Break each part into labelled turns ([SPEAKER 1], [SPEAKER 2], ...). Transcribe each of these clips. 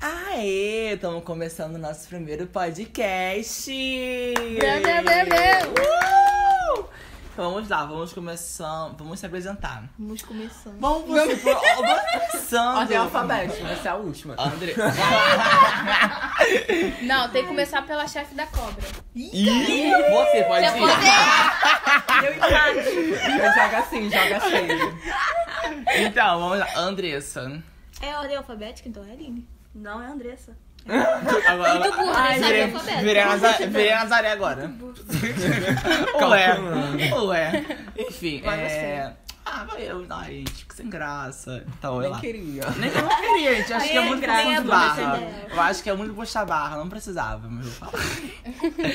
[SPEAKER 1] Aê, estamos começando o nosso primeiro podcast!
[SPEAKER 2] Meu, meu, meu, meu.
[SPEAKER 1] Uh! Então Vamos lá, vamos começar, vamos se apresentar.
[SPEAKER 2] Vamos começando.
[SPEAKER 1] Vamos, vamos, vamos começando.
[SPEAKER 3] Ordem alfabética, vai ser a última.
[SPEAKER 1] André.
[SPEAKER 2] Não, tem que começar pela chefe da cobra.
[SPEAKER 3] Ih, você
[SPEAKER 4] É
[SPEAKER 3] pode
[SPEAKER 2] Você
[SPEAKER 3] ir.
[SPEAKER 2] pode? Eu encaro.
[SPEAKER 3] Joga assim, joga cheio.
[SPEAKER 1] Então, vamos lá. Andressa.
[SPEAKER 4] É ordem alfabética, então é Aline. Não é Andressa.
[SPEAKER 1] Agora,
[SPEAKER 2] Muito burro,
[SPEAKER 1] Ai,
[SPEAKER 2] né? Sabe
[SPEAKER 1] virei,
[SPEAKER 2] alfabeto.
[SPEAKER 1] virei a Nazaré, virei a Nazaré agora. Ué, ué. Enfim,
[SPEAKER 2] Vai
[SPEAKER 1] é... Ah, vai eu. Ai, gente, que sem graça. Então, olha
[SPEAKER 3] Nem
[SPEAKER 1] lá.
[SPEAKER 3] queria.
[SPEAKER 1] Nem que eu não queria, gente. Acho
[SPEAKER 4] Aí
[SPEAKER 1] que é
[SPEAKER 4] é
[SPEAKER 1] muito
[SPEAKER 4] graça,
[SPEAKER 1] puxar
[SPEAKER 4] né,
[SPEAKER 1] barra.
[SPEAKER 4] essa ideia.
[SPEAKER 1] Eu acho que é muito puxar barra, não precisava, mas eu vou falar.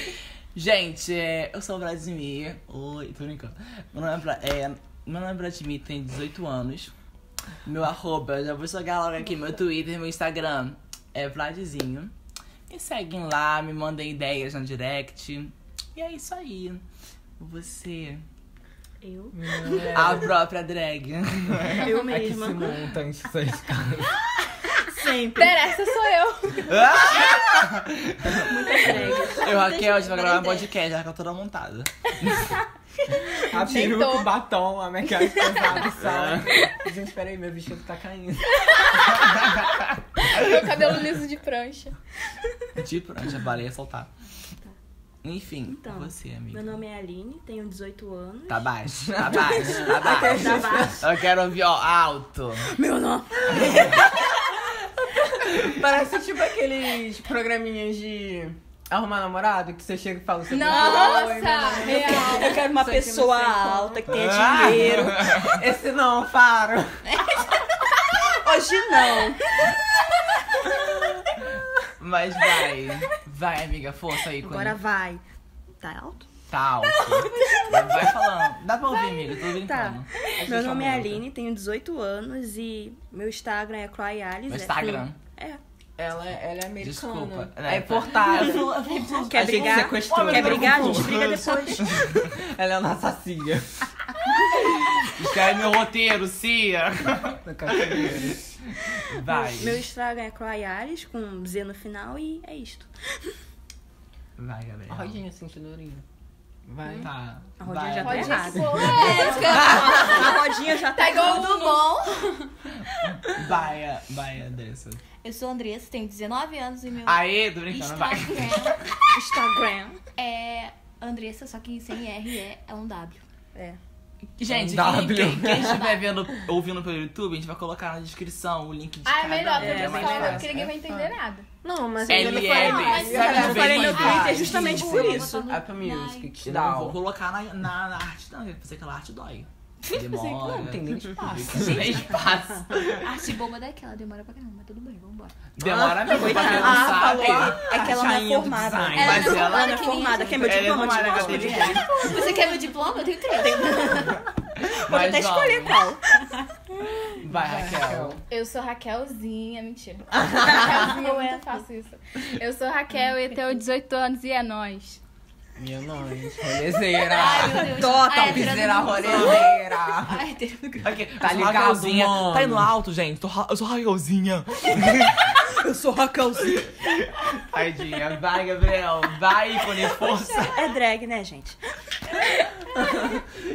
[SPEAKER 1] gente, é, eu sou o Vladimir. Oi, tô brincando. Meu nome é, Vla- é, meu nome é Vladimir, tem 18 anos. Meu arroba, eu já vou jogar logo aqui, meu Twitter, meu Instagram é Vladzinho. Me seguem lá, me mandem ideias no direct. E é isso aí. Você,
[SPEAKER 4] Eu?
[SPEAKER 1] a própria drag.
[SPEAKER 4] Eu
[SPEAKER 3] É que se
[SPEAKER 4] mesma.
[SPEAKER 3] monta em seis
[SPEAKER 4] Sempre.
[SPEAKER 2] Pera, essa sou eu.
[SPEAKER 4] Muitas regras.
[SPEAKER 1] Eu, Raquel, a gente vai
[SPEAKER 4] Muitas
[SPEAKER 1] gravar um
[SPEAKER 4] ideias.
[SPEAKER 1] podcast, a Raquel toda montada.
[SPEAKER 3] A peruca,
[SPEAKER 2] Deitou.
[SPEAKER 3] o batom, a maquiagem pesada,
[SPEAKER 1] É.
[SPEAKER 3] sal. Gente, peraí, meu vestido tá caindo.
[SPEAKER 2] Meu cabelo liso de prancha.
[SPEAKER 1] Tipo, antes a baleia soltar. Enfim,
[SPEAKER 4] Então,
[SPEAKER 1] você, amiga.
[SPEAKER 4] Meu nome é Aline, tenho 18 anos.
[SPEAKER 1] Tá baixo, tá baixo, tá baixo.
[SPEAKER 4] Tá baixo.
[SPEAKER 1] Eu quero ouvir, ó, alto.
[SPEAKER 4] Meu nome.
[SPEAKER 3] Parece tipo aqueles programinhas de arrumar namorado que você chega e fala seu nome.
[SPEAKER 2] Nossa,
[SPEAKER 4] é
[SPEAKER 2] real.
[SPEAKER 4] Eu quero uma
[SPEAKER 3] Só que não
[SPEAKER 4] pessoa
[SPEAKER 3] sei como.
[SPEAKER 4] alta que tenha dinheiro.
[SPEAKER 3] Esse não, faro.
[SPEAKER 4] Hoje não.
[SPEAKER 1] Mas vai. Vai, amiga, força aí.
[SPEAKER 4] Agora
[SPEAKER 1] quando...
[SPEAKER 4] vai. Tá alto?
[SPEAKER 1] Tá alto. Vai falando. Dá pra ouvir, amiga, tô brincando.
[SPEAKER 4] Tá.
[SPEAKER 1] A gente
[SPEAKER 4] Meu nome é
[SPEAKER 1] aumenta.
[SPEAKER 4] Aline, tenho 18 anos e meu Instagram é Croyales.
[SPEAKER 1] Meu Instagram.
[SPEAKER 4] É.
[SPEAKER 3] Ela, ela é americana.
[SPEAKER 1] Desculpa.
[SPEAKER 3] É,
[SPEAKER 1] É, tá.
[SPEAKER 3] importada.
[SPEAKER 4] Quer
[SPEAKER 3] A gente
[SPEAKER 4] brigar?
[SPEAKER 3] sequestrou.
[SPEAKER 4] Quer brigar? A gente
[SPEAKER 3] Desculpa.
[SPEAKER 4] briga depois.
[SPEAKER 3] Ela é a nossa Cia.
[SPEAKER 1] Escreve meu roteiro, Cia. Vai.
[SPEAKER 4] Meu Instagram é Croyales, com Z no final e é isto.
[SPEAKER 1] Vai, galera.
[SPEAKER 3] Rodinha, senti dorinha. Vai.
[SPEAKER 1] Tá.
[SPEAKER 4] A rodinha
[SPEAKER 1] vai.
[SPEAKER 4] já tá
[SPEAKER 2] Rodinha
[SPEAKER 4] errado. É,
[SPEAKER 2] poética.
[SPEAKER 4] A rodinha já
[SPEAKER 2] Ah! Tá igual o do bom.
[SPEAKER 1] Vai, vai, Andressa.
[SPEAKER 5] Eu sou a Andressa, tenho 19 anos e meu
[SPEAKER 1] Aê, tô brincando, vai.
[SPEAKER 5] Instagram
[SPEAKER 4] Instagram.
[SPEAKER 5] é Andressa, só que sem R é, é um W.
[SPEAKER 4] É.
[SPEAKER 1] Gente,
[SPEAKER 3] W.
[SPEAKER 1] quem, quem, quem estiver vendo, ouvindo pelo YouTube, a gente vai colocar na descrição o link de
[SPEAKER 2] Ah, é
[SPEAKER 1] cada
[SPEAKER 2] melhor,
[SPEAKER 1] um,
[SPEAKER 2] porque
[SPEAKER 4] É,
[SPEAKER 2] eu
[SPEAKER 1] mais
[SPEAKER 4] fala,
[SPEAKER 2] falo,
[SPEAKER 1] fácil.
[SPEAKER 2] porque ninguém vai entender nada.
[SPEAKER 3] Não, mas
[SPEAKER 4] é
[SPEAKER 1] ainda não foi- LL.
[SPEAKER 3] não
[SPEAKER 1] Mas
[SPEAKER 2] eu
[SPEAKER 4] Eu falei no
[SPEAKER 1] Vai.
[SPEAKER 4] Twitter justamente por
[SPEAKER 5] Vou
[SPEAKER 4] isso.
[SPEAKER 5] botar no-
[SPEAKER 3] Apple
[SPEAKER 5] na-
[SPEAKER 3] Music, que
[SPEAKER 1] Eu
[SPEAKER 3] dá
[SPEAKER 1] não vou colocar na, na, na arte, não. Porque aquela arte dói. Demora.
[SPEAKER 3] Não tem nem espaço.
[SPEAKER 1] nem espaço.
[SPEAKER 5] Arte boba daquela, demora pra caramba, mas tudo bem, vambora.
[SPEAKER 1] Demora mesmo, pra quem não
[SPEAKER 4] Ah,
[SPEAKER 1] sabe.
[SPEAKER 4] falou a- a que ela não é
[SPEAKER 1] Rainha do
[SPEAKER 4] formada.
[SPEAKER 1] design,
[SPEAKER 5] Ela
[SPEAKER 1] Mas
[SPEAKER 5] não é
[SPEAKER 1] ela...
[SPEAKER 4] Ela não é
[SPEAKER 5] que nem
[SPEAKER 4] formada,
[SPEAKER 5] a
[SPEAKER 4] quer meu
[SPEAKER 1] Ela é
[SPEAKER 4] diploma de
[SPEAKER 1] formada, ela tem
[SPEAKER 4] volta? Vou
[SPEAKER 1] direito.
[SPEAKER 5] Você quer meu diploma? Eu tenho três.
[SPEAKER 1] Mas
[SPEAKER 4] até
[SPEAKER 1] vamos.
[SPEAKER 4] escolher qual.
[SPEAKER 1] Vai, Raquel.
[SPEAKER 2] Eu sou Raquelzinha, mentira. Raquelzinha, eu muito faço isso. Eu sou Raquel e tenho 18 anos e é nóis.
[SPEAKER 3] Minha nós. Rolezeira.
[SPEAKER 5] Ai, meu Deus.
[SPEAKER 4] Tota,
[SPEAKER 5] Ai,
[SPEAKER 3] Piseira
[SPEAKER 5] hétero do-
[SPEAKER 3] rolezeira.
[SPEAKER 5] Ai, hétero do grupo.
[SPEAKER 1] Ok, eu
[SPEAKER 3] Tá
[SPEAKER 1] sou
[SPEAKER 3] ligado,
[SPEAKER 1] Raquelzinha.
[SPEAKER 3] mano?
[SPEAKER 1] Tá indo alto, gente. Tô ra- Eu sou Raquelzinha.
[SPEAKER 4] Eu sou Raquelzinha.
[SPEAKER 1] Tadinha. Vai, Gabriel. Vai, ícone, força.
[SPEAKER 4] É drag, né, gente?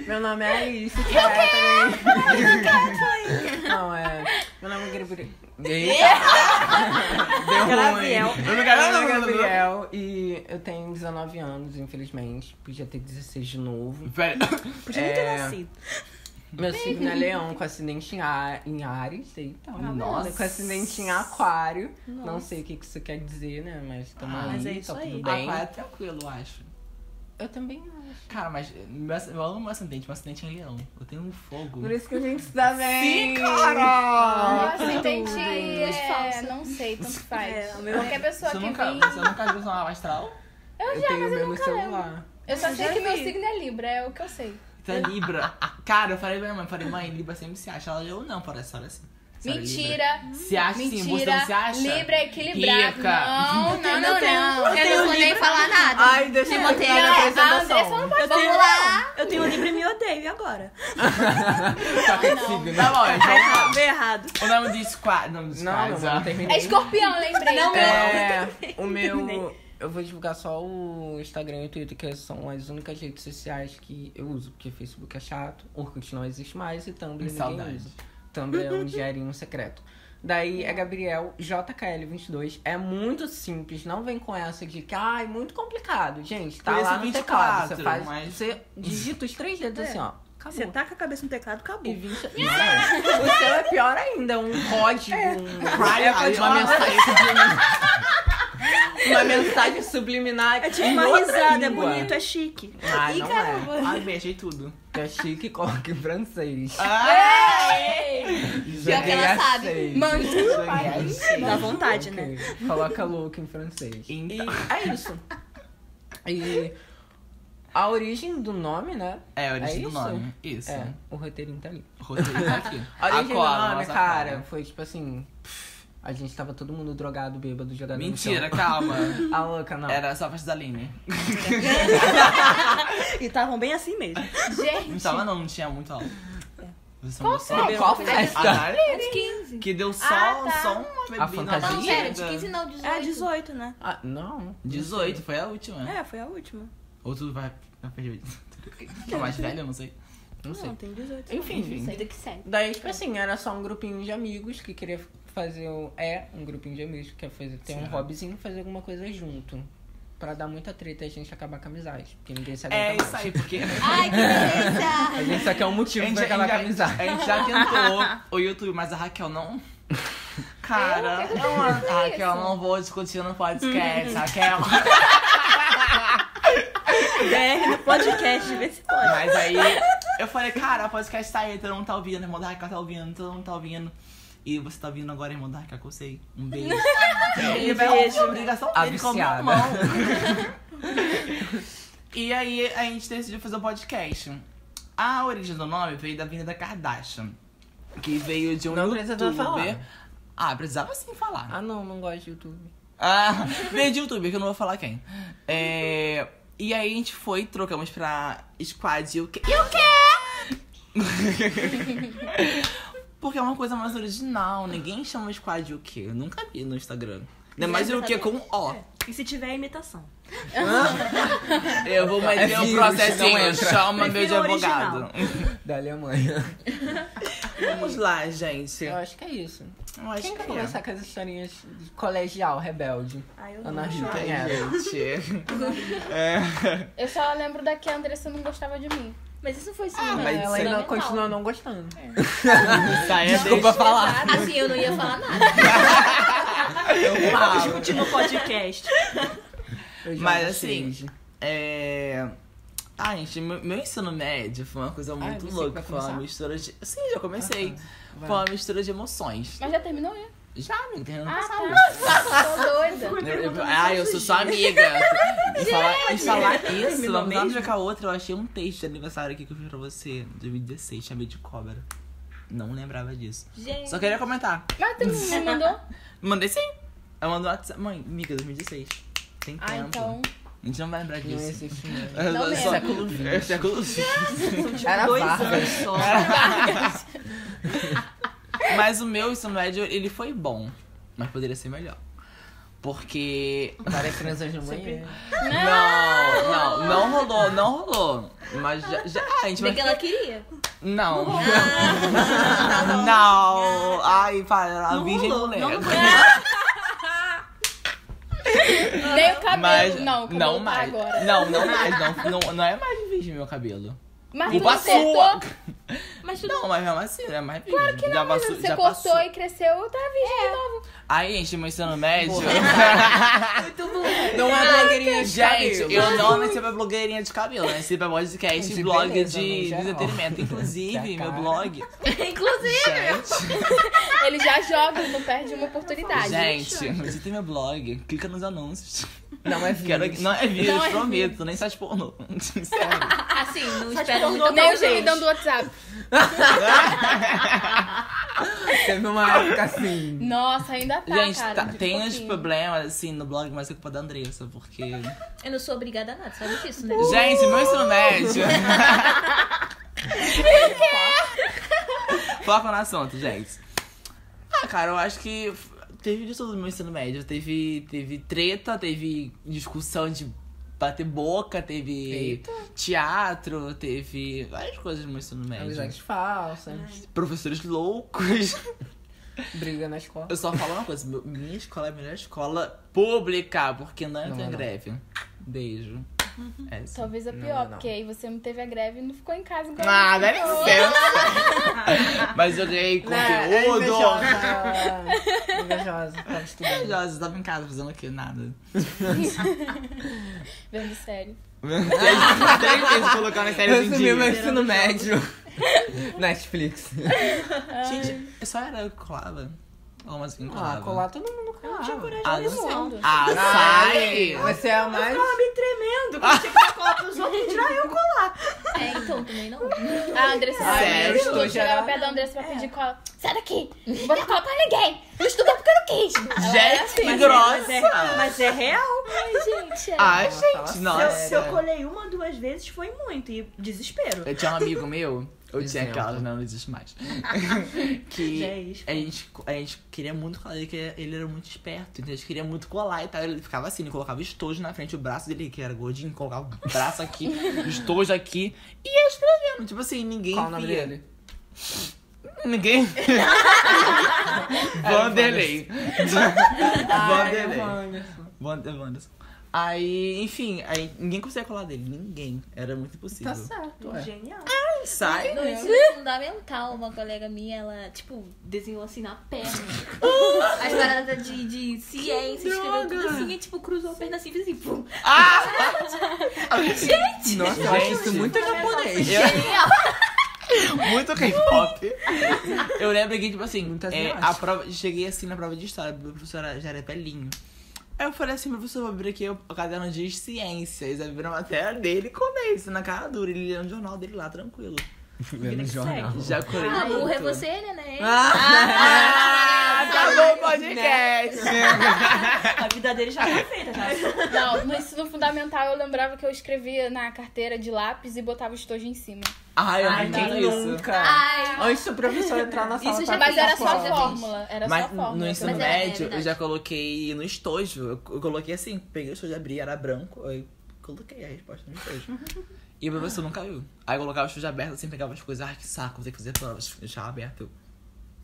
[SPEAKER 3] Meu nome é Alice. Eu quero! Não, é... Meu nome é Gabriel.
[SPEAKER 1] Eita. Deu
[SPEAKER 4] Gabriel.
[SPEAKER 1] ruim. Eu não
[SPEAKER 3] Meu
[SPEAKER 1] quero não,
[SPEAKER 3] nome é
[SPEAKER 1] não, não.
[SPEAKER 3] Gabriel e eu tenho 19 anos, infelizmente. Podia ter 16 de novo.
[SPEAKER 1] Pera.
[SPEAKER 4] Podia não ter
[SPEAKER 3] É.
[SPEAKER 4] nascido.
[SPEAKER 3] Meu signo é leão, com acidente em, a... em Ares. Eita, olha.
[SPEAKER 1] Nossa.
[SPEAKER 3] Com acidente em aquário. Não sei o que que isso quer dizer, né? Mas tamo
[SPEAKER 1] Ah,
[SPEAKER 3] aí,
[SPEAKER 4] mas é isso
[SPEAKER 3] tá
[SPEAKER 4] aí.
[SPEAKER 3] tudo bem.
[SPEAKER 1] Aquário é tranquilo, eu acho.
[SPEAKER 3] Eu também acho.
[SPEAKER 1] Cara, mas eh, meu ac- eu amo meu ascendente, meu ascendente é em leão. Eu tenho um fogo.
[SPEAKER 3] Por isso que a gente se dá
[SPEAKER 1] Sim,
[SPEAKER 3] bem.
[SPEAKER 1] cara!
[SPEAKER 2] Nossa, entendi. É,
[SPEAKER 5] falsa.
[SPEAKER 2] não sei, tanto
[SPEAKER 4] É,
[SPEAKER 2] faz.
[SPEAKER 4] o meu-
[SPEAKER 2] Qualquer pessoa
[SPEAKER 1] Você
[SPEAKER 2] que
[SPEAKER 1] nunca,
[SPEAKER 2] vem.
[SPEAKER 1] você nunca viu uma astral?
[SPEAKER 3] Eu, tenho o mesmo celular.
[SPEAKER 2] Eu só
[SPEAKER 4] Eu
[SPEAKER 2] sei
[SPEAKER 4] já
[SPEAKER 2] que meu
[SPEAKER 4] vi.
[SPEAKER 2] signo é Libra, é o que eu sei.
[SPEAKER 1] Então é Libra. Cara, eu falei pra minha mãe, falei, mãe, Libra sempre se acha. Ela, eu não, parece, olha assim. Senhora é Libra.
[SPEAKER 2] Mentira.
[SPEAKER 1] Se acha sim, você
[SPEAKER 2] Mentira.
[SPEAKER 1] não se acha?
[SPEAKER 2] Libra é equilibrado.
[SPEAKER 1] Rica.
[SPEAKER 2] Não, não, não,
[SPEAKER 4] Eu tenho-
[SPEAKER 2] não. um
[SPEAKER 4] eu
[SPEAKER 5] Eu um não vou nem falar nada.
[SPEAKER 3] Ai, deixa eu
[SPEAKER 5] botei
[SPEAKER 3] continuar na
[SPEAKER 2] a- a Andressa
[SPEAKER 3] apresentação.
[SPEAKER 2] não
[SPEAKER 4] Eu tenho, lá. um eu tenho livre e me odeio, e agora?
[SPEAKER 3] um
[SPEAKER 1] Só que é
[SPEAKER 3] né?
[SPEAKER 1] signo. Tá bom, gente, vamos
[SPEAKER 4] Tá
[SPEAKER 1] lá.
[SPEAKER 4] errado, errado.
[SPEAKER 1] O nome disso quadro. O nome disso
[SPEAKER 3] Não, não,
[SPEAKER 1] quadro.
[SPEAKER 3] não terminei.
[SPEAKER 2] É escorpião, lembrei. Não,
[SPEAKER 3] É, o meu.
[SPEAKER 4] Terminei.
[SPEAKER 3] Eu vou divulgar só o Instagram e o Twitter, que são as únicas redes sociais que eu uso, porque Facebook é chato, Orkut não existe mais e Tumblr ninguém
[SPEAKER 1] Saudade.
[SPEAKER 3] usa. Tumblr é um dinheirinho secreto. Daí é Gabriel JKL22. É muito simples, não vem com essa de que, ai, muito complicado. Gente, tá
[SPEAKER 1] Por esse
[SPEAKER 3] lá no teclado. Você
[SPEAKER 1] 24,
[SPEAKER 3] faz.
[SPEAKER 1] mas-
[SPEAKER 3] Você digita os três dedos assim, ó. Acabou.
[SPEAKER 4] Você tá taca a cabeça no teclado,
[SPEAKER 3] E
[SPEAKER 4] acabou.
[SPEAKER 3] 20... Não, o seu é pior ainda, um código, um...
[SPEAKER 1] Cry out,
[SPEAKER 3] uma
[SPEAKER 1] uma
[SPEAKER 3] mensagem subliminar. uma mensagem subliminar.
[SPEAKER 4] É tipo
[SPEAKER 3] em
[SPEAKER 4] uma
[SPEAKER 3] outra
[SPEAKER 4] risada, é
[SPEAKER 3] língua.
[SPEAKER 4] bonito, é chique.
[SPEAKER 3] Ah, não é.
[SPEAKER 1] Ai, bem, achei tudo.
[SPEAKER 3] É chique coque em francês.
[SPEAKER 1] Ah,
[SPEAKER 3] É,
[SPEAKER 1] Pior
[SPEAKER 5] que ela sabe.
[SPEAKER 2] Mano,
[SPEAKER 4] Dá vontade, né?
[SPEAKER 3] Coloca louco em francês. E
[SPEAKER 1] Então,
[SPEAKER 3] é isso. E a origem do nome, né?
[SPEAKER 1] É, a
[SPEAKER 3] É
[SPEAKER 1] origem do
[SPEAKER 3] isso?
[SPEAKER 1] nome. Isso.
[SPEAKER 3] É, o roteirinho tá ali.
[SPEAKER 1] O roteiro tá aqui.
[SPEAKER 3] A origem do
[SPEAKER 1] cola,
[SPEAKER 3] nome,
[SPEAKER 1] nossa
[SPEAKER 3] cara, foi tipo assim. pff, A gente tava todo mundo drogado, bêbado, jogado
[SPEAKER 1] Mentira,
[SPEAKER 3] no
[SPEAKER 1] calma.
[SPEAKER 3] chão. A louca, não.
[SPEAKER 1] Era só a parte da Aline.
[SPEAKER 4] E estavam bem assim mesmo.
[SPEAKER 1] Não
[SPEAKER 2] gente.
[SPEAKER 1] tava não, não tinha muito álcool. Você não gostou?
[SPEAKER 3] Não, qual festa?
[SPEAKER 1] A Dali,
[SPEAKER 5] É de 15.
[SPEAKER 1] Ah, tá. que deu só, um
[SPEAKER 2] Ah, tá.
[SPEAKER 1] só uma bebida.
[SPEAKER 3] A fantasia?
[SPEAKER 5] Não, pera, de 15 não, 18.
[SPEAKER 4] É, 18, né?
[SPEAKER 3] Ah, não.
[SPEAKER 1] 18, foi a última. né?
[SPEAKER 4] É, foi a última.
[SPEAKER 1] Ou tu vai... vai perder. Tá mais velha, eu não sei.
[SPEAKER 3] Não sei.
[SPEAKER 4] Não, tem 18.
[SPEAKER 3] Enfim,
[SPEAKER 5] Não sei do que serve.
[SPEAKER 3] Daí, tipo assim, era só um grupinho de amigos que queria fazer. o- É, um grupinho de amigos que quer fazer, ter um
[SPEAKER 1] Sim.
[SPEAKER 3] hobbyzinho fazer alguma coisa junto. Pra dar muita treta e a gente acabar com a amizade. Porque ninguém se aguenta
[SPEAKER 1] É isso
[SPEAKER 3] mais.
[SPEAKER 1] aí, porque...
[SPEAKER 5] Ai, que
[SPEAKER 3] A
[SPEAKER 5] delícia.
[SPEAKER 3] gente só quer um motivo pra acabar com a
[SPEAKER 1] a, gente,
[SPEAKER 3] amizade.
[SPEAKER 1] a gente já tentou o YouTube, mas a Raquel não... Cara, não, a Raquel, não vou discutir no podcast, Raquel.
[SPEAKER 4] BR no podcast, de vez em quando.
[SPEAKER 1] Mas aí eu falei, cara, o podcast tá aí, todo mundo tá ouvindo, a irmã da Raquel tá ouvindo, todo mundo tá ouvindo. E você tá ouvindo agora, irmã da Raquel, que eu sei. Um beijo.
[SPEAKER 3] Um
[SPEAKER 1] Ele vai ouvir a obrigação
[SPEAKER 3] A
[SPEAKER 1] dele com a minha
[SPEAKER 3] viciada.
[SPEAKER 1] mão. E aí a gente decidiu fazer o podcast. A origem do nome veio da Avenida Kardashian. Que veio de um
[SPEAKER 3] Não precisava
[SPEAKER 1] youtuber.
[SPEAKER 3] falar.
[SPEAKER 1] Ah, precisava sim falar.
[SPEAKER 3] Ah, não, não gosto de YouTube.
[SPEAKER 1] Ah, veio de YouTube, que eu não vou falar quem. É, e aí a gente foi, trocamos pra Squad e o quê? E o quê? Porque é uma coisa mais original, ninguém chama Squad e o quê? Eu nunca vi no Instagram. Ainda mais o que com O.
[SPEAKER 4] E se tiver imitação?
[SPEAKER 1] Eu vou mais
[SPEAKER 3] É
[SPEAKER 1] ter um
[SPEAKER 3] vírus, não é.
[SPEAKER 1] processinho,
[SPEAKER 3] entra.
[SPEAKER 1] chama meu de
[SPEAKER 4] Prefiro original.
[SPEAKER 1] advogado.
[SPEAKER 3] Da Alemanha.
[SPEAKER 1] Vamos lá, gente.
[SPEAKER 3] Eu acho que é isso.
[SPEAKER 1] Eu acho
[SPEAKER 3] Quem
[SPEAKER 1] que
[SPEAKER 3] quer
[SPEAKER 1] é.
[SPEAKER 3] começar com as historinhas de colegial, rebelde?
[SPEAKER 4] Ah, eu
[SPEAKER 3] Ana
[SPEAKER 4] não
[SPEAKER 3] Rita.
[SPEAKER 4] choro.
[SPEAKER 1] Ai, é? gente.
[SPEAKER 2] Eu só lembro da que a Andressa não gostava de mim.
[SPEAKER 4] Mas isso foi sim,
[SPEAKER 5] Ah,
[SPEAKER 4] né?
[SPEAKER 1] mas
[SPEAKER 3] Ela
[SPEAKER 1] isso
[SPEAKER 3] ainda
[SPEAKER 5] fundamental.
[SPEAKER 3] continua não gostando.
[SPEAKER 1] Saia
[SPEAKER 3] Desculpa falar.
[SPEAKER 5] Assim, eu não ia falar nada.
[SPEAKER 1] desse pau.
[SPEAKER 4] Discutir no podcast.
[SPEAKER 3] Eu já
[SPEAKER 1] Mas,
[SPEAKER 3] gostei.
[SPEAKER 1] assim, É. Ah, gente, meu, meu ensino médio foi uma coisa muito
[SPEAKER 3] você que
[SPEAKER 1] louca.
[SPEAKER 3] vai
[SPEAKER 1] Foi uma
[SPEAKER 3] começar?
[SPEAKER 1] mistura de. Sim, já comecei.
[SPEAKER 3] vai.
[SPEAKER 1] Foi uma mistura de emoções.
[SPEAKER 2] Mas já terminou, né?
[SPEAKER 1] Já, me entendeu?
[SPEAKER 2] Ah, tá. Tô doida.
[SPEAKER 1] Eu, eu, ah, eu sou sua amiga. E falar, e falar isso, uma mesma com a outra, eu achei um texto de aniversário aqui que eu fiz pra você, 2016, chamei de cobra. Não lembrava disso.
[SPEAKER 4] Gente.
[SPEAKER 1] Só queria comentar.
[SPEAKER 2] Mas tu não me mandou?
[SPEAKER 1] Mandei sim. Eu mando WhatsApp. Mãe, amiga, 2016. Tem tempo.
[SPEAKER 2] Ah, então.
[SPEAKER 1] A gente não vai lembrar
[SPEAKER 3] Não
[SPEAKER 1] disso.
[SPEAKER 3] existe mesmo.
[SPEAKER 2] Não
[SPEAKER 1] É só-
[SPEAKER 3] lembro.
[SPEAKER 1] É século XX.
[SPEAKER 3] Era
[SPEAKER 4] Tipo, dois
[SPEAKER 3] Vargas.
[SPEAKER 4] anos só.
[SPEAKER 1] Mas o meu ensino médio, ele foi bom. Mas poderia ser melhor. Porque.
[SPEAKER 3] Várias crianças no banheiro.
[SPEAKER 1] Não, não, não rolou, não rolou. Mas já. já- ah, a gente
[SPEAKER 5] Bem
[SPEAKER 1] vai.
[SPEAKER 5] que ela queria.
[SPEAKER 1] Não. Não. Ai, para, a
[SPEAKER 4] Não
[SPEAKER 1] virgem
[SPEAKER 4] rolou,
[SPEAKER 1] mulher.
[SPEAKER 4] não rolou.
[SPEAKER 2] Nem o cabelo.
[SPEAKER 1] Mas,
[SPEAKER 2] não, o cabelo tá
[SPEAKER 1] mais.
[SPEAKER 2] agora.
[SPEAKER 1] Não, não mais. Não, não, não é mais virgem meu cabelo.
[SPEAKER 2] Mas tu
[SPEAKER 1] Culpa sua!
[SPEAKER 2] cortou.
[SPEAKER 5] Mas tu
[SPEAKER 1] Não, mas mesmo assim, não é mais virgem. Claro que não, já
[SPEAKER 2] Mas
[SPEAKER 1] passou-
[SPEAKER 2] você
[SPEAKER 1] já
[SPEAKER 2] cortou
[SPEAKER 1] passou.
[SPEAKER 2] e cresceu, tá virgem de novo.
[SPEAKER 1] Aí, gente, meu ensino médio.
[SPEAKER 3] Não é blogueirinha de
[SPEAKER 1] Gente,
[SPEAKER 3] cabelo.
[SPEAKER 1] eu não nasci pra blogueirinha um de cabelo, né? eu nasci pra podcast
[SPEAKER 3] De
[SPEAKER 1] e blog
[SPEAKER 3] beleza, no
[SPEAKER 1] de, de
[SPEAKER 3] geral.
[SPEAKER 1] entretenimento. Inclusive,
[SPEAKER 3] Da
[SPEAKER 1] meu
[SPEAKER 3] cara.
[SPEAKER 1] blog. Inclusive!
[SPEAKER 2] Ele já joga, não perde uma oportunidade.
[SPEAKER 1] Gente, gente, visita meu blog, clica nos anúncios.
[SPEAKER 3] Não é
[SPEAKER 1] Quero,
[SPEAKER 3] vírus.
[SPEAKER 1] não é vídeo,
[SPEAKER 2] Não é Tá,
[SPEAKER 1] prometo, nem site pornô. Sério.
[SPEAKER 5] Assim, não espero muito.
[SPEAKER 2] Nem o
[SPEAKER 4] gente.
[SPEAKER 2] gemidão do WhatsApp.
[SPEAKER 3] Teve uma época assim.
[SPEAKER 2] Nossa, ainda tá,
[SPEAKER 1] Gente,
[SPEAKER 2] cara.
[SPEAKER 1] tá-
[SPEAKER 2] de
[SPEAKER 1] tem uns
[SPEAKER 2] pouquinho.
[SPEAKER 1] problemas, assim, no blog, mas é culpa da Andressa, porque...
[SPEAKER 5] Eu não sou obrigada a nada, sabe disso, né?
[SPEAKER 1] Gente, meu ensino médio... Foca no assunto, gente. Ah, cara, eu acho que teve de tudo no meu ensino médio. Teve, teve treta, teve discussão de bater boca, teve teatro, teve várias coisas no meu ensino médio.
[SPEAKER 3] Amizades falsas,
[SPEAKER 1] Professores loucos.
[SPEAKER 3] briga na escola.
[SPEAKER 1] Eu só falo uma coisa, meu- minha escola é a melhor escola pública, porque não,
[SPEAKER 3] Não
[SPEAKER 1] tem
[SPEAKER 3] é não.
[SPEAKER 1] greve. Beijo. É isso.
[SPEAKER 2] Talvez a
[SPEAKER 3] Não,
[SPEAKER 2] pior,
[SPEAKER 3] não.
[SPEAKER 2] porque aí você não teve a greve e não ficou em casa igual
[SPEAKER 1] Ah,
[SPEAKER 2] eu.
[SPEAKER 1] dá licença! Mas eu ganhei
[SPEAKER 3] é
[SPEAKER 1] conteúdo!
[SPEAKER 3] Invejosa. Invejosa, tava estudando.
[SPEAKER 1] Maravilhosa, tava em casa fazendo o quê? Nada.
[SPEAKER 2] Vendo sério.
[SPEAKER 1] Três vezes colocando as séries em
[SPEAKER 3] Resumiu meu
[SPEAKER 1] dia.
[SPEAKER 3] ensino médio. Netflix.
[SPEAKER 1] Gente, eu só era colada. Ou mais assim, colava.
[SPEAKER 3] Ah, colar todo mundo colava.
[SPEAKER 1] Ah, não sei.
[SPEAKER 2] Mundo.
[SPEAKER 1] Ah, sai!
[SPEAKER 3] Você é a mais...
[SPEAKER 4] um tremendo. Quando chegar a cola pros outros, tirar eu colar.
[SPEAKER 5] É, então, também não.
[SPEAKER 2] A Andressa
[SPEAKER 3] Ah,
[SPEAKER 1] é, eu
[SPEAKER 2] sério.
[SPEAKER 3] estou
[SPEAKER 2] Eu chegava
[SPEAKER 3] gerada.
[SPEAKER 2] perto da Andressa pra
[SPEAKER 5] É.
[SPEAKER 2] pedir cola.
[SPEAKER 5] Sai daqui! Não vou dar cola pra ninguém! Não
[SPEAKER 2] é
[SPEAKER 5] estudou porque eu não quis!
[SPEAKER 1] Gente, que
[SPEAKER 4] Mas é,
[SPEAKER 1] grossa!
[SPEAKER 4] mas é real.
[SPEAKER 5] Ai, gente, é.
[SPEAKER 1] Ai,
[SPEAKER 3] Nossa, ela
[SPEAKER 1] gente,
[SPEAKER 4] Se eu,
[SPEAKER 1] nossa.
[SPEAKER 4] se eu colei uma, duas vezes, foi muito. E desespero.
[SPEAKER 1] Eu tinha um amigo meu, eu tinha
[SPEAKER 3] Exemplo.
[SPEAKER 1] aquelas, não, não existe mais. que
[SPEAKER 4] Já é isso.
[SPEAKER 1] a gente, a gente queria muito colar, ele, queria- ele era muito esperto, então a gente queria muito colar e tal. Ele ficava assim, ele colocava estojo na frente, o braço dele, que era gordinho, colocava o braço aqui, estojo aqui, e ia escrevendo. Tipo assim, ninguém
[SPEAKER 3] Qual o nome
[SPEAKER 1] via.
[SPEAKER 3] dele?
[SPEAKER 1] Ninguém. Vanderlei. Vanderlei. Wander- Wanderson. Aí, enfim, aí ninguém conseguia colar dele, ninguém. Era muito impossível.
[SPEAKER 3] Tá certo, ué.
[SPEAKER 4] Genial.
[SPEAKER 1] Sai.
[SPEAKER 5] No ensino é fundamental, uma colega minha, ela, tipo, desenhou assim na perna. As paradas de, de ciência, escreveu tudo assim, e tipo, cruzou a perna assim, fez assim, pum.
[SPEAKER 1] Ah!
[SPEAKER 3] Nossa, eu acho isso é
[SPEAKER 1] Gente.
[SPEAKER 3] muito japonês.
[SPEAKER 5] Genial!
[SPEAKER 1] Muito K-pop. Eu lembro que, tipo assim,
[SPEAKER 3] Muitas
[SPEAKER 1] é,
[SPEAKER 3] viagens.
[SPEAKER 1] a prova, cheguei assim na prova de história, a professora já era pelinho. Aí eu falei assim, professor, vou abrir aqui o caderno de ciências. Aí viram a matéria dele e colei isso na cara dura. Ele leu no jornal dele lá, tranquilo.
[SPEAKER 3] Lendo jornal.
[SPEAKER 1] Já colei.
[SPEAKER 5] A
[SPEAKER 1] tudo.
[SPEAKER 5] burra é você, né? né?
[SPEAKER 1] Ah, acabou o podcast.
[SPEAKER 4] A vida dele já foi feita, já.
[SPEAKER 2] Não, no ensino fundamental eu lembrava que eu escrevia na carteira de lápis e botava o estojo em cima.
[SPEAKER 1] Ai, eu não
[SPEAKER 3] Ai,
[SPEAKER 1] entendo
[SPEAKER 3] quem
[SPEAKER 1] isso.
[SPEAKER 3] nunca?
[SPEAKER 5] Ai,
[SPEAKER 3] Antes do professor entrar na sala
[SPEAKER 5] Isso
[SPEAKER 3] pra
[SPEAKER 5] já
[SPEAKER 2] Mas
[SPEAKER 5] fiz,
[SPEAKER 2] era
[SPEAKER 3] aplicar
[SPEAKER 2] só
[SPEAKER 5] já
[SPEAKER 2] a
[SPEAKER 5] fiz.
[SPEAKER 3] cola.
[SPEAKER 2] fórmula. Era só a
[SPEAKER 1] Mas
[SPEAKER 2] fórmula.
[SPEAKER 1] no ensino
[SPEAKER 5] Mas é, é
[SPEAKER 1] médio, eu
[SPEAKER 5] verdade.
[SPEAKER 1] já coloquei no estojo. Eu eu coloquei assim, peguei o estojo, abri, era branco, aí coloquei a resposta no estojo. e o professor nunca viu. Aí eu colocava o estojo aberto, assim, pegava as coisas, ai que saco, vou ter que fazer provas, deixava aberto.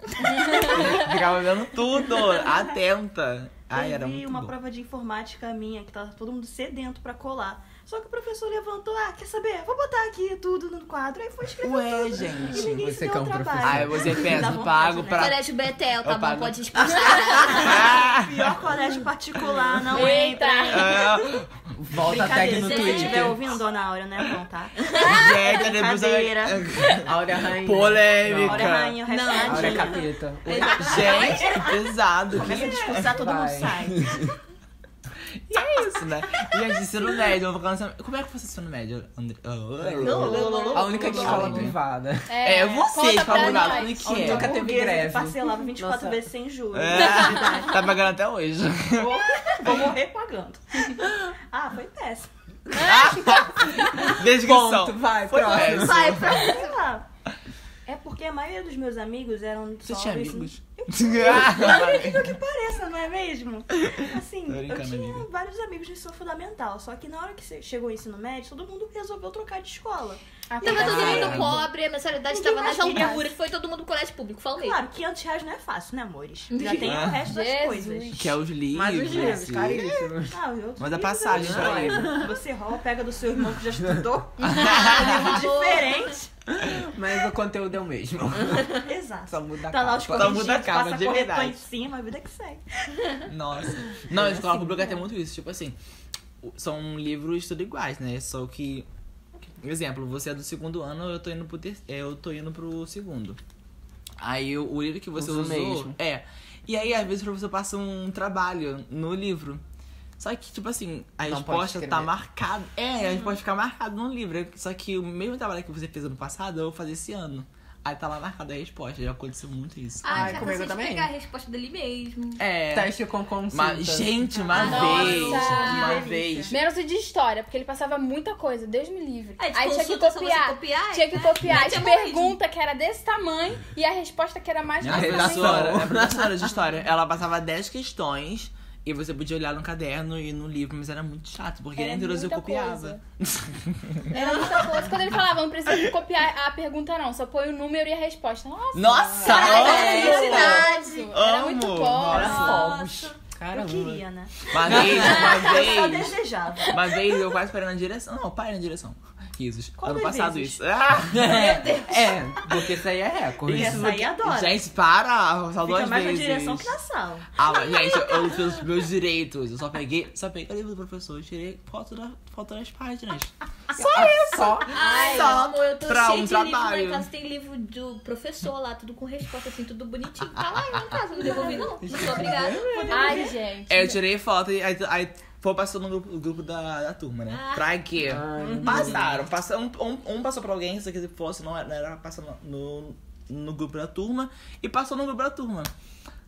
[SPEAKER 1] eu ficava vendo tudo, atenta. Ai, era
[SPEAKER 4] Teve
[SPEAKER 1] muito
[SPEAKER 4] uma
[SPEAKER 1] bom.
[SPEAKER 4] prova de informática minha que tava todo mundo sedento pra colar. Só que o professor levantou, ah, quer saber? Vou botar aqui tudo no quadro. Aí foi escrever
[SPEAKER 1] Ué,
[SPEAKER 4] tudo. E
[SPEAKER 1] gente.
[SPEAKER 4] ninguém
[SPEAKER 3] Você
[SPEAKER 4] se deu
[SPEAKER 3] que é
[SPEAKER 4] o
[SPEAKER 3] um
[SPEAKER 4] trabalho.
[SPEAKER 3] professor.
[SPEAKER 1] Ai, você
[SPEAKER 4] Dá
[SPEAKER 1] pensa,
[SPEAKER 4] vontade,
[SPEAKER 1] pago
[SPEAKER 4] né?
[SPEAKER 1] pra.
[SPEAKER 5] Colégio Betel, tá
[SPEAKER 1] Eu pago.
[SPEAKER 5] bom, pode expulsar.
[SPEAKER 1] Ah!
[SPEAKER 4] né? Pior colégio particular, não
[SPEAKER 2] Eita!
[SPEAKER 4] entra.
[SPEAKER 1] Ah,
[SPEAKER 3] Volta a tag
[SPEAKER 4] Brincadeira,
[SPEAKER 3] no
[SPEAKER 4] se você estiver
[SPEAKER 3] Twitter.
[SPEAKER 4] ouvindo, dona Aura, não é bom, tá?
[SPEAKER 1] gente, depois
[SPEAKER 4] Brincadeira.
[SPEAKER 1] eu-
[SPEAKER 3] Áurea Rainha.
[SPEAKER 1] Polêmica.
[SPEAKER 4] Aura Rainha, o resto é
[SPEAKER 3] Não, Áurea
[SPEAKER 4] nadinha.
[SPEAKER 3] Capeta.
[SPEAKER 1] Gente, é pesado.
[SPEAKER 4] Começa a
[SPEAKER 1] Que
[SPEAKER 4] discursar, todo
[SPEAKER 3] Vai.
[SPEAKER 4] mundo sai.
[SPEAKER 1] é isso, né? Gente, ensino médio. eu vou falar assim, Como é que foi seu ensino médio, André? Ah,
[SPEAKER 3] A única de escola
[SPEAKER 1] Sabe.
[SPEAKER 3] privada.
[SPEAKER 1] É você
[SPEAKER 2] conta
[SPEAKER 1] que tá
[SPEAKER 2] pra
[SPEAKER 1] mudado.
[SPEAKER 2] nós.
[SPEAKER 1] Como é que
[SPEAKER 3] Nunca
[SPEAKER 1] é?
[SPEAKER 3] teve
[SPEAKER 4] Burguesa que
[SPEAKER 3] greve.
[SPEAKER 4] Parcelava 24
[SPEAKER 3] Nossa.
[SPEAKER 4] vezes sem juros.
[SPEAKER 1] É, Tá pagando até hoje.
[SPEAKER 4] Vou, vou morrer pagando. Ah, foi péssimo.
[SPEAKER 1] Descrição.
[SPEAKER 3] Ponto, vai,
[SPEAKER 1] Foi
[SPEAKER 3] próximo.
[SPEAKER 1] péssimo.
[SPEAKER 4] Ai, pra sei lá. É porque a maioria dos meus amigos eram
[SPEAKER 1] Você
[SPEAKER 4] só
[SPEAKER 1] tinha
[SPEAKER 4] do ensino-
[SPEAKER 1] amigos?
[SPEAKER 4] Pareça, não é mesmo? Assim,
[SPEAKER 1] Tô
[SPEAKER 4] eu
[SPEAKER 1] brincando,
[SPEAKER 4] tinha
[SPEAKER 1] amiga.
[SPEAKER 4] vários amigos de ensino fundamental, só que na hora que você chegou o ensino médio, todo mundo resolveu trocar de escola.
[SPEAKER 2] Ah,
[SPEAKER 5] Tava todo
[SPEAKER 2] tá.
[SPEAKER 5] mundo pobre, a mensalidade
[SPEAKER 4] Ninguém
[SPEAKER 5] tava nas
[SPEAKER 4] mais queria.
[SPEAKER 5] alturas, foi todo mundo pro colégio público, falo mesmo.
[SPEAKER 4] Claro, 500 reais não é fácil, né, amores? Já tem
[SPEAKER 1] Ah.
[SPEAKER 4] o resto das
[SPEAKER 2] Jesus.
[SPEAKER 4] coisas.
[SPEAKER 1] Que é os livros. né?
[SPEAKER 3] Mas os livros,
[SPEAKER 1] e-
[SPEAKER 3] caríssimos.
[SPEAKER 4] Ah, eu-
[SPEAKER 1] Mas a passagem, Tá
[SPEAKER 4] né? Você rola, pega do seu irmão que já estudou. É diferente.
[SPEAKER 3] Mas o conteúdo é o mesmo.
[SPEAKER 4] Exato.
[SPEAKER 3] Só muda a
[SPEAKER 4] Tá lá os
[SPEAKER 3] capa.
[SPEAKER 1] Só muda a
[SPEAKER 4] corrigentes,
[SPEAKER 1] capa,
[SPEAKER 4] passa
[SPEAKER 1] de
[SPEAKER 4] corretor
[SPEAKER 1] verdade.
[SPEAKER 4] em cima, a vida que segue.
[SPEAKER 1] Nossa. Não,
[SPEAKER 3] É
[SPEAKER 1] a
[SPEAKER 3] assim,
[SPEAKER 1] escola
[SPEAKER 3] né?
[SPEAKER 1] pública tem muito isso. Tipo assim, o- são livros tudo iguais, né? Só que. Exemplo, você é do segundo ano, eu tô indo pro, ter... é, eu tô indo pro segundo. Aí o, o livro que você
[SPEAKER 3] Usa o
[SPEAKER 1] usou.
[SPEAKER 3] mesmo.
[SPEAKER 1] É. E aí, às vezes, o professor passa um trabalho no livro. Só que, tipo assim, a
[SPEAKER 3] Não pode
[SPEAKER 1] resposta tá
[SPEAKER 3] escrever.
[SPEAKER 1] marcada. É, a gente pode ficar marcado no livro. Só que o mesmo trabalho que você fez ano passado, eu vou fazer esse ano. Aí tá lá marcada a resposta. Já aconteceu muito isso.
[SPEAKER 5] Ah,
[SPEAKER 3] Ai, Tá
[SPEAKER 5] cara,
[SPEAKER 3] comigo
[SPEAKER 5] vocês
[SPEAKER 3] também.
[SPEAKER 5] pegar a resposta dele mesmo.
[SPEAKER 1] É.
[SPEAKER 3] Teste com consulta.
[SPEAKER 1] Mas, gente, uma
[SPEAKER 2] Nossa,
[SPEAKER 1] vez. Uma
[SPEAKER 2] que
[SPEAKER 1] vez.
[SPEAKER 2] Menos o de história, porque ele passava muita coisa, Deus me livre.
[SPEAKER 5] É, de
[SPEAKER 2] Aí tinha que
[SPEAKER 5] consulta, só você
[SPEAKER 2] copiar.
[SPEAKER 5] copiar, é, né?
[SPEAKER 2] tinha que copiar
[SPEAKER 5] Mete
[SPEAKER 2] as
[SPEAKER 5] a mão mesmo.
[SPEAKER 2] perguntas que era desse tamanho e a resposta que era mais
[SPEAKER 1] Minha
[SPEAKER 2] desse
[SPEAKER 1] professora,
[SPEAKER 2] tamanho.
[SPEAKER 1] minha professora de história, ela passava 10 questões e você podia olhar no caderno e no livro, mas era muito chato, porque
[SPEAKER 2] Era
[SPEAKER 1] nem todas eu
[SPEAKER 2] muita
[SPEAKER 1] copiava.
[SPEAKER 2] Era muita coisa. Quando ele falava, não precisa copiar a pergunta, não. Só põe o número e a resposta. Nossa,
[SPEAKER 1] Nossa!
[SPEAKER 5] Caraca,
[SPEAKER 1] amo!
[SPEAKER 5] felicidade.
[SPEAKER 2] Era muito
[SPEAKER 1] Amo!
[SPEAKER 2] bom.
[SPEAKER 1] Nossa.
[SPEAKER 3] Fogos. Caramba.
[SPEAKER 4] Eu queria, né?
[SPEAKER 1] Uma vez, uma
[SPEAKER 4] Eu só
[SPEAKER 1] vez.
[SPEAKER 4] desejava.
[SPEAKER 1] Uma vez eu quase parei na direção. Não, eu parei na direção. Risos.
[SPEAKER 4] Quantas
[SPEAKER 1] ano passado
[SPEAKER 4] vezes?
[SPEAKER 1] isso. Ah!
[SPEAKER 3] É, porque isso aí é recorde.
[SPEAKER 4] E essa aí adora.
[SPEAKER 1] Gente, para! Só
[SPEAKER 4] Fica
[SPEAKER 1] duas
[SPEAKER 4] mais na
[SPEAKER 1] vezes.
[SPEAKER 4] direção que na sala.
[SPEAKER 1] Ah, mas, gente, eu- eu fiz os meus direitos. Eu só peguei, só peguei o livro do professor e tirei foto, da, foto das páginas.
[SPEAKER 3] Só.
[SPEAKER 5] Ai,
[SPEAKER 1] Só
[SPEAKER 5] amor, eu tô
[SPEAKER 1] pra
[SPEAKER 5] cheia
[SPEAKER 1] um
[SPEAKER 5] de livro lá
[SPEAKER 1] trabalho.
[SPEAKER 5] em casa. Tem livro do professor lá, tudo com resposta, assim, tudo bonitinho. Tá lá em casa, não devolvi não. Não sou obrigada.
[SPEAKER 2] Ai, gente.
[SPEAKER 1] É, eu tirei foto e aí, aí foi passando no grupo, grupo da, da turma, né?
[SPEAKER 5] Ah.
[SPEAKER 1] Pra quê?
[SPEAKER 3] Ai,
[SPEAKER 1] Não passaram. Passa, um, um, um passou pra alguém, se que fosse, não era, não era passar no, no grupo da turma. E passou no grupo da turma.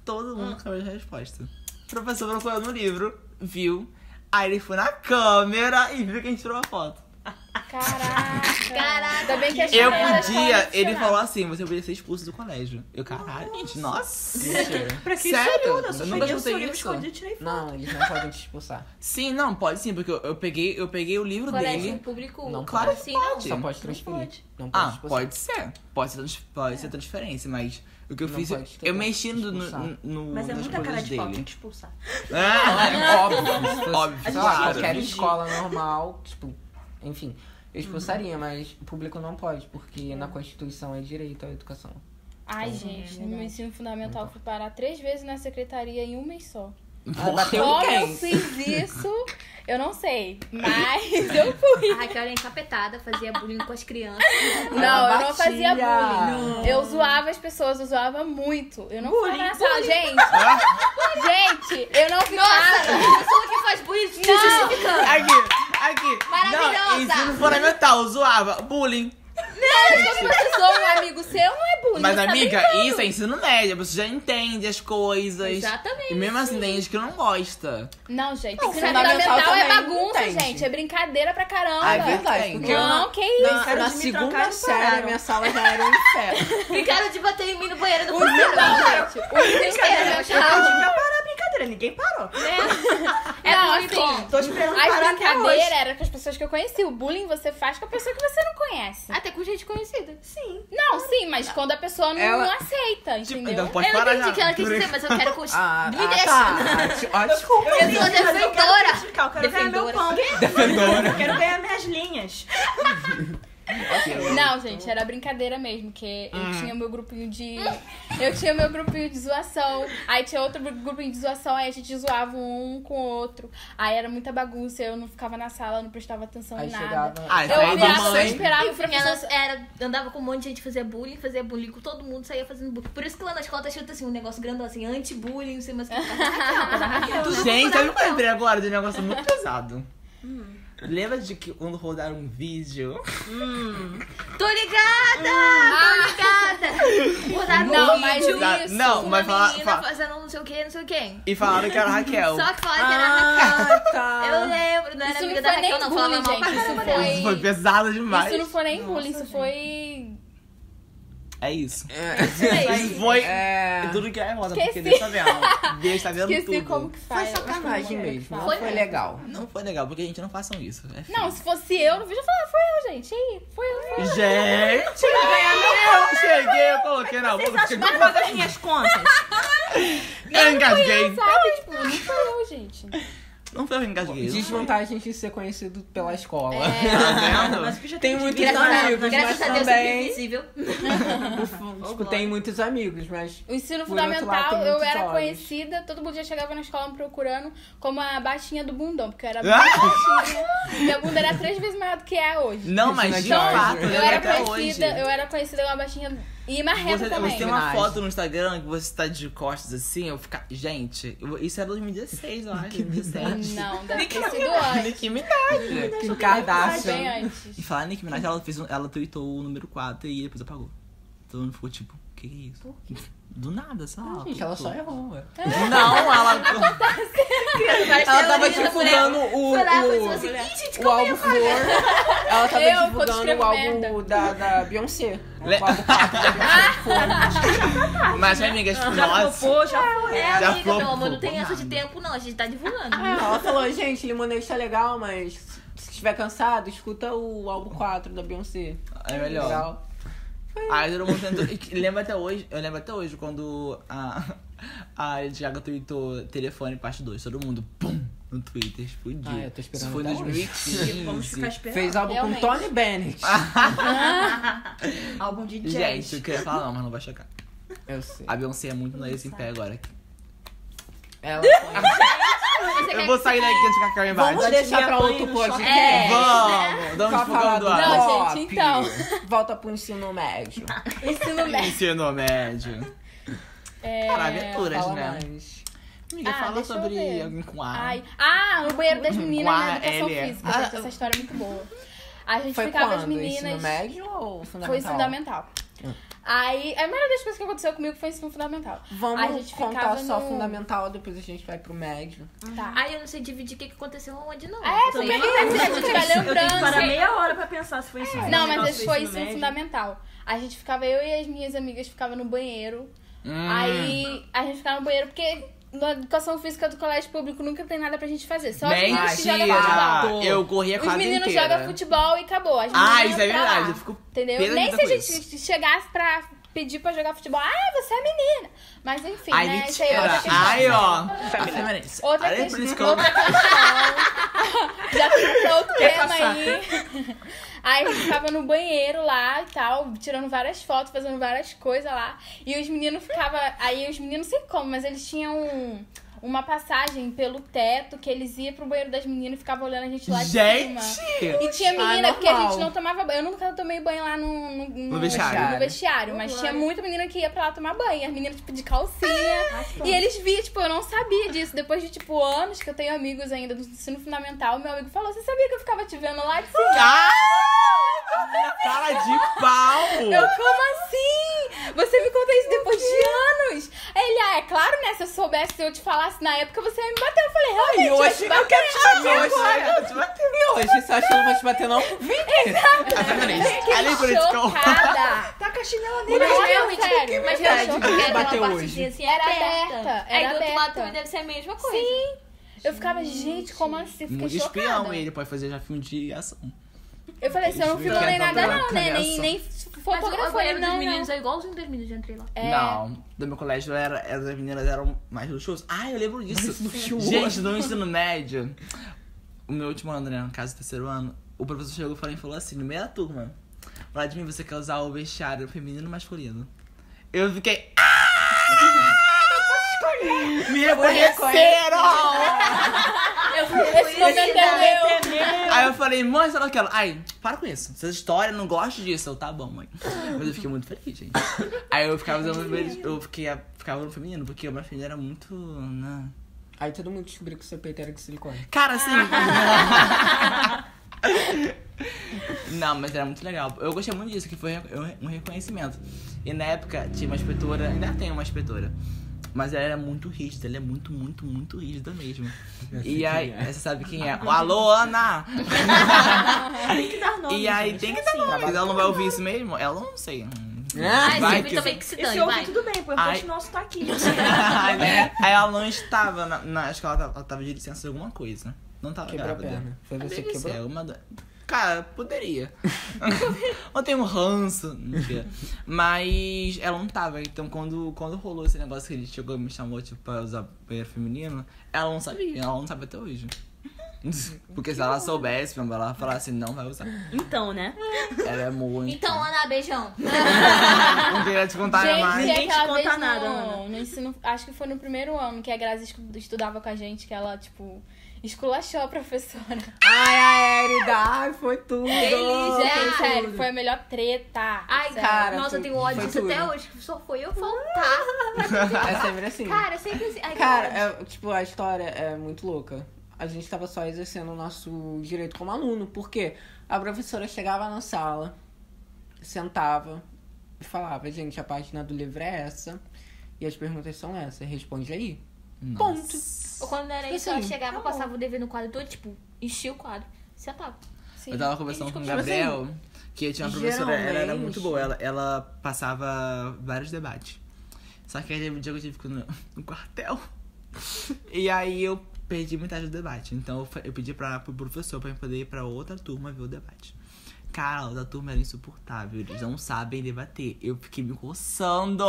[SPEAKER 1] Todo
[SPEAKER 5] Ah.
[SPEAKER 1] mundo com a mesma resposta. O professor procurou no livro, viu. Aí ele foi na câmera e viu que a gente tirou a foto.
[SPEAKER 2] Caraca.
[SPEAKER 5] Caraca.
[SPEAKER 2] Ainda bem que a
[SPEAKER 1] Eu
[SPEAKER 2] história era
[SPEAKER 1] podia, ele
[SPEAKER 2] colecionada.
[SPEAKER 1] falou assim, você podia ser expulso do colégio. Eu, caralho, gente, nossa.
[SPEAKER 4] Pra que
[SPEAKER 1] Sério?
[SPEAKER 4] Sério? Eu só
[SPEAKER 1] Eu nunca
[SPEAKER 4] peguei o
[SPEAKER 1] escutei
[SPEAKER 4] seu livro
[SPEAKER 1] isso.
[SPEAKER 4] escondido e tirei foto.
[SPEAKER 3] Não, eles não podem te expulsar.
[SPEAKER 1] Sim, não, pode sim, porque eu, eu peguei, eu peguei o livro
[SPEAKER 5] Colégio
[SPEAKER 1] dele.
[SPEAKER 5] público.
[SPEAKER 3] Não,
[SPEAKER 1] claro que
[SPEAKER 5] assim,
[SPEAKER 1] pode.
[SPEAKER 5] não.
[SPEAKER 3] Só pode transferir. Não pode tipo
[SPEAKER 1] Ah,
[SPEAKER 3] expulsar.
[SPEAKER 1] pode ser. Pode ser, trans- pode ser transferência, mas o que eu
[SPEAKER 3] Não
[SPEAKER 1] fiz.
[SPEAKER 3] pode
[SPEAKER 1] Eu
[SPEAKER 3] também
[SPEAKER 1] mexi no, no,
[SPEAKER 3] expulsar.
[SPEAKER 1] no-
[SPEAKER 4] Mas é
[SPEAKER 1] nas
[SPEAKER 4] muita cara
[SPEAKER 1] coisas
[SPEAKER 4] de pau, tem
[SPEAKER 1] dele.
[SPEAKER 4] que expulsar.
[SPEAKER 1] Ah,
[SPEAKER 3] É óbvio. é se fosse,
[SPEAKER 1] Óbvio,
[SPEAKER 3] sei lá,
[SPEAKER 1] claro.
[SPEAKER 3] qualquer
[SPEAKER 4] Entendi.
[SPEAKER 3] escola normal, tipo, enfim, eu expulsaria, mas o público não pode, porque na Constituição é direito à educação.
[SPEAKER 2] Ai, gente, no meu ensino fundamental eu fui parar três vezes na secretaria em um mês só.
[SPEAKER 3] Ah, bateu em
[SPEAKER 2] Como eu
[SPEAKER 3] quem?
[SPEAKER 2] fiz isso, eu não sei. Mas eu fui.
[SPEAKER 5] A Raquel era encapetada, fazia bullying com as crianças.
[SPEAKER 2] Não, eu não
[SPEAKER 3] batia.
[SPEAKER 2] fazia bullying. Eu zoava as pessoas, eu zoava muito. Eu não
[SPEAKER 4] Bullying,
[SPEAKER 2] ficava na sala. Gente, gente, eu não ficava.
[SPEAKER 5] A pessoa que faz bullying se justificando.
[SPEAKER 1] Aqui, aqui. Não,
[SPEAKER 5] Maravilhosa.
[SPEAKER 1] ensino fundamental, zoava. Bullying.
[SPEAKER 2] Quando você zoa um amigo seu, não é bullying.
[SPEAKER 1] Mas,
[SPEAKER 2] você tá
[SPEAKER 1] amiga,
[SPEAKER 2] brincando.
[SPEAKER 1] isso é ensino médio. Você já entende as coisas.
[SPEAKER 5] Exatamente.
[SPEAKER 1] E mesmo assim, tem gente que não gosta.
[SPEAKER 2] Não, gente,
[SPEAKER 3] Não,
[SPEAKER 2] ensino
[SPEAKER 3] fundamental
[SPEAKER 2] fundamental é
[SPEAKER 3] também não
[SPEAKER 2] bagunça,
[SPEAKER 3] entende.
[SPEAKER 2] gente. É brincadeira pra caramba.
[SPEAKER 1] Ah, é verdade,
[SPEAKER 2] Não,
[SPEAKER 1] porque
[SPEAKER 3] eu
[SPEAKER 2] que isso.
[SPEAKER 3] Na,
[SPEAKER 4] Era
[SPEAKER 3] na
[SPEAKER 4] de me trancar
[SPEAKER 3] segunda
[SPEAKER 4] e
[SPEAKER 3] série, a
[SPEAKER 4] pararam.
[SPEAKER 3] minha sala já era um inferno.
[SPEAKER 5] Brincaram de bater em mim no banheiro do
[SPEAKER 2] Não,
[SPEAKER 5] banheiro.
[SPEAKER 2] gente, o ensino
[SPEAKER 4] Brincadeira, eu
[SPEAKER 2] fundamental
[SPEAKER 4] pedi pra parar a brincadeira, ninguém parou.
[SPEAKER 5] É
[SPEAKER 2] Não,
[SPEAKER 5] bullying
[SPEAKER 2] assim,
[SPEAKER 5] com.
[SPEAKER 4] Tô esperando
[SPEAKER 2] As
[SPEAKER 4] parar até hoje.
[SPEAKER 2] brincadeiras eram com as pessoas que eu conheci. O bullying você faz com a pessoa que você não conhece.
[SPEAKER 5] Até com gente conhecida.
[SPEAKER 4] Sim.
[SPEAKER 2] Não, sim, mas quando a pessoa não,
[SPEAKER 3] Ela-
[SPEAKER 2] não aceita, entendeu?
[SPEAKER 1] então pode
[SPEAKER 5] eu
[SPEAKER 1] parar
[SPEAKER 5] entendi
[SPEAKER 1] já.
[SPEAKER 5] o que ela quis dizer, mas eu quero continuar.
[SPEAKER 3] Ah,
[SPEAKER 5] Me
[SPEAKER 3] ah,
[SPEAKER 5] deixa.
[SPEAKER 3] tá. Ah, te- ó, desculpa.
[SPEAKER 4] Eu
[SPEAKER 5] sou
[SPEAKER 4] entendi, mas Eu
[SPEAKER 5] defensora.
[SPEAKER 4] quero criticar, eu quero ganhar meu pão. Eu quero ganhar minhas linhas.
[SPEAKER 2] Não, gente, era brincadeira mesmo, que eu
[SPEAKER 1] Hum.
[SPEAKER 2] tinha meu grupinho de. Eu tinha meu grupinho de zoação. Aí tinha outro gru- grupinho de zoação, aí a gente zoava um com o outro. Aí era muita bagunça, eu não ficava na sala, não prestava atenção
[SPEAKER 3] Aí
[SPEAKER 2] em nada.
[SPEAKER 3] chegava.
[SPEAKER 1] Ah, isso
[SPEAKER 2] Eu
[SPEAKER 1] aí
[SPEAKER 2] virava, eu
[SPEAKER 1] mamãe.
[SPEAKER 2] esperava o
[SPEAKER 5] Enfim,
[SPEAKER 2] professor.
[SPEAKER 5] ela era, andava com um monte de gente, fazia bullying, fazia bullying com todo mundo, saía fazendo bullying. Por isso que lá na escola tá escrito assim, um negócio grandão assim, anti-bullying, não sei mais o que.
[SPEAKER 1] Gente, sabe o que eu lembrei agora de um negócio muito pesado? Lembra de que quando rodaram um vídeo?
[SPEAKER 5] Tô ligada! Tô ligada! Botaram
[SPEAKER 2] Ah. Não,
[SPEAKER 5] um
[SPEAKER 2] mas
[SPEAKER 5] vídeo
[SPEAKER 2] isso.
[SPEAKER 1] Não,
[SPEAKER 5] com
[SPEAKER 1] mas
[SPEAKER 5] uma
[SPEAKER 1] fala,
[SPEAKER 5] menina
[SPEAKER 1] fala-
[SPEAKER 5] fazendo não sei o que, não sei o que.
[SPEAKER 1] E falaram que era a Raquel.
[SPEAKER 5] Só que falaram que era a Raquel.
[SPEAKER 3] Ah, tá.
[SPEAKER 5] Eu lembro, não era
[SPEAKER 2] É Isso não
[SPEAKER 5] amiga da
[SPEAKER 2] foi nem
[SPEAKER 5] Raquel, não. Falava
[SPEAKER 2] bullying,
[SPEAKER 5] mal pra
[SPEAKER 2] gente. Isso
[SPEAKER 5] caramba dela.
[SPEAKER 1] Isso foi
[SPEAKER 2] foi.
[SPEAKER 1] pesado demais.
[SPEAKER 2] Isso não foi nem bullying, isso foi.
[SPEAKER 1] É isso.
[SPEAKER 5] Isso
[SPEAKER 1] Isso
[SPEAKER 5] aí.
[SPEAKER 1] foi
[SPEAKER 3] É.
[SPEAKER 1] tudo que é roda, porque
[SPEAKER 2] Esqueci.
[SPEAKER 1] Deus tá vendo. Deus tá vendo
[SPEAKER 2] Esqueci
[SPEAKER 1] tudo.
[SPEAKER 2] como que faz.
[SPEAKER 3] Foi sacanagem mesmo. Não
[SPEAKER 5] Foi
[SPEAKER 3] foi,
[SPEAKER 5] mesmo.
[SPEAKER 3] legal.
[SPEAKER 1] Não foi legal, porque a gente não façam isso. É feio.
[SPEAKER 2] Não, se fosse eu no vídeo, eu falava, foi eu, gente. E aí, foi eu, foi eu.
[SPEAKER 1] Gente, eu cheguei, eu coloquei na
[SPEAKER 4] Vocês
[SPEAKER 1] boca.
[SPEAKER 4] acham que eu pago as minhas contas?
[SPEAKER 1] Eu engasguei.
[SPEAKER 2] Sabe? Tipo, não foi eu, gente.
[SPEAKER 1] Não foi eu que engasguei.
[SPEAKER 3] Desvantagens de ser conhecido pela escola.
[SPEAKER 2] É,
[SPEAKER 1] Tá vendo?
[SPEAKER 4] Mas o que já
[SPEAKER 3] Tem
[SPEAKER 4] de
[SPEAKER 3] muitos
[SPEAKER 4] vida, né?
[SPEAKER 3] amigos,
[SPEAKER 5] Graças
[SPEAKER 3] mas
[SPEAKER 5] a Deus, sempre
[SPEAKER 3] também.
[SPEAKER 5] invisível.
[SPEAKER 3] Tipo, tem muitos amigos, mas.
[SPEAKER 2] O ensino
[SPEAKER 3] Por outro lado,
[SPEAKER 2] fundamental,
[SPEAKER 3] tem
[SPEAKER 2] eu
[SPEAKER 3] muitos
[SPEAKER 2] era
[SPEAKER 3] olhos.
[SPEAKER 2] conhecida, todo mundo já chegava na escola me procurando como a baixinha do bundão, porque eu era bem
[SPEAKER 1] Ah!
[SPEAKER 2] baixinha. Minha bunda era três vezes maior do que é hoje.
[SPEAKER 1] Não, mas de
[SPEAKER 3] Então,
[SPEAKER 1] fato,
[SPEAKER 2] Eu
[SPEAKER 1] lembro
[SPEAKER 2] era
[SPEAKER 1] até hoje.
[SPEAKER 2] conhecida, eu era conhecida como a baixinha e marreta
[SPEAKER 1] Você,
[SPEAKER 2] também.
[SPEAKER 1] você tem uma
[SPEAKER 3] Homenagem.
[SPEAKER 1] foto no Instagram que você tá de costas assim, eu ficar. Gente, eu- isso é era 2016, eu acho. 2017.
[SPEAKER 2] Não, deve
[SPEAKER 1] é
[SPEAKER 2] ter sido antes.
[SPEAKER 1] Nicki Minaj.
[SPEAKER 3] Kim
[SPEAKER 2] Mas bem
[SPEAKER 3] Kardashian.
[SPEAKER 2] antes.
[SPEAKER 1] E falar Nicki Minaj, ela, fez um, ela tweetou o número 4 e depois apagou. todo mundo ficou tipo, que que é isso?
[SPEAKER 5] Por quê?
[SPEAKER 1] Do nada, sei lá.
[SPEAKER 3] Ah, Gente, ela só é errou, ué.
[SPEAKER 1] Não, ela.
[SPEAKER 3] Ela tava
[SPEAKER 5] fulano.
[SPEAKER 3] divulgando o.
[SPEAKER 5] Foi lá, foi
[SPEAKER 3] o-
[SPEAKER 5] assim, "Ih, gente,
[SPEAKER 3] o álbum Flor. Ela tava
[SPEAKER 2] Eu, quando
[SPEAKER 3] divulgando
[SPEAKER 2] escrevo
[SPEAKER 3] o álbum
[SPEAKER 2] merda.
[SPEAKER 3] da, da Beyoncé.
[SPEAKER 1] Le-
[SPEAKER 3] O álbum papo da Beyoncé.
[SPEAKER 1] Mas minha amiga, tipo,
[SPEAKER 4] Já
[SPEAKER 1] nossa.
[SPEAKER 4] flopou, já foi.
[SPEAKER 5] É,
[SPEAKER 1] Já
[SPEAKER 5] amiga,
[SPEAKER 1] foi,
[SPEAKER 5] meu amor, não
[SPEAKER 1] foi,
[SPEAKER 5] tem essa de
[SPEAKER 1] nada.
[SPEAKER 5] tempo, não. A gente tá divulgando.
[SPEAKER 2] Ah.
[SPEAKER 3] Ela falou, gente, limonade está legal, mas se estiver cansado, escuta o álbum 4 da Beyoncé.
[SPEAKER 1] É melhor.
[SPEAKER 3] Legal.
[SPEAKER 1] Aí todo mundo tentou. e é um que- Lembra até hoje, eu lembro até hoje quando a, a Lady Gaga tweetou telefone parte 2, todo mundo, pum, no Twitter, explodiu.
[SPEAKER 3] Ah, eu tô esperando
[SPEAKER 1] Isso foi em
[SPEAKER 3] até hoje.
[SPEAKER 4] Tipo, Vamos ficar
[SPEAKER 1] 2015.
[SPEAKER 4] esperando.
[SPEAKER 3] Fez álbum
[SPEAKER 2] Realmente. Ah.
[SPEAKER 3] com Tony Bennett.
[SPEAKER 4] Álbum de jazz.
[SPEAKER 1] Gente, eu queria falar, não, mas não vai chocar.
[SPEAKER 3] Eu sei.
[SPEAKER 1] A Beyoncé é muito nariz em pé agora.
[SPEAKER 3] Ela
[SPEAKER 2] Você
[SPEAKER 1] Eu
[SPEAKER 2] quer
[SPEAKER 1] vou
[SPEAKER 2] que-
[SPEAKER 1] sair daqui antes que a Carmen
[SPEAKER 3] Vamos
[SPEAKER 1] bate.
[SPEAKER 2] assim.
[SPEAKER 3] deixar
[SPEAKER 4] Tadinha,
[SPEAKER 3] pra
[SPEAKER 4] põe
[SPEAKER 3] outro
[SPEAKER 4] no
[SPEAKER 3] podcast.
[SPEAKER 5] É.
[SPEAKER 1] Vamos! Damos um
[SPEAKER 3] Pra falar
[SPEAKER 1] fogão do
[SPEAKER 3] do
[SPEAKER 1] ar.
[SPEAKER 2] Não,
[SPEAKER 3] Pop.
[SPEAKER 2] gente, então.
[SPEAKER 3] Volta pro ensino médio.
[SPEAKER 2] Ensino médio.
[SPEAKER 1] Ensino médio.
[SPEAKER 2] É...
[SPEAKER 1] Para aventuras,
[SPEAKER 3] Fala
[SPEAKER 1] né?
[SPEAKER 3] mais.
[SPEAKER 1] Amiga,
[SPEAKER 2] Ah,
[SPEAKER 1] fala
[SPEAKER 2] deixa eu
[SPEAKER 1] sobre
[SPEAKER 2] ver.
[SPEAKER 1] alguém com A.
[SPEAKER 2] Ai. Ah, o banheiro das meninas
[SPEAKER 1] Guá,
[SPEAKER 2] na educação
[SPEAKER 1] L.
[SPEAKER 2] física.
[SPEAKER 1] Ah,
[SPEAKER 2] gente, essa história é muito boa. A gente
[SPEAKER 3] Foi
[SPEAKER 2] ficava as
[SPEAKER 3] quando? Ensino
[SPEAKER 2] meninas.
[SPEAKER 3] médio ou fundamental? Hum.
[SPEAKER 2] Foi fundamental. Aí, a maioria das coisas que aconteceu comigo foi ensino fundamental.
[SPEAKER 3] Vamos
[SPEAKER 2] A gente
[SPEAKER 3] contar
[SPEAKER 2] ficava
[SPEAKER 3] só
[SPEAKER 2] no-
[SPEAKER 3] fundamental, depois a gente vai pro médio.
[SPEAKER 2] Tá.
[SPEAKER 5] Aí eu não sei dividir o que que aconteceu onde, não.
[SPEAKER 2] É, também
[SPEAKER 5] Também não.
[SPEAKER 2] tem que a gente vai
[SPEAKER 4] Eu tenho que parar
[SPEAKER 2] lembrando.
[SPEAKER 4] meia hora pra pensar se foi isso.
[SPEAKER 2] Não, mas esse foi ensino fundamental. A gente ficava, eu e as minhas amigas ficava no banheiro.
[SPEAKER 1] Hum.
[SPEAKER 2] Aí a gente ficava no banheiro porque na educação física do colégio público nunca tem nada pra gente fazer. Só as meninas que jogam
[SPEAKER 1] Mentira!
[SPEAKER 2] futebol.
[SPEAKER 1] Eu corri a
[SPEAKER 2] Os
[SPEAKER 1] quadra
[SPEAKER 2] meninos
[SPEAKER 1] inteira.
[SPEAKER 2] jogam futebol e acabou. A gente
[SPEAKER 1] Ah,
[SPEAKER 2] não ia
[SPEAKER 1] isso é
[SPEAKER 2] pra lá,
[SPEAKER 1] verdade, eu fico pela
[SPEAKER 2] Entendeu? Nem
[SPEAKER 1] vida
[SPEAKER 2] se a
[SPEAKER 1] com
[SPEAKER 2] gente chegasse pra pedir pra jogar futebol. Ah, você é menina. Mas enfim,
[SPEAKER 1] Ai,
[SPEAKER 2] né? Isso
[SPEAKER 1] mentira.
[SPEAKER 2] aí é outra questão.
[SPEAKER 1] Ai, ó.
[SPEAKER 3] é
[SPEAKER 2] é Outra
[SPEAKER 1] Aí, é
[SPEAKER 2] questão.
[SPEAKER 1] por isso que eu-
[SPEAKER 2] Outra questão. Então, Já fui pra outro tema aí. Aí eu ficava no banheiro lá e tal, tirando várias fotos, fazendo várias coisas lá. E os meninos ficavam. Aí os meninos, não sei como, mas eles tinham uma passagem pelo teto que eles iam pro banheiro das meninas e ficavam olhando a gente lá de cima.
[SPEAKER 1] Gente!
[SPEAKER 2] E tinha menina
[SPEAKER 3] Ah,
[SPEAKER 2] porque a
[SPEAKER 3] normal.
[SPEAKER 2] gente não tomava banho. Eu nunca tomei banho lá no, no,
[SPEAKER 1] No vestiário.
[SPEAKER 2] no vestiário, mas tinha muita menina que ia pra lá tomar banho. As meninas, tipo, de calcinha. e eles viam, tipo, eu não sabia disso. Depois de, tipo, anos que eu tenho amigos ainda do ensino fundamental, meu amigo falou: Você sabia que eu ficava te vendo lá de cima?
[SPEAKER 1] Ah! Cara de
[SPEAKER 2] Eu,
[SPEAKER 1] pau!
[SPEAKER 2] como assim? Você me conta isso depois de anos? Aí Ele, ah, é claro, né? Se eu soubesse, se eu te falasse na época, você ia me bater. Eu falei, realmente,
[SPEAKER 3] E
[SPEAKER 2] vai
[SPEAKER 3] hoje,
[SPEAKER 2] te
[SPEAKER 3] eu quero te bater agora.
[SPEAKER 1] Eu te matei.
[SPEAKER 3] E hoje, você acha que eu não vou te bater, não?
[SPEAKER 2] bater."
[SPEAKER 1] Ali, por isso que eu-
[SPEAKER 2] chocada.
[SPEAKER 4] Tá com a chinela
[SPEAKER 2] Mas
[SPEAKER 4] nele.
[SPEAKER 2] realmente,
[SPEAKER 5] sério, mas eu
[SPEAKER 2] verdade.
[SPEAKER 5] acho
[SPEAKER 3] Quem
[SPEAKER 5] que É era
[SPEAKER 3] bateu
[SPEAKER 5] aquela
[SPEAKER 3] hoje?
[SPEAKER 5] partezinha assim,
[SPEAKER 2] Era
[SPEAKER 5] aberta.
[SPEAKER 2] aberta,
[SPEAKER 5] Aí
[SPEAKER 2] era
[SPEAKER 5] do outro lado
[SPEAKER 2] aberta.
[SPEAKER 5] também deve ser a mesma coisa. Sim.
[SPEAKER 2] Eu ficava, gente, como assim? Fiquei
[SPEAKER 1] Muito
[SPEAKER 2] chocada.
[SPEAKER 1] Hum, espião ele, pode fazer já filme de ação.
[SPEAKER 2] Eu falei assim, eu não
[SPEAKER 1] Eles
[SPEAKER 2] filmei
[SPEAKER 1] inventam
[SPEAKER 2] nada
[SPEAKER 1] então uma
[SPEAKER 2] não, né? Nem,
[SPEAKER 1] criação.
[SPEAKER 2] nem
[SPEAKER 5] Mas o
[SPEAKER 2] fotografou
[SPEAKER 5] banheiro
[SPEAKER 2] ele,
[SPEAKER 5] dos
[SPEAKER 2] não,
[SPEAKER 5] meninos
[SPEAKER 2] não.
[SPEAKER 5] é igualzinho dos meninos, eu entrei lá.
[SPEAKER 2] É.
[SPEAKER 1] Não, do meu colégio era, as meninas eram mais luxuosas. Ah, eu lembro disso. Gente, no ensino médio, o meu último ano, né? No caso, terceiro ano, o professor chegou pra mim e falou assim, no meio da turma, Vladimir, você quer usar o vestiário feminino ou masculino? Eu fiquei. "Ah!" Me reconheceram!
[SPEAKER 5] Eu fui
[SPEAKER 2] Esse momento
[SPEAKER 4] né?
[SPEAKER 2] é meu.
[SPEAKER 1] Aí eu falei, mãe, sei lá o que ela. Ai, para com isso. Essa história, não gosto disso. Eu, tá bom, mãe. Mas eu fiquei muito feliz, gente. Aí eu ficava usando. Eu fiquei, ficava no feminino, porque o meu feminino era muito. né?
[SPEAKER 3] Aí todo mundo descobriu que o seu peito era de silicone.
[SPEAKER 1] Cara, assim. Não, mas era muito legal. Eu gostei muito disso, que foi re- um reconhecimento. E na época tinha uma inspetora, ainda tem uma inspetora. Mas ela era muito rígida, ela é muito, muito, muito rígida mesmo. E aí, você sabe quem é? Alô, Ana!
[SPEAKER 4] Tem que dar nome.
[SPEAKER 1] E aí
[SPEAKER 4] gente. Assim,
[SPEAKER 1] tem que dar nome. Ela não vai ouvir isso mesmo? Ela não sei.
[SPEAKER 3] assim?
[SPEAKER 1] Hum,
[SPEAKER 3] Ah,
[SPEAKER 5] Ai,
[SPEAKER 1] vai
[SPEAKER 5] Silvio
[SPEAKER 1] que-
[SPEAKER 5] também que se
[SPEAKER 4] Esse
[SPEAKER 5] dane,
[SPEAKER 4] ouve
[SPEAKER 5] Então, vai.
[SPEAKER 4] tudo bem, pô.
[SPEAKER 1] Ai.
[SPEAKER 4] O nosso tá aqui.
[SPEAKER 1] né? aí ela não estava na, na acho que ela tava, ela tava de licença de alguma coisa. né? Não tava
[SPEAKER 3] Quebrou a
[SPEAKER 1] grávida.
[SPEAKER 3] perna. Foi você que
[SPEAKER 1] Deve ser,
[SPEAKER 3] quebrou.
[SPEAKER 1] uma do- Cara, poderia. Ou tem um ranço, mentira. Mas ela não tava. Então quando, quando rolou esse negócio que ele chegou e me chamou, tipo, pra usar banheiro feminino, ela não sabia, ela não sabe até hoje. Porque se ela soubesse, meu amor, ela ia falar assim, não vai usar.
[SPEAKER 4] Então, né?
[SPEAKER 1] Ela é muito.
[SPEAKER 5] Então, Ana, beijão.
[SPEAKER 1] não queria te contar
[SPEAKER 2] Gente,
[SPEAKER 1] mais.
[SPEAKER 4] Ninguém
[SPEAKER 2] é
[SPEAKER 4] te
[SPEAKER 2] aquela
[SPEAKER 4] conta
[SPEAKER 2] vez no-
[SPEAKER 4] nada, Ana.
[SPEAKER 2] no ensino- acho que foi no primeiro ano que a Grazi escu- estudava com a gente, que ela, tipo, esculachou a professora.
[SPEAKER 3] Ai, a Erida, ai, foi tudo.
[SPEAKER 5] Delícia.
[SPEAKER 2] Gente,
[SPEAKER 5] tudo.
[SPEAKER 2] sério, foi a melhor treta.
[SPEAKER 5] Ai,
[SPEAKER 2] sério.
[SPEAKER 5] cara.
[SPEAKER 3] cara,
[SPEAKER 5] Nossa,
[SPEAKER 3] foi-
[SPEAKER 5] eu tenho ódio
[SPEAKER 3] foi
[SPEAKER 5] disso
[SPEAKER 3] tudo.
[SPEAKER 5] até hoje. que Só foi eu faltar.
[SPEAKER 3] É sempre assim.
[SPEAKER 5] Cara, sempre assim. Ai,
[SPEAKER 3] Cara,
[SPEAKER 5] que
[SPEAKER 3] é, tipo, a história é muito louca. A gente tava só exercendo o nosso direito como aluno, porque a professora chegava na sala, sentava, e falava, gente, a página do livro é essa e as perguntas são essas. Responde aí. Ponto.
[SPEAKER 5] Ou quando era isso,
[SPEAKER 3] Assim,
[SPEAKER 5] ela chegava,
[SPEAKER 4] tá bom.
[SPEAKER 5] passava o dever no quadro todo, tipo, enchia o quadro, sentava.
[SPEAKER 1] Eu tava conversando com o
[SPEAKER 5] Tipo
[SPEAKER 4] assim.
[SPEAKER 1] Gabriel, que tinha uma professora, ela
[SPEAKER 4] né,
[SPEAKER 1] era
[SPEAKER 3] geralmente-
[SPEAKER 1] muito boa, ela, ela passava vários debates. Só que aí teve um dia que eu tive que ir no, no quartel. E aí eu perdi metade do debate. Então eu, fa- eu pedi pra, pro professor pra eu poder ir pra outra turma ver o debate. Cara, a outra turma era insuportável, eles não sabem debater. Eu fiquei me coçando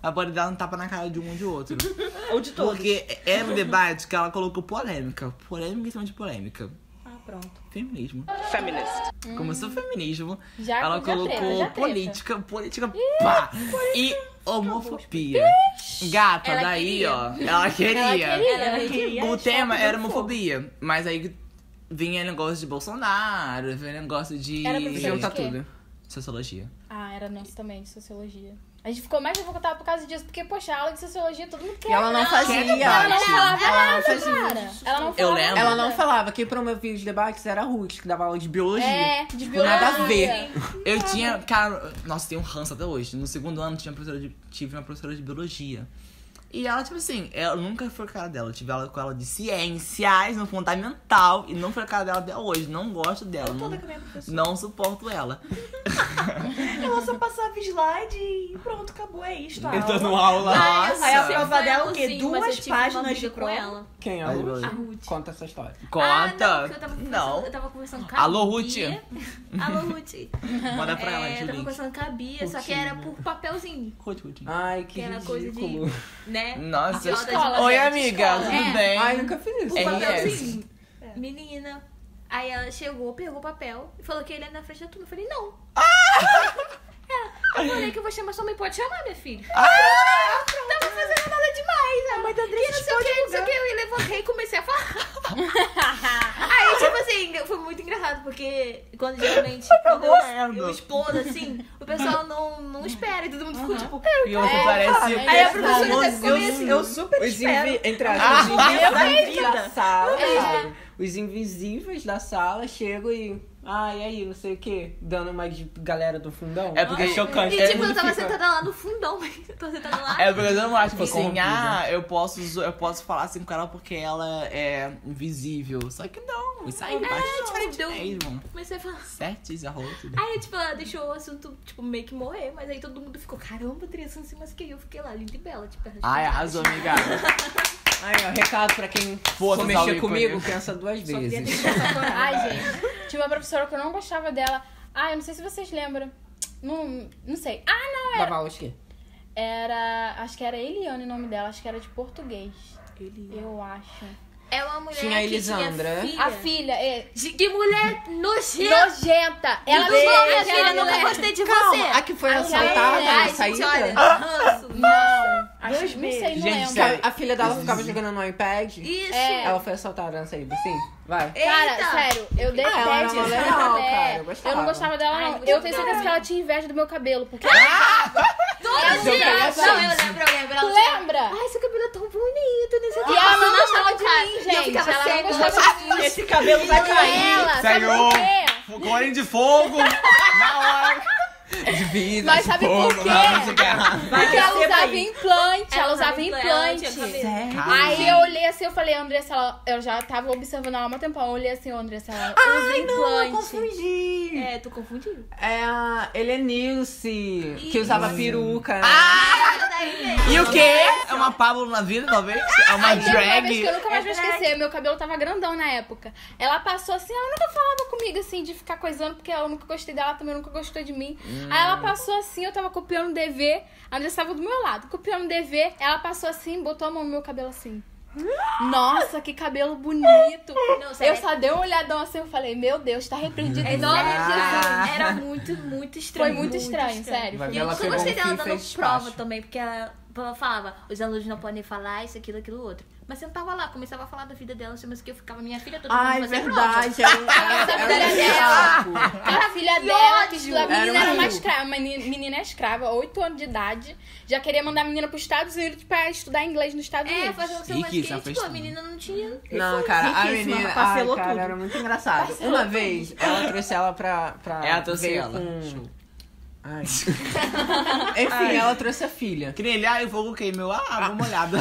[SPEAKER 1] pra poder dar um tapa na cara de um ou de outro.
[SPEAKER 4] Uhum. Ou de todos.
[SPEAKER 1] Porque era um debate que ela colocou polêmica. Polêmica em cima de polêmica.
[SPEAKER 4] Ah, pronto.
[SPEAKER 1] Feminismo. Feminist. Começou o feminismo.
[SPEAKER 2] Já,
[SPEAKER 1] Ela
[SPEAKER 2] Ah, já
[SPEAKER 1] colocou
[SPEAKER 2] treta, já treta.
[SPEAKER 1] política, política, pá! E homofobia. Gata,
[SPEAKER 5] Ela
[SPEAKER 1] daí,
[SPEAKER 5] queria.
[SPEAKER 1] ó. Ela queria.
[SPEAKER 5] Ela
[SPEAKER 4] queria
[SPEAKER 1] O
[SPEAKER 4] achar
[SPEAKER 1] tema
[SPEAKER 4] que
[SPEAKER 1] era
[SPEAKER 4] deu
[SPEAKER 1] homofobia. Mas aí vinha negócio de Bolsonaro, vinha negócio de.
[SPEAKER 2] Era pra você-
[SPEAKER 3] Junta
[SPEAKER 2] de quê?
[SPEAKER 3] tá tudo.
[SPEAKER 1] Sociologia.
[SPEAKER 2] Ah, era nossa também, sociologia. A gente ficou mais revoltada por causa disso, porque, poxa, aula de sociologia todo mundo quer.
[SPEAKER 3] E ela não fazia.
[SPEAKER 1] debate.
[SPEAKER 3] Ela não
[SPEAKER 2] falava
[SPEAKER 3] fazia.
[SPEAKER 2] Ela não
[SPEAKER 1] Eu
[SPEAKER 2] falava
[SPEAKER 1] lembro.
[SPEAKER 3] Ela não falava. Quem promovia os debates era a Ruth, que dava aula de biologia.
[SPEAKER 2] É, de
[SPEAKER 3] Tipo,
[SPEAKER 2] biologia.
[SPEAKER 3] nada a ver.
[SPEAKER 1] Eu tinha, cara, nossa, tem um ranço até hoje. No segundo ano tinha uma professora de- tive uma professora de biologia. E ela, tipo assim, ela nunca foi a cara dela. Eu tive ela com ela de ciências no fundamental. E não foi a cara dela até hoje. Não gosto dela.
[SPEAKER 4] Toda
[SPEAKER 1] Não,
[SPEAKER 4] com a minha professora.
[SPEAKER 1] não suporto ela.
[SPEAKER 4] Ela só passava slide e pronto, acabou, é isto.
[SPEAKER 1] tá?
[SPEAKER 4] a aula.
[SPEAKER 1] aula. Nossa.
[SPEAKER 4] Aí a
[SPEAKER 5] Sempre
[SPEAKER 4] prova
[SPEAKER 5] foi
[SPEAKER 4] dela, o quê?
[SPEAKER 5] assim, mas eu
[SPEAKER 4] Duas
[SPEAKER 5] tive uma
[SPEAKER 4] páginas
[SPEAKER 5] briga
[SPEAKER 4] de
[SPEAKER 5] com
[SPEAKER 4] prova.
[SPEAKER 5] ela.
[SPEAKER 3] Quem é a
[SPEAKER 1] Aí,
[SPEAKER 3] Ruth?
[SPEAKER 5] A
[SPEAKER 1] biologia.
[SPEAKER 5] Ruth.
[SPEAKER 3] Conta essa história.
[SPEAKER 5] Ah,
[SPEAKER 1] Conta.
[SPEAKER 5] não, porque eu tava conversando-
[SPEAKER 1] não.
[SPEAKER 5] Eu tava conversando com a
[SPEAKER 1] Alô,
[SPEAKER 5] Bia. Alô, Ruth.
[SPEAKER 1] Manda pra ela,
[SPEAKER 5] É, eu tava
[SPEAKER 1] Julinho.
[SPEAKER 5] conversando com a Bia, só que era por papelzinho,
[SPEAKER 1] Ruth, Ruth.
[SPEAKER 3] Ai, que
[SPEAKER 5] Aquela coisa de-
[SPEAKER 3] ridículo.
[SPEAKER 5] né?
[SPEAKER 1] Hum. Nossa.
[SPEAKER 5] Escola,
[SPEAKER 2] escola,
[SPEAKER 1] Oi,
[SPEAKER 2] gente,
[SPEAKER 1] amiga.
[SPEAKER 2] escola.
[SPEAKER 1] Tudo
[SPEAKER 5] É.
[SPEAKER 1] bem?
[SPEAKER 3] Ai, nunca fiz isso.
[SPEAKER 5] O assim,
[SPEAKER 1] É
[SPEAKER 5] papelzinho. É. Menina. Aí ela chegou, pegou o papel e falou que ele é na frente da turma. Eu falei, não.
[SPEAKER 1] Ah!
[SPEAKER 5] Ela, eu falei que eu vou chamar sua mãe. Pode chamar, minha filha.
[SPEAKER 1] Ah,
[SPEAKER 5] Não tava fazendo nada demais. A mãe da Andressa não sei o que, não sei o que. Eu levantei e comecei a falar. Aí, tipo assim, foi muito engraçado, porque quando geralmente quando eu, eu explodo assim, o pessoal não, não espera. E todo mundo ficou tipo,
[SPEAKER 1] E você parece.
[SPEAKER 2] é,
[SPEAKER 4] Aí a
[SPEAKER 2] Essa
[SPEAKER 4] professora até
[SPEAKER 1] famosinha.
[SPEAKER 4] ficou meio assim, eu super
[SPEAKER 3] Os
[SPEAKER 4] espero.
[SPEAKER 3] invi... Entre
[SPEAKER 5] Ah,
[SPEAKER 3] as os invisíveis
[SPEAKER 4] vida.
[SPEAKER 3] da sala.
[SPEAKER 5] É.
[SPEAKER 3] sabe? Os invisíveis da sala chegam e. Ah, e aí, não sei o quê. Dando uma de galera do fundão.
[SPEAKER 1] É porque é chocante.
[SPEAKER 5] E tipo,
[SPEAKER 1] É-
[SPEAKER 5] eu tava sentada lá no fundão, mas eu tava sentada lá.
[SPEAKER 1] É, porque eu não acho, tipo assim,
[SPEAKER 3] corrompida.
[SPEAKER 1] ah, eu posso, zo- eu posso falar assim com ela porque ela é invisível. Só que não, tipo, é isso aí bate diferente
[SPEAKER 5] deu-
[SPEAKER 1] mesmo.
[SPEAKER 5] Comecei a falar.
[SPEAKER 1] Certes, arroz, é tudo.
[SPEAKER 5] Aí, tipo, ela deixou o assunto, tipo, meio que morrer, mas aí todo mundo ficou, caramba, Andressa, não sei mais o que. Eu fiquei lá, linda e bela, tipo, pernas
[SPEAKER 1] Ai,
[SPEAKER 5] cruzadas.
[SPEAKER 1] arrasou, amiga.
[SPEAKER 3] Aí, ó, Um recado pra quem
[SPEAKER 1] Pô,
[SPEAKER 3] for
[SPEAKER 1] você
[SPEAKER 3] mexer
[SPEAKER 1] sabe
[SPEAKER 3] comigo,
[SPEAKER 1] quando
[SPEAKER 3] pensa duas
[SPEAKER 5] Só queria
[SPEAKER 3] vezes.
[SPEAKER 5] deixar essa coragem.
[SPEAKER 2] Ai, gente. Tinha uma professora que eu não gostava dela. Ah, eu não sei se vocês lembram. Não, não sei. Ah, não, era.
[SPEAKER 3] Dava aula de quê?
[SPEAKER 2] Era. Acho que era Eliane o nome dela, acho que era de português. Eu acho.
[SPEAKER 5] É uma mulher
[SPEAKER 3] Tinha a
[SPEAKER 5] que
[SPEAKER 3] Elisandra.
[SPEAKER 5] Tinha filha.
[SPEAKER 2] A filha, é.
[SPEAKER 5] Gente, Que mulher nojenta!
[SPEAKER 2] Nojenta!
[SPEAKER 5] Ela
[SPEAKER 2] Ela
[SPEAKER 5] não falou, minha
[SPEAKER 2] aquela
[SPEAKER 5] filha, nunca
[SPEAKER 2] mulher.
[SPEAKER 5] gostei de você.
[SPEAKER 3] Calma, a que foi
[SPEAKER 2] Ai,
[SPEAKER 3] assaltada
[SPEAKER 2] ai,
[SPEAKER 3] na
[SPEAKER 5] É, Ai, gente,
[SPEAKER 3] saída. Ah!
[SPEAKER 5] olha, ranço.
[SPEAKER 2] Não, acho,
[SPEAKER 4] Deus
[SPEAKER 2] não sei, não
[SPEAKER 1] Gente,
[SPEAKER 2] lembro.
[SPEAKER 1] sério.
[SPEAKER 3] A filha dela ficava jogando no iPad.
[SPEAKER 5] Isso.
[SPEAKER 2] É.
[SPEAKER 3] Ela foi assaltada na saída, sim. Vai.
[SPEAKER 2] Cara,
[SPEAKER 5] Eita.
[SPEAKER 2] sério, eu detesto
[SPEAKER 3] Ah, ela era uma
[SPEAKER 2] essa
[SPEAKER 3] legal,
[SPEAKER 2] mulher.
[SPEAKER 3] cara, eu
[SPEAKER 2] eu
[SPEAKER 3] gostava.
[SPEAKER 2] não gostava dela,
[SPEAKER 5] Ai,
[SPEAKER 2] não.
[SPEAKER 5] eu
[SPEAKER 2] eu,
[SPEAKER 5] gostava
[SPEAKER 2] tenho certeza que ela tinha inveja do meu cabelo, porque.
[SPEAKER 3] Ah,
[SPEAKER 5] Todo
[SPEAKER 2] Ela
[SPEAKER 5] dia.
[SPEAKER 2] jogava
[SPEAKER 5] Não, eu lembro, eu lembro.
[SPEAKER 2] tu
[SPEAKER 5] Ela tinha-
[SPEAKER 2] lembra?
[SPEAKER 5] Ai, seu cabelo é tão bonito, não sei o que.
[SPEAKER 2] E ela não
[SPEAKER 5] Passando a mão
[SPEAKER 2] gostava de
[SPEAKER 5] cara.
[SPEAKER 2] mim,
[SPEAKER 5] E eu
[SPEAKER 2] gente.
[SPEAKER 5] ficava
[SPEAKER 2] Ela não
[SPEAKER 5] cega.
[SPEAKER 2] gostava de mim.
[SPEAKER 4] Esse cabelo
[SPEAKER 5] é
[SPEAKER 4] vai cair.
[SPEAKER 2] Ela, sabe por quê?
[SPEAKER 1] Correm de fogo! Na hora! Divisa
[SPEAKER 2] Mas sabe por quê? Porque ela
[SPEAKER 4] Perceba
[SPEAKER 2] usava
[SPEAKER 4] aí.
[SPEAKER 2] implante, ela,
[SPEAKER 5] Ela
[SPEAKER 2] usava
[SPEAKER 5] usava implante,
[SPEAKER 2] implante.
[SPEAKER 5] ela tinha
[SPEAKER 1] cabelo.
[SPEAKER 2] Aí eu olhei assim, eu falei, Andressa, ela, eu já tava observando ela há um tempão, eu olhei assim, Andressa, ela usa
[SPEAKER 3] Não, eu
[SPEAKER 2] implante.
[SPEAKER 3] confundi.
[SPEAKER 5] É, tu confundiu.
[SPEAKER 3] É a Helenilce, que usava peruca. né?
[SPEAKER 4] Ah,
[SPEAKER 1] E o quê? É uma Pablo na vida, talvez? É uma
[SPEAKER 2] Teve uma vez que eu
[SPEAKER 1] drag?
[SPEAKER 2] nunca mais vou esquecer, meu cabelo tava grandão na época. Ela passou assim, ela nunca falava comigo assim de ficar coisando, porque eu nunca gostei dela, ela também nunca gostou de mim. Aí ela passou assim, eu tava copiando o DV, a Andressa tava do meu lado, copiando o DV, ela passou assim, botou a mão no meu cabelo assim. Nossa, que cabelo bonito!
[SPEAKER 5] Não, sério.
[SPEAKER 2] Eu
[SPEAKER 5] é
[SPEAKER 2] só dei um olhadão assim, eu falei, meu Deus, tá repreendido.
[SPEAKER 5] Em
[SPEAKER 2] em
[SPEAKER 5] nome
[SPEAKER 2] nome de
[SPEAKER 5] de Jesus. Era muito, Ah. muito estranho.
[SPEAKER 2] Foi muito estranho, sério.
[SPEAKER 3] Vai
[SPEAKER 5] E
[SPEAKER 3] ver,
[SPEAKER 5] eu
[SPEAKER 3] ela
[SPEAKER 5] só
[SPEAKER 3] pegou um
[SPEAKER 5] gostei dela
[SPEAKER 3] fio e
[SPEAKER 5] dando
[SPEAKER 3] fez
[SPEAKER 5] prova
[SPEAKER 3] despacho.
[SPEAKER 5] também, porque ela ela falava, os alunos não podem falar isso, aquilo, aquilo, outro. Mas você não tava lá, começava a falar da vida dela, não sei mais o que, eu ficava minha filha toda
[SPEAKER 3] Ai,
[SPEAKER 5] tentando
[SPEAKER 4] é
[SPEAKER 5] fazer
[SPEAKER 3] verdade. Era um, era,
[SPEAKER 2] Sabe
[SPEAKER 3] era assim. um
[SPEAKER 2] da dela?
[SPEAKER 3] sapo.
[SPEAKER 2] A filha dela, que
[SPEAKER 5] ódio!
[SPEAKER 2] estudava, a
[SPEAKER 3] Era
[SPEAKER 2] menina
[SPEAKER 3] um
[SPEAKER 2] era uma
[SPEAKER 3] rio.
[SPEAKER 2] escrava, uma meni- menina é escrava, 8 anos de idade, já queria mandar a menina pros Estados Unidos pra estudar inglês nos Estados
[SPEAKER 5] É,
[SPEAKER 2] Unidos.
[SPEAKER 5] fazer o seu mais
[SPEAKER 1] Riquíssima
[SPEAKER 5] que, tipo, a
[SPEAKER 1] festona.
[SPEAKER 5] menina não tinha...
[SPEAKER 3] Não, cara, a
[SPEAKER 4] riquíssima,
[SPEAKER 3] menina.
[SPEAKER 4] parcelou
[SPEAKER 3] ai, cara,
[SPEAKER 4] tudo.
[SPEAKER 3] era muito engraçado. Uma vez, ela trouxe ela pra. pra
[SPEAKER 1] Ela trouxe
[SPEAKER 3] veio
[SPEAKER 1] ela.
[SPEAKER 3] com-
[SPEAKER 1] Show.
[SPEAKER 3] Ai. Enfim, ela trouxe a filha.
[SPEAKER 1] Que nem ele, ah, eu vou o quê? Meu, ah, água molhada.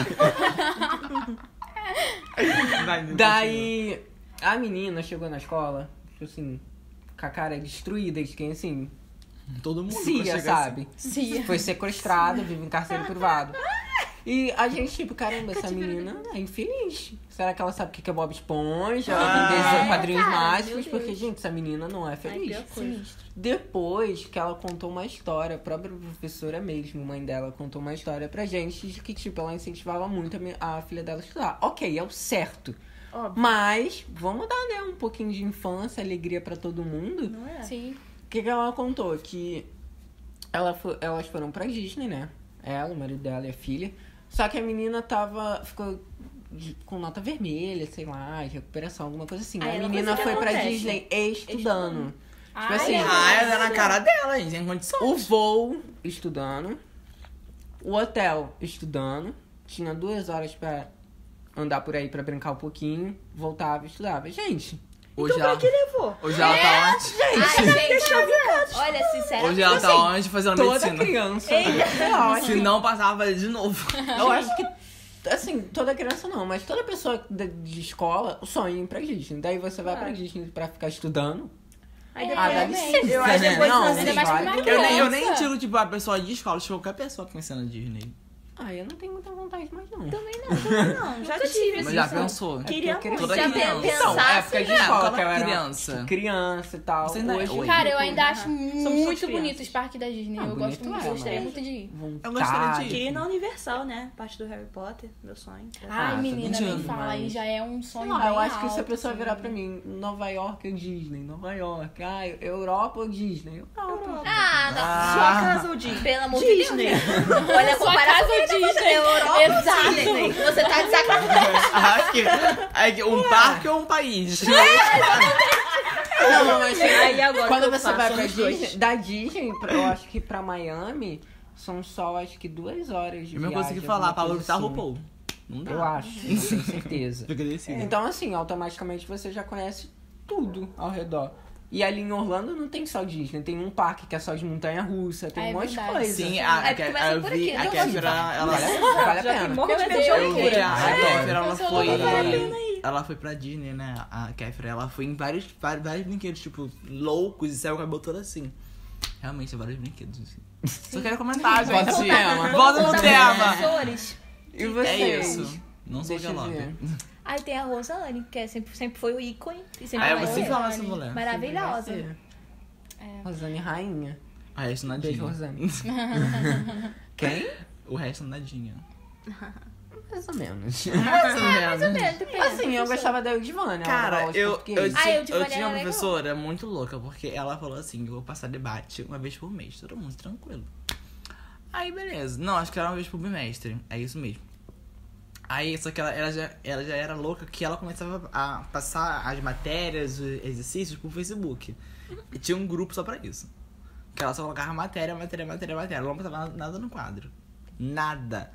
[SPEAKER 1] Vai, meu,
[SPEAKER 3] Daí a menina chegou na escola, tipo assim, com a cara destruída, de quem
[SPEAKER 1] continua.
[SPEAKER 3] assim,
[SPEAKER 1] Todo mundo assim. quando
[SPEAKER 3] Cia,
[SPEAKER 1] chega
[SPEAKER 3] sabe?
[SPEAKER 2] Cia.
[SPEAKER 3] Foi sequestrada, vive em cárcere privado. E a gente, tipo, caramba, essa menina é infeliz. Será que ela sabe o que que é Bob Esponja? Ela
[SPEAKER 1] Ah.
[SPEAKER 3] tem desenho quadrinhos
[SPEAKER 5] cara, meu
[SPEAKER 3] mágicos?
[SPEAKER 5] Deus.
[SPEAKER 3] Porque, gente, essa menina não é
[SPEAKER 5] Ai,
[SPEAKER 3] feliz.
[SPEAKER 5] pior coisa.
[SPEAKER 3] Depois que ela contou uma história, a própria professora mesmo, mãe dela, contou uma história pra gente de que, tipo, ela incentivava muito a, me- a filha dela a estudar. Ok, é o certo.
[SPEAKER 5] Óbvio.
[SPEAKER 3] Mas vamos dar, né, um pouquinho de infância, alegria pra todo mundo.
[SPEAKER 4] Não é?
[SPEAKER 2] Sim.
[SPEAKER 3] O que, que ela contou? Que ela fo- elas foram pra Disney, né? Ela, o marido dela e a filha. Só que a menina tava. ficou de- com nota vermelha, sei lá, de recuperação, alguma coisa assim.
[SPEAKER 5] Aí
[SPEAKER 3] a
[SPEAKER 5] ela
[SPEAKER 3] menina
[SPEAKER 5] conseguiu
[SPEAKER 3] foi pra
[SPEAKER 5] acontece.
[SPEAKER 3] Disney estudando. Tipo assim,
[SPEAKER 1] assim. Ah, ela na cara dela, gente, sem condição.
[SPEAKER 3] O voo estudando. O hotel estudando. Tinha duas horas pra andar por aí pra brincar um pouquinho. Voltava e estudava. Gente,
[SPEAKER 1] Hoje
[SPEAKER 4] Então pra
[SPEAKER 1] ela,
[SPEAKER 4] que levou?
[SPEAKER 1] hoje ela
[SPEAKER 3] É,
[SPEAKER 1] tá onde?
[SPEAKER 5] Ai, gente, olha,
[SPEAKER 1] Hoje
[SPEAKER 5] sinceramente.
[SPEAKER 1] ela tá
[SPEAKER 3] assim,
[SPEAKER 1] onde fazendo
[SPEAKER 3] toda
[SPEAKER 1] medicina.
[SPEAKER 3] criança. Sei lá, eu acho
[SPEAKER 1] Se não passava de novo.
[SPEAKER 3] Eu acho que, assim, toda criança não, mas toda pessoa de, de escola, o sonho é ir pra Disney. Daí você vai pra Disney pra ficar estudando.
[SPEAKER 4] Aí
[SPEAKER 2] É,
[SPEAKER 4] depois...
[SPEAKER 3] ah, dá licença,
[SPEAKER 4] Eu acho
[SPEAKER 3] né?
[SPEAKER 4] que depois
[SPEAKER 3] não,
[SPEAKER 4] ainda
[SPEAKER 3] vocês
[SPEAKER 2] mais pra
[SPEAKER 3] valem.
[SPEAKER 2] uma
[SPEAKER 1] Eu nem, eu nem
[SPEAKER 2] Criança.
[SPEAKER 1] digo, tipo, a pessoa de escola, acho que qualquer pessoa que ensina Disney.
[SPEAKER 3] Ah, eu não tenho muita vontade mais, não. É
[SPEAKER 4] Não, já
[SPEAKER 2] Tá
[SPEAKER 5] Nunca tive
[SPEAKER 4] tive.
[SPEAKER 1] Mas
[SPEAKER 5] esse
[SPEAKER 1] já
[SPEAKER 5] sonho.
[SPEAKER 1] pensou?
[SPEAKER 4] Queria
[SPEAKER 3] Eu queria-
[SPEAKER 4] muito.
[SPEAKER 1] Toda
[SPEAKER 5] Já
[SPEAKER 1] criança.
[SPEAKER 5] pensar
[SPEAKER 3] Então, época de
[SPEAKER 5] assim,
[SPEAKER 1] não,
[SPEAKER 3] escola,
[SPEAKER 1] né? quando
[SPEAKER 3] que eu era
[SPEAKER 1] criança.
[SPEAKER 3] tipo, criança e tal.
[SPEAKER 1] Você ainda é
[SPEAKER 3] Hoje,
[SPEAKER 1] oito.
[SPEAKER 2] Cara, eu ainda acho
[SPEAKER 3] Somos
[SPEAKER 2] muito
[SPEAKER 3] todos
[SPEAKER 2] bonito os parques da Disney.
[SPEAKER 3] Ah,
[SPEAKER 2] eu
[SPEAKER 3] bonito
[SPEAKER 2] gosto muito,
[SPEAKER 3] é,
[SPEAKER 2] eu gostaria
[SPEAKER 3] mas-
[SPEAKER 2] muito de ir.
[SPEAKER 3] vontade.
[SPEAKER 1] Eu gostaria de ir.
[SPEAKER 4] Queria ir na Universal, né? Parte do Harry Potter, meu sonho.
[SPEAKER 2] Ai,
[SPEAKER 3] Ah, tá
[SPEAKER 2] menina,
[SPEAKER 1] mentindo,
[SPEAKER 2] nem fala,
[SPEAKER 3] mas-
[SPEAKER 2] aí já é um
[SPEAKER 3] Sei
[SPEAKER 2] sonho
[SPEAKER 3] lá,
[SPEAKER 2] bem
[SPEAKER 3] eu acho que se a
[SPEAKER 2] alto,
[SPEAKER 3] pessoa
[SPEAKER 2] assim.
[SPEAKER 3] virar pra mim, Nova York ou Disney, Nova York, ah, Europa ou Disney, Europa.
[SPEAKER 5] Ah, não.
[SPEAKER 4] Sua
[SPEAKER 1] Ah,
[SPEAKER 4] casa ou Disney?
[SPEAKER 5] Pelo amor de Deus.
[SPEAKER 4] Disney.
[SPEAKER 5] Olha a
[SPEAKER 2] Sua
[SPEAKER 5] comparação
[SPEAKER 2] casa
[SPEAKER 5] que ele tá
[SPEAKER 2] Disney.
[SPEAKER 5] fazendo. Europa ou
[SPEAKER 2] Exato.
[SPEAKER 5] Disney? Você tá de sacanagem.
[SPEAKER 1] acho que, é que um parque ou um país?
[SPEAKER 3] Não, mas
[SPEAKER 5] Aí agora
[SPEAKER 3] quando
[SPEAKER 5] eu
[SPEAKER 3] você
[SPEAKER 5] faço
[SPEAKER 3] vai pra
[SPEAKER 5] as
[SPEAKER 3] Disney, da Disney, pra- eu acho que pra Miami, são só acho que duas horas de
[SPEAKER 1] Eu não
[SPEAKER 3] viagem,
[SPEAKER 1] consegui falar,
[SPEAKER 3] alguma
[SPEAKER 1] Pablo
[SPEAKER 3] coisa
[SPEAKER 1] Vittar
[SPEAKER 3] assim.
[SPEAKER 1] roubou. Não
[SPEAKER 3] Eu
[SPEAKER 1] dá.
[SPEAKER 3] acho, não tenho certeza.
[SPEAKER 1] Fica descida.
[SPEAKER 3] Então, assim, automaticamente você já conhece tudo ao redor. E ali em Orlando não tem só Disney, tem um parque que é só de montanha russa, tem
[SPEAKER 2] Ah, é
[SPEAKER 3] um monte
[SPEAKER 2] verdade.
[SPEAKER 3] de coisa.
[SPEAKER 1] Sim, a, a,
[SPEAKER 5] É,
[SPEAKER 1] Ke-
[SPEAKER 5] começa
[SPEAKER 1] eu
[SPEAKER 5] por
[SPEAKER 1] vi
[SPEAKER 5] aqui,
[SPEAKER 1] a
[SPEAKER 5] não
[SPEAKER 1] Kéfera, ela... é
[SPEAKER 3] Vale a pena, vale a pena.
[SPEAKER 4] Morro de
[SPEAKER 2] Meu
[SPEAKER 4] medo de
[SPEAKER 2] Deus.
[SPEAKER 1] Eu
[SPEAKER 4] alguém.
[SPEAKER 1] vi que a, a
[SPEAKER 3] Adoro.
[SPEAKER 1] Kéfera, ela
[SPEAKER 2] Mas eu
[SPEAKER 1] foi...
[SPEAKER 2] adoro.
[SPEAKER 4] Vale a pena ir.
[SPEAKER 1] Ela foi pra Disney, né? A Kéfera, ela foi em vários, vários, vários brinquedos, tipo, loucos, e saiu com a cabelo toda assim. Realmente, vários brinquedos, assim. Só quero comentar, gente.
[SPEAKER 3] Volta no tema.
[SPEAKER 1] Volta no tema.
[SPEAKER 5] Professores.
[SPEAKER 3] E vocês?
[SPEAKER 1] É isso. Não sou
[SPEAKER 3] Deixa eu ver.
[SPEAKER 1] gelada.
[SPEAKER 5] Aí tem a Rosane, que é sempre, sempre foi o ícone. E sempre
[SPEAKER 3] Ah,
[SPEAKER 1] Aí
[SPEAKER 3] é
[SPEAKER 5] vai
[SPEAKER 1] você
[SPEAKER 5] ser.
[SPEAKER 1] fala essa mulher.
[SPEAKER 5] Maravilhosa. É.
[SPEAKER 3] Sempre vai ser. Rosane
[SPEAKER 1] O
[SPEAKER 3] Rainha.
[SPEAKER 1] resto
[SPEAKER 3] Beijo,
[SPEAKER 1] nadinha.
[SPEAKER 3] Rosane. Quem?
[SPEAKER 1] O resto nadinha.
[SPEAKER 3] Mais ou menos.
[SPEAKER 1] Mais ou
[SPEAKER 5] Mais ou menos, depende.
[SPEAKER 3] Assim, eu gostava da Edivane.
[SPEAKER 1] Cara, eu, eu,
[SPEAKER 3] eu...
[SPEAKER 1] ti-
[SPEAKER 5] Ah, eu
[SPEAKER 1] eu
[SPEAKER 5] de Valera
[SPEAKER 1] tinha uma
[SPEAKER 5] era
[SPEAKER 1] professora muito louca, porque ela falou assim, eu vou passar debate uma vez por mês, todo mundo tranquilo. Aí, beleza. Não, acho que era uma vez por bimestre, é isso mesmo. Aí, só que ela, ela, já, ela já era louca que ela começava a passar as matérias, os exercícios pro Facebook. E tinha um grupo só pra isso. Que ela só colocava matéria, matéria, matéria, matéria. Ela não botava nada- nada no quadro. Nada.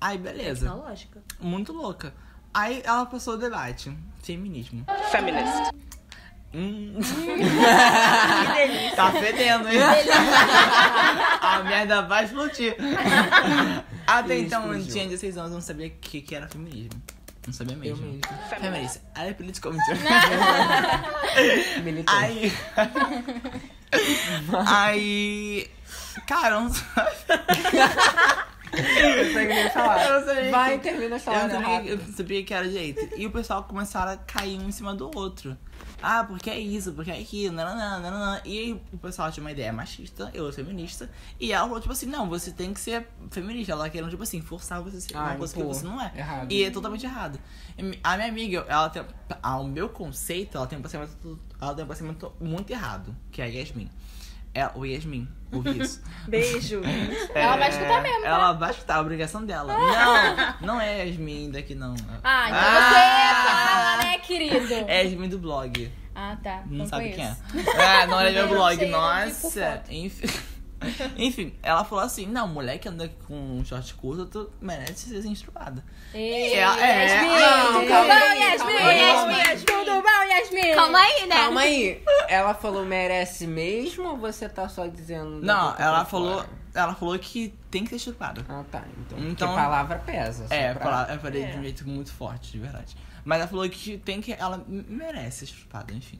[SPEAKER 1] Aí, beleza
[SPEAKER 4] Lógica.
[SPEAKER 1] muito louca. Aí ela passou o debate. Feminismo. Feminist. Hum. tá fedendo, hein? A merda vai explodir. Até
[SPEAKER 3] E
[SPEAKER 1] então, eu
[SPEAKER 3] explodiu.
[SPEAKER 1] tinha 16 anos, eu não sabia o que, que era feminismo. Não sabia
[SPEAKER 3] Eu
[SPEAKER 1] mesmo.
[SPEAKER 3] mesmo.
[SPEAKER 1] Feminista. Aí é político.
[SPEAKER 3] Militante.
[SPEAKER 1] Aí. Aí. Cara, eu não
[SPEAKER 3] Eu sei o que eu ia falar.
[SPEAKER 1] Eu não sabia
[SPEAKER 3] Vai,
[SPEAKER 1] que-
[SPEAKER 3] termina a
[SPEAKER 1] Eu
[SPEAKER 3] história.
[SPEAKER 1] não, sabia, eu
[SPEAKER 3] rápido.
[SPEAKER 1] não sabia que era direito. E o pessoal começaram a cair um em cima do outro. Ah, porque é isso, porque é aquilo, nananã, nananã. E aí o pessoal tinha uma ideia machista, eu sou feminista. E ela falou, tipo assim, não, você tem que ser feminista. Ela querendo, tipo assim, forçar você a ser uma
[SPEAKER 3] Ai,
[SPEAKER 1] coisa que
[SPEAKER 3] pô,
[SPEAKER 1] você não é.
[SPEAKER 3] errado.
[SPEAKER 1] E é totalmente errado. E mi- A minha amiga, ela tem, ao meu conceito, ela tem um pensamento, ela tem um pensamento muito errado, que é a Yasmin. É, o Yasmin, ouvi isso.
[SPEAKER 4] Beijo.
[SPEAKER 2] Ela vai escutar mesmo, tá?
[SPEAKER 1] É, Ela vai escutar, a obrigação dela. Não, não é Yasmin daqui, não.
[SPEAKER 2] Ah, então
[SPEAKER 1] Ah!
[SPEAKER 2] você fala, né, querido?
[SPEAKER 1] É Yasmin do blog.
[SPEAKER 2] Ah, tá.
[SPEAKER 1] Não,
[SPEAKER 2] Não
[SPEAKER 1] sabe
[SPEAKER 2] conheço.
[SPEAKER 1] quem é. Ah, não olha meu
[SPEAKER 2] Eu não
[SPEAKER 1] blog.
[SPEAKER 2] sei, eu não vi por
[SPEAKER 1] Nossa.
[SPEAKER 2] foto.
[SPEAKER 1] Enfim. Enfim, ela falou assim: não, mulher que anda com um short curto tu merece ser instruada.
[SPEAKER 2] Ei,
[SPEAKER 1] É, é,
[SPEAKER 3] não,
[SPEAKER 2] Yasmin! Tudo
[SPEAKER 3] Ah, calma
[SPEAKER 2] bom,
[SPEAKER 3] aí,
[SPEAKER 2] Yasmin?
[SPEAKER 3] calma aí,
[SPEAKER 5] calma aí.
[SPEAKER 2] Yasmin? Tudo bom, Yasmin?
[SPEAKER 5] Calma aí, né?
[SPEAKER 3] Calma aí. Ela falou merece mesmo ou você tá só dizendo.
[SPEAKER 1] Não,
[SPEAKER 3] que tá
[SPEAKER 1] ela
[SPEAKER 3] pra
[SPEAKER 1] falou.
[SPEAKER 3] fora?
[SPEAKER 1] Ela falou que tem que ser estrupada.
[SPEAKER 3] Ah, tá. Então,
[SPEAKER 1] Então-
[SPEAKER 3] porque palavra pesa. só
[SPEAKER 1] É,
[SPEAKER 3] pra-
[SPEAKER 1] fala- eu falei de
[SPEAKER 4] É.
[SPEAKER 1] um jeito muito forte, de verdade. Mas ela falou que tem que. Ela m- merece ser estrupada, enfim.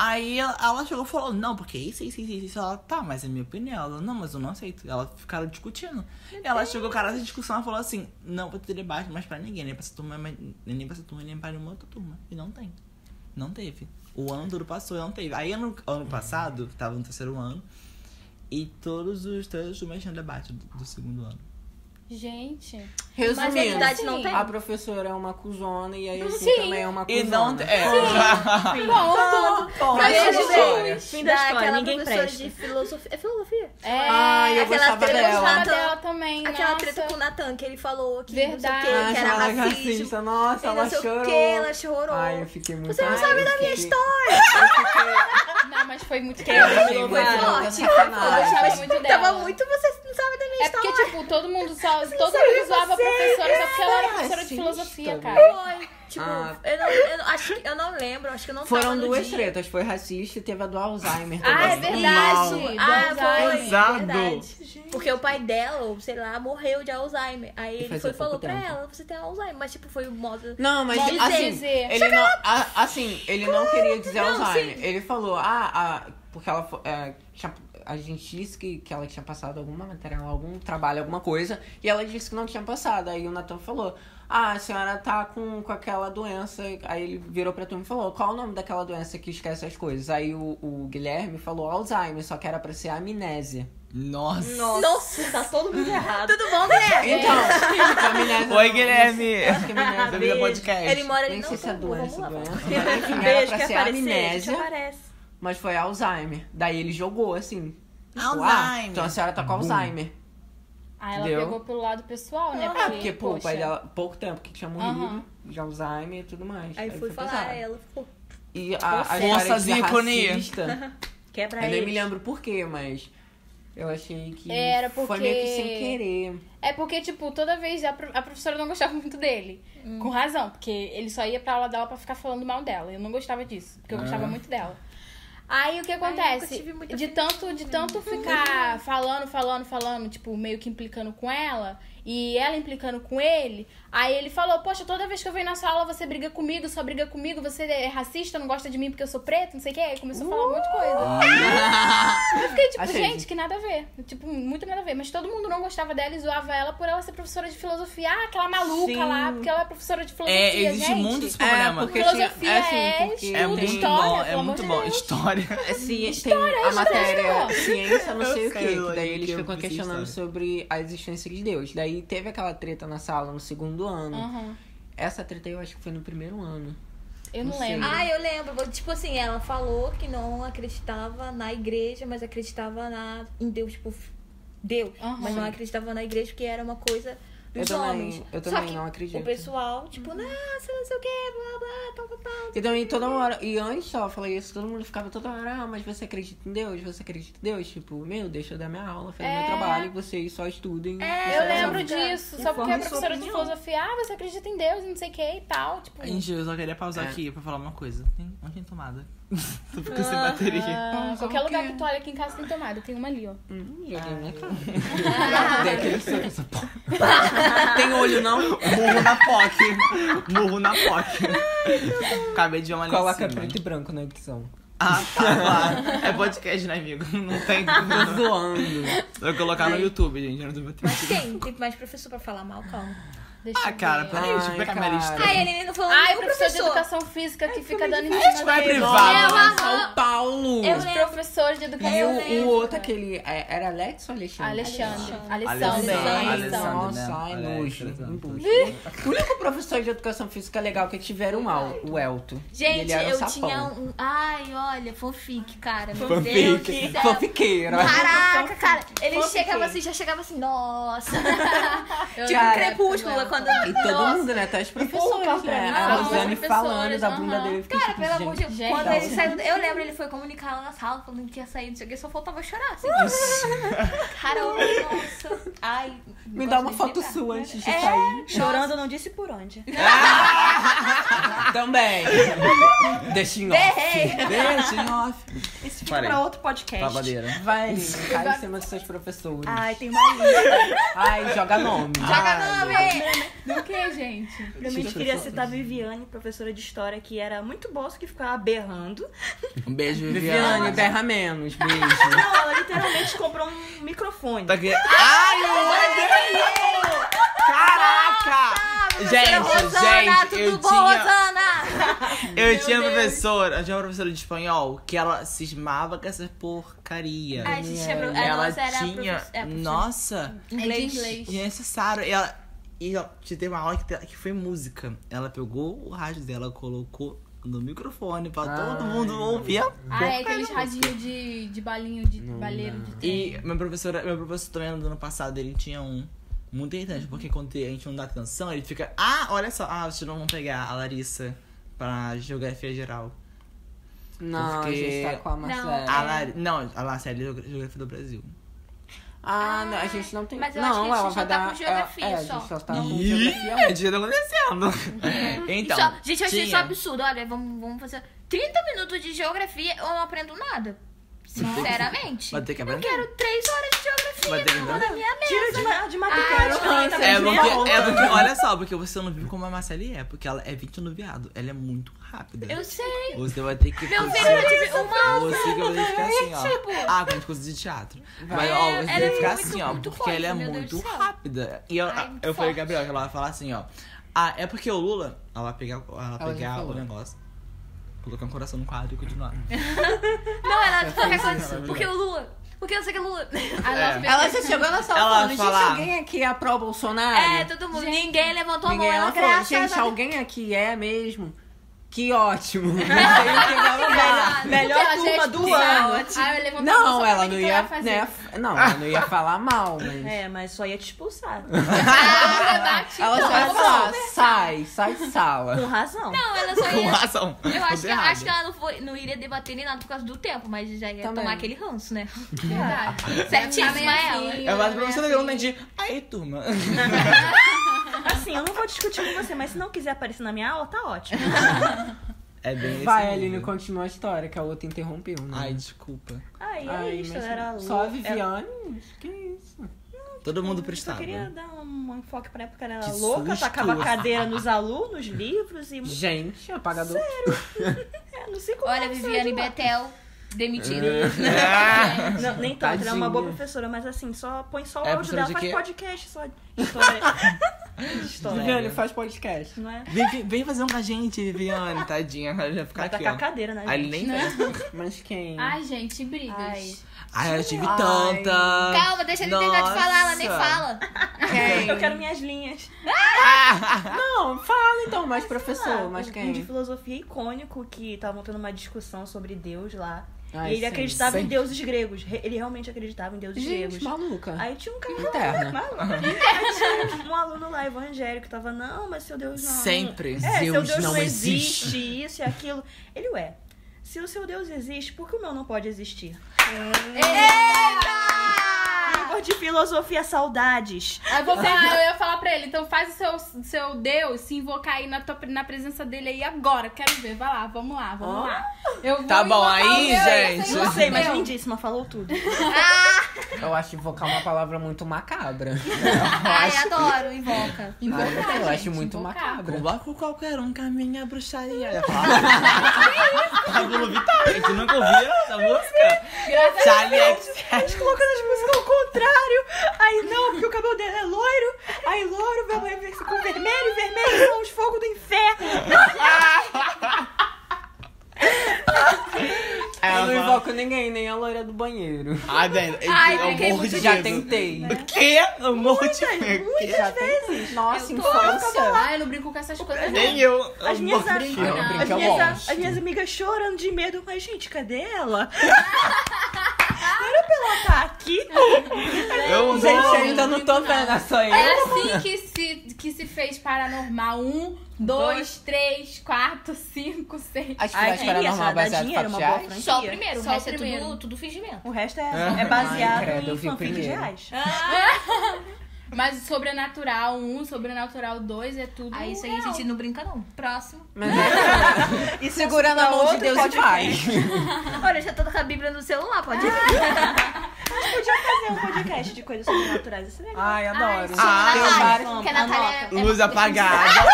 [SPEAKER 1] Aí ela, ela chegou e falou, não, porque isso, isso, isso, isso. Ela, tá, mas é minha opinião. Ela, não, mas eu não aceito. Ela ficaram discutindo. Ela chegou, cara, essa discussão, ela falou assim, não vou ter debate mais pra ninguém, nem pra essa turma, mas- nem pra essa turma, nem pra nenhuma outra turma. E não tem. Não teve. O ano todo passou e não teve. Aí ano, ano passado, tava no terceiro ano, e todos os três turmas tinham debate do, do segundo ano.
[SPEAKER 2] Gente,
[SPEAKER 5] Mas a
[SPEAKER 3] Resumindo,
[SPEAKER 5] idade não tem.
[SPEAKER 3] a professora é uma cuzona e aí assim
[SPEAKER 2] Sim.
[SPEAKER 3] também é uma cuzona.
[SPEAKER 1] E não tem. É,
[SPEAKER 2] ponto!
[SPEAKER 5] Mas
[SPEAKER 2] Mas
[SPEAKER 5] Jesus,
[SPEAKER 2] Jesus.
[SPEAKER 4] Fim da história,
[SPEAKER 5] aquela
[SPEAKER 4] ninguém
[SPEAKER 5] professora
[SPEAKER 4] presta.
[SPEAKER 5] de filosofia. É filosofia?
[SPEAKER 2] É,
[SPEAKER 3] Ai, eu
[SPEAKER 5] aquela
[SPEAKER 3] gostava
[SPEAKER 5] treta
[SPEAKER 2] eu gostava
[SPEAKER 3] dela.
[SPEAKER 5] Nossa.
[SPEAKER 2] dela também,
[SPEAKER 5] Aquela
[SPEAKER 2] nossa.
[SPEAKER 5] treta com o Natan, que ele falou que
[SPEAKER 2] Verdade.
[SPEAKER 5] não sei o
[SPEAKER 3] Ah,
[SPEAKER 5] que, que era
[SPEAKER 3] chamava de
[SPEAKER 5] racismo.
[SPEAKER 3] racista. Nossa,
[SPEAKER 5] e
[SPEAKER 3] assim, ela
[SPEAKER 5] não sei
[SPEAKER 3] chorou.
[SPEAKER 5] o que, ela chorou.
[SPEAKER 3] Ai, eu fiquei muito...
[SPEAKER 5] Você não
[SPEAKER 3] Ai,
[SPEAKER 5] sabe
[SPEAKER 3] eu
[SPEAKER 5] da minha
[SPEAKER 3] fiquei-
[SPEAKER 5] história.
[SPEAKER 2] Não, mas foi muito
[SPEAKER 3] Eu
[SPEAKER 2] quebrado.
[SPEAKER 3] fiquei
[SPEAKER 5] É, Foi
[SPEAKER 3] muito
[SPEAKER 5] forte.
[SPEAKER 3] sacanagem.
[SPEAKER 2] Eu gostava muito dela.
[SPEAKER 5] Tava muito, você não sabe da minha
[SPEAKER 2] É
[SPEAKER 5] história.
[SPEAKER 2] porque, tipo, todo mundo só, todo
[SPEAKER 5] sabia
[SPEAKER 2] mundo zoava a
[SPEAKER 5] você. é assim.
[SPEAKER 2] professora, só porque ela era professora de
[SPEAKER 3] racista,
[SPEAKER 2] filosofia,
[SPEAKER 3] né?
[SPEAKER 2] cara.
[SPEAKER 5] Foi. Tipo,
[SPEAKER 3] Ah.
[SPEAKER 5] eu, não, eu, não- acho que- eu não lembro, acho que eu não tava
[SPEAKER 3] Foram
[SPEAKER 5] no
[SPEAKER 3] duas
[SPEAKER 5] dia.
[SPEAKER 3] tretas. Foi racista e teve a do Alzheimer.
[SPEAKER 2] Ah, é
[SPEAKER 3] também.
[SPEAKER 2] verdade.
[SPEAKER 3] Mal.
[SPEAKER 5] Ah,
[SPEAKER 2] Do
[SPEAKER 5] foi,
[SPEAKER 2] Alzheimer.
[SPEAKER 1] Pesado.
[SPEAKER 5] verdade. Porque o pai dela, ou sei lá, morreu de Alzheimer. Aí ele
[SPEAKER 3] fazia
[SPEAKER 5] foi e
[SPEAKER 3] pouco
[SPEAKER 5] falou pra
[SPEAKER 3] tempo.
[SPEAKER 5] ela, você tem Alzheimer. Mas, tipo, foi o modo...
[SPEAKER 3] Não, mas
[SPEAKER 5] Dizer.
[SPEAKER 3] assim,
[SPEAKER 2] Dizer.
[SPEAKER 3] ele não, a- assim, ele não queria dizer
[SPEAKER 5] não,
[SPEAKER 3] Alzheimer. Ele falou, ah, ah, porque ela fo- é, tinha- a gente disse que, que ela tinha passado alguma matéria, algum trabalho, alguma coisa, e ela disse que não tinha passado. Aí o Natan falou, ah, a senhora tá com, com aquela doença. Aí ele virou pra turma e falou, qual o nome daquela doença que esquece as coisas? Aí o, o Guilherme falou Alzheimer, só que era pra ser amnésia.
[SPEAKER 1] Nossa.
[SPEAKER 5] Nossa.
[SPEAKER 4] Tá todo mundo errado.
[SPEAKER 5] Tudo bom, Guilherme?
[SPEAKER 3] Então,
[SPEAKER 2] É,
[SPEAKER 3] amnésia.
[SPEAKER 1] Oi, Guilherme.
[SPEAKER 3] Acho que amnésia-
[SPEAKER 1] Bem-vindo ao podcast.
[SPEAKER 5] Ele mora ali,
[SPEAKER 3] Nem
[SPEAKER 5] não,
[SPEAKER 3] sei se é
[SPEAKER 5] tá bom, vamos
[SPEAKER 3] doença,
[SPEAKER 5] lá, vamos
[SPEAKER 3] doença.
[SPEAKER 5] lá.
[SPEAKER 3] Enfim, era
[SPEAKER 4] Beijo,
[SPEAKER 3] pra
[SPEAKER 4] quer
[SPEAKER 3] ser
[SPEAKER 4] aparecer? Gente,
[SPEAKER 3] amnésia.
[SPEAKER 4] aparece.
[SPEAKER 3] Mas foi Alzheimer. Daí ele jogou assim. tipo, Ah,
[SPEAKER 1] Alzheimer.
[SPEAKER 3] então a senhora tá com Alzheimer.
[SPEAKER 2] Aí Ah, ela
[SPEAKER 3] Entendeu?
[SPEAKER 2] pegou pelo lado pessoal, né?
[SPEAKER 3] Ah, porque, pô, o pai
[SPEAKER 2] poxa.
[SPEAKER 3] dela, pouco tempo que tinha morrido
[SPEAKER 2] Aham.
[SPEAKER 3] de Alzheimer e tudo mais.
[SPEAKER 5] Aí fui
[SPEAKER 3] foi
[SPEAKER 5] falar,
[SPEAKER 3] pesado.
[SPEAKER 5] aí ela ficou,
[SPEAKER 3] E a, a
[SPEAKER 1] Força,
[SPEAKER 3] história de ser
[SPEAKER 1] Zicone.
[SPEAKER 3] racista,
[SPEAKER 4] Quebra
[SPEAKER 3] eu nem me
[SPEAKER 4] ele.
[SPEAKER 3] lembro por quê, mas eu achei que
[SPEAKER 2] Era
[SPEAKER 3] foi
[SPEAKER 2] porque-
[SPEAKER 3] meio que sem querer.
[SPEAKER 2] É porque, tipo, toda vez a, pro- a professora não gostava muito dele.
[SPEAKER 5] Hum.
[SPEAKER 2] Com razão, porque ele só ia pra aula dela pra ficar falando mal dela. Eu não gostava disso, porque eu gostava muito dela. Aí o que
[SPEAKER 5] nunca
[SPEAKER 2] acontece?
[SPEAKER 5] tive muita
[SPEAKER 2] de, tanto, de tanto ficar falando, falando, falando, tipo, meio que implicando com ela, e ela implicando com ele, aí ele falou, poxa, toda vez que eu venho na sua aula você briga comigo, só briga comigo, você é racista, não gosta de mim porque eu sou preto, não sei o que. Aí começou a falar um monte de coisa. Eu fiquei tipo,
[SPEAKER 3] Achei.
[SPEAKER 2] gente, que nada a ver. Tipo, muito nada a ver. Mas todo mundo não gostava dela e zoava ela por ela ser professora de filosofia. Ah, aquela maluca
[SPEAKER 3] Sim.
[SPEAKER 2] lá, porque ela é professora de filosofia.
[SPEAKER 1] É, existe
[SPEAKER 2] gente.
[SPEAKER 1] muito esse
[SPEAKER 3] É,
[SPEAKER 1] problema.
[SPEAKER 3] porque
[SPEAKER 2] Filosofia
[SPEAKER 3] tinha, é assim,
[SPEAKER 2] é
[SPEAKER 3] porque
[SPEAKER 1] É
[SPEAKER 2] tudo
[SPEAKER 1] muito
[SPEAKER 3] tem,
[SPEAKER 2] história,
[SPEAKER 1] bom, é
[SPEAKER 2] pelo
[SPEAKER 1] muito
[SPEAKER 2] amor de
[SPEAKER 1] bom.
[SPEAKER 2] Deus.
[SPEAKER 1] História.
[SPEAKER 3] é ci- tem a matéria É, ciência não
[SPEAKER 1] Eu
[SPEAKER 3] sei o
[SPEAKER 1] sei,
[SPEAKER 3] que, que
[SPEAKER 1] Lodi,
[SPEAKER 3] daí eles
[SPEAKER 1] que eu
[SPEAKER 3] ficam
[SPEAKER 1] preciso
[SPEAKER 3] questionando
[SPEAKER 1] saber.
[SPEAKER 3] sobre a existência de Deus. Daí teve aquela treta na sala no segundo ano.
[SPEAKER 2] Aham.
[SPEAKER 3] Essa treta eu acho que foi no primeiro ano.
[SPEAKER 2] Eu não,
[SPEAKER 3] Não sei.
[SPEAKER 2] lembro.
[SPEAKER 5] Ah, eu lembro. Tipo assim, ela falou que não acreditava na igreja, mas acreditava na, em Deus, tipo, Deus.
[SPEAKER 2] Aham.
[SPEAKER 5] Mas não acreditava na igreja porque era uma coisa
[SPEAKER 3] Eu
[SPEAKER 5] dos homens.
[SPEAKER 3] também, eu
[SPEAKER 5] Só
[SPEAKER 3] também
[SPEAKER 5] que
[SPEAKER 3] não acredito.
[SPEAKER 5] O pessoal,
[SPEAKER 2] Uhum.
[SPEAKER 5] tipo, nossa, não sei o que, blá, blá, tal, tal, tal.
[SPEAKER 3] E também toda hora, e antes ela falei isso, todo mundo ficava toda hora, ah, mas você acredita em Deus? Você acredita em Deus? Tipo, meu, deixa eu dar minha aula, fazer
[SPEAKER 2] É.
[SPEAKER 3] meu trabalho, vocês só estudem.
[SPEAKER 5] É,
[SPEAKER 2] Eu lembro
[SPEAKER 5] Exato.
[SPEAKER 2] disso, só porque
[SPEAKER 4] Informe
[SPEAKER 2] é professora
[SPEAKER 4] sua
[SPEAKER 2] de
[SPEAKER 4] opinião.
[SPEAKER 2] filosofia, ah, você acredita em Deus, e não sei o que e tal. Tipo,
[SPEAKER 1] Gente, eu só queria pausar
[SPEAKER 3] É.
[SPEAKER 1] aqui pra falar uma coisa. Tem, não tem tomada. Tô ficando sem bateria.
[SPEAKER 2] ah,
[SPEAKER 3] Só
[SPEAKER 2] qualquer lugar
[SPEAKER 3] que-
[SPEAKER 2] que tu olha aqui em casa tem tomada, tem uma ali, ó.
[SPEAKER 3] Hum, joguei minha cara. Dei aquele sorriso. Tem olho não?
[SPEAKER 1] Murro na POC. Murro na POC. Acabei de ver uma lição.
[SPEAKER 3] Coloca preto e branco na edição.
[SPEAKER 1] Ah, tá, claro. É podcast, né, amigo? Não tem.
[SPEAKER 3] Tô zoando.
[SPEAKER 1] Vou colocar no YouTube, gente. Eu não tô batendo.
[SPEAKER 5] Mas tem, tem mais professor pra falar mal, calma.
[SPEAKER 2] Deixa
[SPEAKER 1] Ah,
[SPEAKER 2] eu
[SPEAKER 1] cara,
[SPEAKER 2] ver.
[SPEAKER 1] peraí, deixa eu pegar minha
[SPEAKER 3] Ai,
[SPEAKER 1] lista.
[SPEAKER 3] cara.
[SPEAKER 5] Ai, ele não falou
[SPEAKER 2] Ai,
[SPEAKER 5] nenhum
[SPEAKER 2] professor, de
[SPEAKER 5] professor.
[SPEAKER 2] educação física que fica dando em
[SPEAKER 1] A gente
[SPEAKER 2] cima
[SPEAKER 1] vai
[SPEAKER 2] dele.
[SPEAKER 1] privado.
[SPEAKER 5] Ela-
[SPEAKER 3] São Paulo!
[SPEAKER 5] Eu
[SPEAKER 2] Os
[SPEAKER 5] lembro.
[SPEAKER 2] professores de educação
[SPEAKER 3] um E o,
[SPEAKER 2] física.
[SPEAKER 3] o outro, aquele. é, Era Alex ou Alexandre?
[SPEAKER 2] Alexandre.
[SPEAKER 1] Alessandro,
[SPEAKER 2] Alessandro.
[SPEAKER 1] Alessandro,
[SPEAKER 3] Alexandre.
[SPEAKER 2] Alessandro.
[SPEAKER 3] Nossa,
[SPEAKER 1] né?
[SPEAKER 3] ai,
[SPEAKER 1] Olha,
[SPEAKER 3] nojo.
[SPEAKER 1] Alessandro.
[SPEAKER 3] Nojo. O único professor de educação física legal que tiveram mal, o Elton. E
[SPEAKER 5] Gente,
[SPEAKER 3] ele era um
[SPEAKER 5] eu
[SPEAKER 3] sapão.
[SPEAKER 5] tinha um. Ai, olha, fanfic, cara. Meu Deus do
[SPEAKER 3] Fanfic.
[SPEAKER 5] céu.
[SPEAKER 3] Fanfiqueira.
[SPEAKER 5] Caraca, cara, ele
[SPEAKER 4] Fanfic.
[SPEAKER 5] chegava assim, já chegava assim, nossa.
[SPEAKER 2] Eu
[SPEAKER 5] tipo
[SPEAKER 3] Cara,
[SPEAKER 5] crepúsculo,
[SPEAKER 2] eu
[SPEAKER 5] quando quando.
[SPEAKER 3] E todo
[SPEAKER 5] Nossa.
[SPEAKER 3] mundo, né? Até as
[SPEAKER 4] pouca
[SPEAKER 3] professoras,
[SPEAKER 4] pra
[SPEAKER 3] né? A
[SPEAKER 5] nada.
[SPEAKER 3] Rosane
[SPEAKER 2] As
[SPEAKER 3] falando da
[SPEAKER 2] professoras,
[SPEAKER 3] bunda
[SPEAKER 2] aham.
[SPEAKER 3] dele. eu fiquei
[SPEAKER 5] Cara,
[SPEAKER 3] tipo,
[SPEAKER 5] pelo
[SPEAKER 3] gente,
[SPEAKER 5] amor de Deus.
[SPEAKER 1] É,
[SPEAKER 2] gente.
[SPEAKER 1] então.
[SPEAKER 5] Quando ele saiu. Eu lembro, ele foi comunicar lá na sala, falando que ia sair, não sei o que, só faltava chorar. Assim.
[SPEAKER 1] Uhum.
[SPEAKER 5] Cara, eu- nossa. Ai.
[SPEAKER 3] Me
[SPEAKER 5] gosto
[SPEAKER 3] dá uma
[SPEAKER 5] de
[SPEAKER 3] foto
[SPEAKER 5] gritar.
[SPEAKER 3] sua antes de
[SPEAKER 5] É.
[SPEAKER 3] sair.
[SPEAKER 4] Chorando, não disse por onde.
[SPEAKER 3] Também. Deixa em off.
[SPEAKER 5] Berrei.
[SPEAKER 3] Deixa em off.
[SPEAKER 4] Isso fica
[SPEAKER 1] Parei.
[SPEAKER 4] pra outro podcast.
[SPEAKER 1] Babadeira.
[SPEAKER 3] Vai, é cai em cima dos seus professores.
[SPEAKER 4] Ai, tem uma lista.
[SPEAKER 3] Ai, joga nome.
[SPEAKER 5] Joga nome.
[SPEAKER 2] Do que, gente?
[SPEAKER 5] É
[SPEAKER 4] Também eu queria citar a Viviane, professora de história, que era muito bossa, que ficava berrando.
[SPEAKER 1] Um beijo,
[SPEAKER 3] Viviane,
[SPEAKER 1] Viviane.
[SPEAKER 3] berra menos, beijo.
[SPEAKER 4] Não, ela literalmente comprou um microfone.
[SPEAKER 1] Tá aqui. Ai, eu odeio! Caraca!
[SPEAKER 5] é Rosana,
[SPEAKER 1] Gente, gente,
[SPEAKER 5] tudo
[SPEAKER 1] eu
[SPEAKER 5] bom,
[SPEAKER 1] tinha,
[SPEAKER 5] Rosana?
[SPEAKER 1] eu tinha
[SPEAKER 2] Deus.
[SPEAKER 1] professora, eu tinha uma professora de espanhol que ela cismava com essa porcaria.
[SPEAKER 5] Ai, gente, é pro- é,
[SPEAKER 1] Ela
[SPEAKER 5] nossa, era a
[SPEAKER 1] tinha.
[SPEAKER 5] profe- é a professora.
[SPEAKER 1] Nossa!
[SPEAKER 2] É de inglês.
[SPEAKER 1] E é necessário. E ela, e ela te teve uma aula que, te- que foi música. Ela pegou o rádio dela, colocou no microfone pra todo
[SPEAKER 3] Ai.
[SPEAKER 1] mundo ouvir. a
[SPEAKER 2] Ah, é aqueles
[SPEAKER 1] porcaria.
[SPEAKER 2] radinhos de, de balinho, de baleiro, de trem.
[SPEAKER 5] É.
[SPEAKER 1] E meu professor, meu professor também no ano passado, ele tinha um muito irritante, porque quando a gente não dá atenção, ele fica, ah, olha só, ah, vocês não vão pegar a Larissa pra geografia geral.
[SPEAKER 3] Não,
[SPEAKER 1] Porque-
[SPEAKER 3] a gente tá com a
[SPEAKER 5] É.
[SPEAKER 3] Marcela.
[SPEAKER 1] A
[SPEAKER 5] Ah.
[SPEAKER 1] Lari... Não, a Larissa é geografia do Brasil.
[SPEAKER 3] Ah, não, a gente não tem.
[SPEAKER 5] Mas eu
[SPEAKER 3] não,
[SPEAKER 5] acho que a gente
[SPEAKER 3] ela
[SPEAKER 5] só
[SPEAKER 3] vai
[SPEAKER 5] tá
[SPEAKER 3] dar.
[SPEAKER 5] com geografia
[SPEAKER 3] é, é,
[SPEAKER 5] só.
[SPEAKER 3] A gente só tá com
[SPEAKER 1] Ih,
[SPEAKER 3] geografia.
[SPEAKER 1] é dinheiro acontecendo. então,
[SPEAKER 5] Só- gente, eu achei um isso um
[SPEAKER 1] tinha-
[SPEAKER 5] absurdo. Olha, vamos, vamos fazer 30 minutos de geografia, eu não aprendo nada. Sinceramente.
[SPEAKER 1] Vai ter que
[SPEAKER 5] Eu
[SPEAKER 1] aprender.
[SPEAKER 5] quero 3 horas de
[SPEAKER 1] Vai ter que
[SPEAKER 5] geografia na
[SPEAKER 1] aprender.
[SPEAKER 5] da minha mesa. Ah,
[SPEAKER 4] Tira de, ma- de matemática. também,
[SPEAKER 3] Ai,
[SPEAKER 4] tá
[SPEAKER 1] É
[SPEAKER 4] vendo?
[SPEAKER 1] porque, é porque, olha só, porque você não viu como a Marcele é, porque ela é 20 no viado. Ela é muito rápida.
[SPEAKER 5] Eu sei.
[SPEAKER 1] Você vai ter que
[SPEAKER 5] Meu filho,
[SPEAKER 1] fazer-
[SPEAKER 5] eu tive uma aula.
[SPEAKER 1] Você que vai ficar assim,
[SPEAKER 5] Tipo-
[SPEAKER 1] ó. Ah, quando coisa de teatro. Mas,
[SPEAKER 5] É,
[SPEAKER 1] ó, você
[SPEAKER 5] ela é
[SPEAKER 1] vai ficar
[SPEAKER 5] muito-
[SPEAKER 1] assim, ó.
[SPEAKER 5] muito
[SPEAKER 1] Porque ela é
[SPEAKER 5] forte, meu Deus
[SPEAKER 1] muito
[SPEAKER 5] do céu.
[SPEAKER 1] rápida. E eu,
[SPEAKER 5] Ai, muito
[SPEAKER 1] eu falei,
[SPEAKER 5] forte.
[SPEAKER 1] Gabriel, que ela vai falar assim, ó. Ah, é porque o Lula, ela vai pegar, ela
[SPEAKER 3] já
[SPEAKER 1] vai pegar o
[SPEAKER 3] falou.
[SPEAKER 1] negócio, colocar um coração no quadro e continuar.
[SPEAKER 5] Não, ela falou
[SPEAKER 3] fez
[SPEAKER 5] recorde. Porque o Lula. Porque não sei que o Lula.
[SPEAKER 2] A nossa
[SPEAKER 3] Ela tá já chegou na sala
[SPEAKER 1] Ela
[SPEAKER 3] falando, gente,
[SPEAKER 1] falar-
[SPEAKER 3] alguém aqui é pró Bolsonaro?
[SPEAKER 5] É, todo mundo.
[SPEAKER 2] Gente,
[SPEAKER 5] ninguém levantou
[SPEAKER 3] Ninguém
[SPEAKER 5] a mão.
[SPEAKER 3] ela
[SPEAKER 5] Ela
[SPEAKER 3] falou,
[SPEAKER 5] graças
[SPEAKER 3] gente,
[SPEAKER 5] a
[SPEAKER 3] alguém aqui é mesmo? Que ótimo. Não sei o que ela vai-
[SPEAKER 4] Melhor
[SPEAKER 2] Ela já
[SPEAKER 4] turma do
[SPEAKER 2] explicou.
[SPEAKER 4] ano.
[SPEAKER 2] Ah, eu levantei a mão
[SPEAKER 3] Não,
[SPEAKER 2] só pra ver
[SPEAKER 3] ela não
[SPEAKER 2] o que que ela
[SPEAKER 3] ia.
[SPEAKER 2] fazer.
[SPEAKER 3] né, f- não, ela não ia falar mal, mas.
[SPEAKER 4] É, mas só ia te expulsar.
[SPEAKER 2] Ah, ela bate,
[SPEAKER 3] Ela só
[SPEAKER 2] então.
[SPEAKER 3] ia falar, sai, sai de
[SPEAKER 4] Com
[SPEAKER 3] sala.
[SPEAKER 4] razão.
[SPEAKER 5] Não, ela só
[SPEAKER 1] Com
[SPEAKER 5] ia.
[SPEAKER 1] razão.
[SPEAKER 5] Eu acho que,
[SPEAKER 1] errado.
[SPEAKER 5] acho que ela não, foi, não iria debater nem nada por causa do tempo, mas já ia
[SPEAKER 3] Também.
[SPEAKER 5] tomar aquele ranço, né?
[SPEAKER 2] Verdade.
[SPEAKER 5] Certíssima
[SPEAKER 2] Ela tá meio
[SPEAKER 5] ela.
[SPEAKER 2] assim,
[SPEAKER 1] É mais
[SPEAKER 2] ela
[SPEAKER 1] pra
[SPEAKER 2] tá
[SPEAKER 1] você
[SPEAKER 2] meio
[SPEAKER 1] que eu não
[SPEAKER 2] assim.
[SPEAKER 1] entendi. Aí, turma.
[SPEAKER 4] Assim, eu não vou discutir com você, mas se não quiser aparecer na minha aula, tá ótimo.
[SPEAKER 1] É bem esse
[SPEAKER 3] Vai,
[SPEAKER 1] nível.
[SPEAKER 3] Aline, continua a história, que a outra interrompeu, né?
[SPEAKER 1] Ai, desculpa.
[SPEAKER 4] Aí é
[SPEAKER 3] Ai,
[SPEAKER 4] isso,
[SPEAKER 3] mas
[SPEAKER 4] era louco.
[SPEAKER 3] Só a Viviane? Que isso?
[SPEAKER 1] Todo mundo
[SPEAKER 4] Só
[SPEAKER 1] prestava.
[SPEAKER 4] queria dar um enfoque pra época, ela
[SPEAKER 1] Que
[SPEAKER 4] louca,
[SPEAKER 1] susto.
[SPEAKER 4] tacava cadeira nos alunos, livros e.
[SPEAKER 3] Gente, apagador.
[SPEAKER 4] É, não sei como.
[SPEAKER 5] Olha,
[SPEAKER 4] ela saiu
[SPEAKER 5] Viviane
[SPEAKER 4] de lá.
[SPEAKER 5] Betel, demitida.
[SPEAKER 4] Não, nem tanto, ela é uma boa
[SPEAKER 3] Tadinha.
[SPEAKER 4] professora, mas assim, só põe só o
[SPEAKER 1] É
[SPEAKER 4] áudio
[SPEAKER 1] professora
[SPEAKER 4] dela,
[SPEAKER 1] de
[SPEAKER 4] faz
[SPEAKER 1] quê?
[SPEAKER 4] podcast só de história. De história.
[SPEAKER 3] Viviane, faz podcast.
[SPEAKER 4] Não é?
[SPEAKER 1] Vem, vem- vem fazer um com a gente, Viviane, tadinha. Ela já fica
[SPEAKER 4] Vai
[SPEAKER 1] aqui,
[SPEAKER 4] tacar
[SPEAKER 1] ó.
[SPEAKER 4] cadeira, né?
[SPEAKER 1] é? Aí
[SPEAKER 4] gente?
[SPEAKER 1] nem faz.
[SPEAKER 3] Mas quem?
[SPEAKER 2] Ai, gente, brigas.
[SPEAKER 4] Ai.
[SPEAKER 1] Ai, eu tive
[SPEAKER 3] Ai.
[SPEAKER 1] tanta.
[SPEAKER 5] Calma, deixa ele terminar de falar, ela nem
[SPEAKER 1] Nossa.
[SPEAKER 5] fala.
[SPEAKER 3] Quem?
[SPEAKER 4] Eu quero minhas linhas.
[SPEAKER 3] Não, fala então, mais
[SPEAKER 4] Sei lá,
[SPEAKER 3] professor, mas
[SPEAKER 4] um- Um de
[SPEAKER 3] quem?
[SPEAKER 4] filosofia icônico que estavam tendo uma discussão sobre Deus lá.
[SPEAKER 3] Ai,
[SPEAKER 4] e ele
[SPEAKER 3] sim,
[SPEAKER 4] acreditava em
[SPEAKER 1] sim.
[SPEAKER 4] deuses gregos. Re- Ele realmente acreditava em deuses
[SPEAKER 3] Gente,
[SPEAKER 4] gregos.
[SPEAKER 3] maluca.
[SPEAKER 4] Aí tinha um cara
[SPEAKER 3] Interna.
[SPEAKER 4] maluco. Aí tinha um aluno lá, evangélico, que tava, não, mas seu Deus não.
[SPEAKER 1] Sempre.
[SPEAKER 4] É, seu
[SPEAKER 3] Deus
[SPEAKER 4] Deus não,
[SPEAKER 3] não
[SPEAKER 4] existe. isso e aquilo. Ele, ué, se o seu Deus existe, por que o meu não pode existir?
[SPEAKER 5] Eita!
[SPEAKER 4] Cor de filosofia, saudades.
[SPEAKER 2] Aí eu vou falar, eu ia falar pra ele, então faz o seu, seu Deus se invocar aí na, tua, na presença dele aí agora. Quero ver, vai lá, vamos lá, vamos
[SPEAKER 3] Ó.
[SPEAKER 2] lá. Eu vou
[SPEAKER 1] Tá bom,
[SPEAKER 2] invocar
[SPEAKER 1] aí,
[SPEAKER 2] o meu, eu
[SPEAKER 1] gente.
[SPEAKER 2] sei
[SPEAKER 4] Não
[SPEAKER 2] o
[SPEAKER 4] sei, mas
[SPEAKER 2] meu.
[SPEAKER 4] lindíssima, falou tudo.
[SPEAKER 3] Eu acho invocar uma palavra muito macabra.
[SPEAKER 5] Ai, adoro, invoca.
[SPEAKER 3] Ai,
[SPEAKER 2] Invocar,
[SPEAKER 3] eu acho
[SPEAKER 2] gente,
[SPEAKER 3] muito
[SPEAKER 2] invocar.
[SPEAKER 3] macabra.
[SPEAKER 1] Vá com qualquer um, caminha a bruxaria. Pablo Vittar, a gente nunca ouviu essa música.
[SPEAKER 2] Graças a
[SPEAKER 1] Charlie é
[SPEAKER 4] A gente colocando as músicas ao contrário. Aí não, porque o cabelo dela é loiro. Aí loiro, meu mãe vê com vermelho, vermelho são os fogos do inferno.
[SPEAKER 3] Eu não
[SPEAKER 1] Ela-
[SPEAKER 3] invoco ninguém, nem a loira do banheiro.
[SPEAKER 1] Ai, velho,
[SPEAKER 2] Ai,
[SPEAKER 1] eu
[SPEAKER 2] brinquei
[SPEAKER 1] morro
[SPEAKER 2] muito
[SPEAKER 1] de
[SPEAKER 3] Já
[SPEAKER 1] medo.
[SPEAKER 3] tentei.
[SPEAKER 1] O quê? Eu morro de medo.
[SPEAKER 3] Já vezes. Nossa,
[SPEAKER 5] Eu tô-
[SPEAKER 2] Deus.
[SPEAKER 3] infância.
[SPEAKER 2] Ai, eu não brinco com essas coisas. não.
[SPEAKER 1] Nem eu. eu
[SPEAKER 4] As minhas,
[SPEAKER 1] morro de medo.
[SPEAKER 3] Ai,
[SPEAKER 4] as,
[SPEAKER 3] brinca
[SPEAKER 4] minhas,
[SPEAKER 3] longe.
[SPEAKER 4] as minhas amigas chorando de medo. Mas, gente, cadê ela? Era pra ela estar aqui.
[SPEAKER 1] Eu
[SPEAKER 3] Gente,
[SPEAKER 1] morro.
[SPEAKER 3] ainda não tô vendo essa aí.
[SPEAKER 2] É assim que se, que que se fez paranormal. Um, dois, três, quatro, cinco, seis.
[SPEAKER 3] Acho que
[SPEAKER 4] Ai,
[SPEAKER 3] vai
[SPEAKER 4] queria,
[SPEAKER 3] paranormal
[SPEAKER 4] será? Dá
[SPEAKER 3] baseado em
[SPEAKER 4] dinheiro,
[SPEAKER 3] fatos
[SPEAKER 4] uma boa
[SPEAKER 3] reais?
[SPEAKER 4] franquia.
[SPEAKER 5] Só o primeiro,
[SPEAKER 2] Só
[SPEAKER 5] o
[SPEAKER 2] o
[SPEAKER 5] resto é
[SPEAKER 2] primeiro.
[SPEAKER 5] tudo, tudo fingimento.
[SPEAKER 4] O resto é, é
[SPEAKER 3] Ai,
[SPEAKER 4] baseado
[SPEAKER 3] credo, eu
[SPEAKER 4] em
[SPEAKER 3] vi o
[SPEAKER 4] fanfics
[SPEAKER 3] primeiro.
[SPEAKER 4] reais.
[SPEAKER 2] Mas o sobrenatural um, sobrenatural dois é tudo.
[SPEAKER 5] Aí isso aí a
[SPEAKER 2] real.
[SPEAKER 5] gente não brinca, não. Próximo.
[SPEAKER 3] Mas
[SPEAKER 4] Isso
[SPEAKER 3] segura na
[SPEAKER 4] é
[SPEAKER 3] mão de
[SPEAKER 4] outro
[SPEAKER 3] Deus e
[SPEAKER 4] podcast.
[SPEAKER 3] vai.
[SPEAKER 5] Olha, eu já tô com a Bíblia no celular, pode ir.
[SPEAKER 4] Podia fazer um podcast de coisas sobrenaturais. Isso é legal.
[SPEAKER 3] Ai, adoro.
[SPEAKER 1] Ah,
[SPEAKER 3] Tem
[SPEAKER 5] Natália,
[SPEAKER 3] vários-
[SPEAKER 5] que a Natália é- é
[SPEAKER 1] Luz apagada.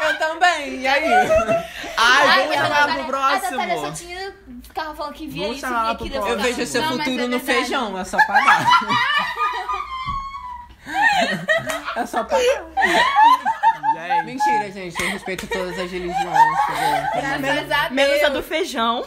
[SPEAKER 3] Eu também, e aí?
[SPEAKER 1] Ai, vamos
[SPEAKER 5] mas a
[SPEAKER 1] chamar
[SPEAKER 5] Natália-
[SPEAKER 1] pro
[SPEAKER 5] A Natália só
[SPEAKER 1] próximo.
[SPEAKER 5] tinha... Ficava falando que via
[SPEAKER 1] Vamos
[SPEAKER 5] isso,
[SPEAKER 1] chamar
[SPEAKER 5] via
[SPEAKER 1] ela pro
[SPEAKER 5] aquilo.
[SPEAKER 1] próximo.
[SPEAKER 3] Eu vejo seu
[SPEAKER 2] Não, mas
[SPEAKER 3] futuro
[SPEAKER 2] é
[SPEAKER 3] no
[SPEAKER 2] verdade.
[SPEAKER 3] feijão, é só pagar. É só pagar.
[SPEAKER 1] Gente.
[SPEAKER 3] Mentira, gente, eu respeito todas as religiões. entendeu?
[SPEAKER 2] Graças a Ah, Deus.
[SPEAKER 4] Menos a do feijão.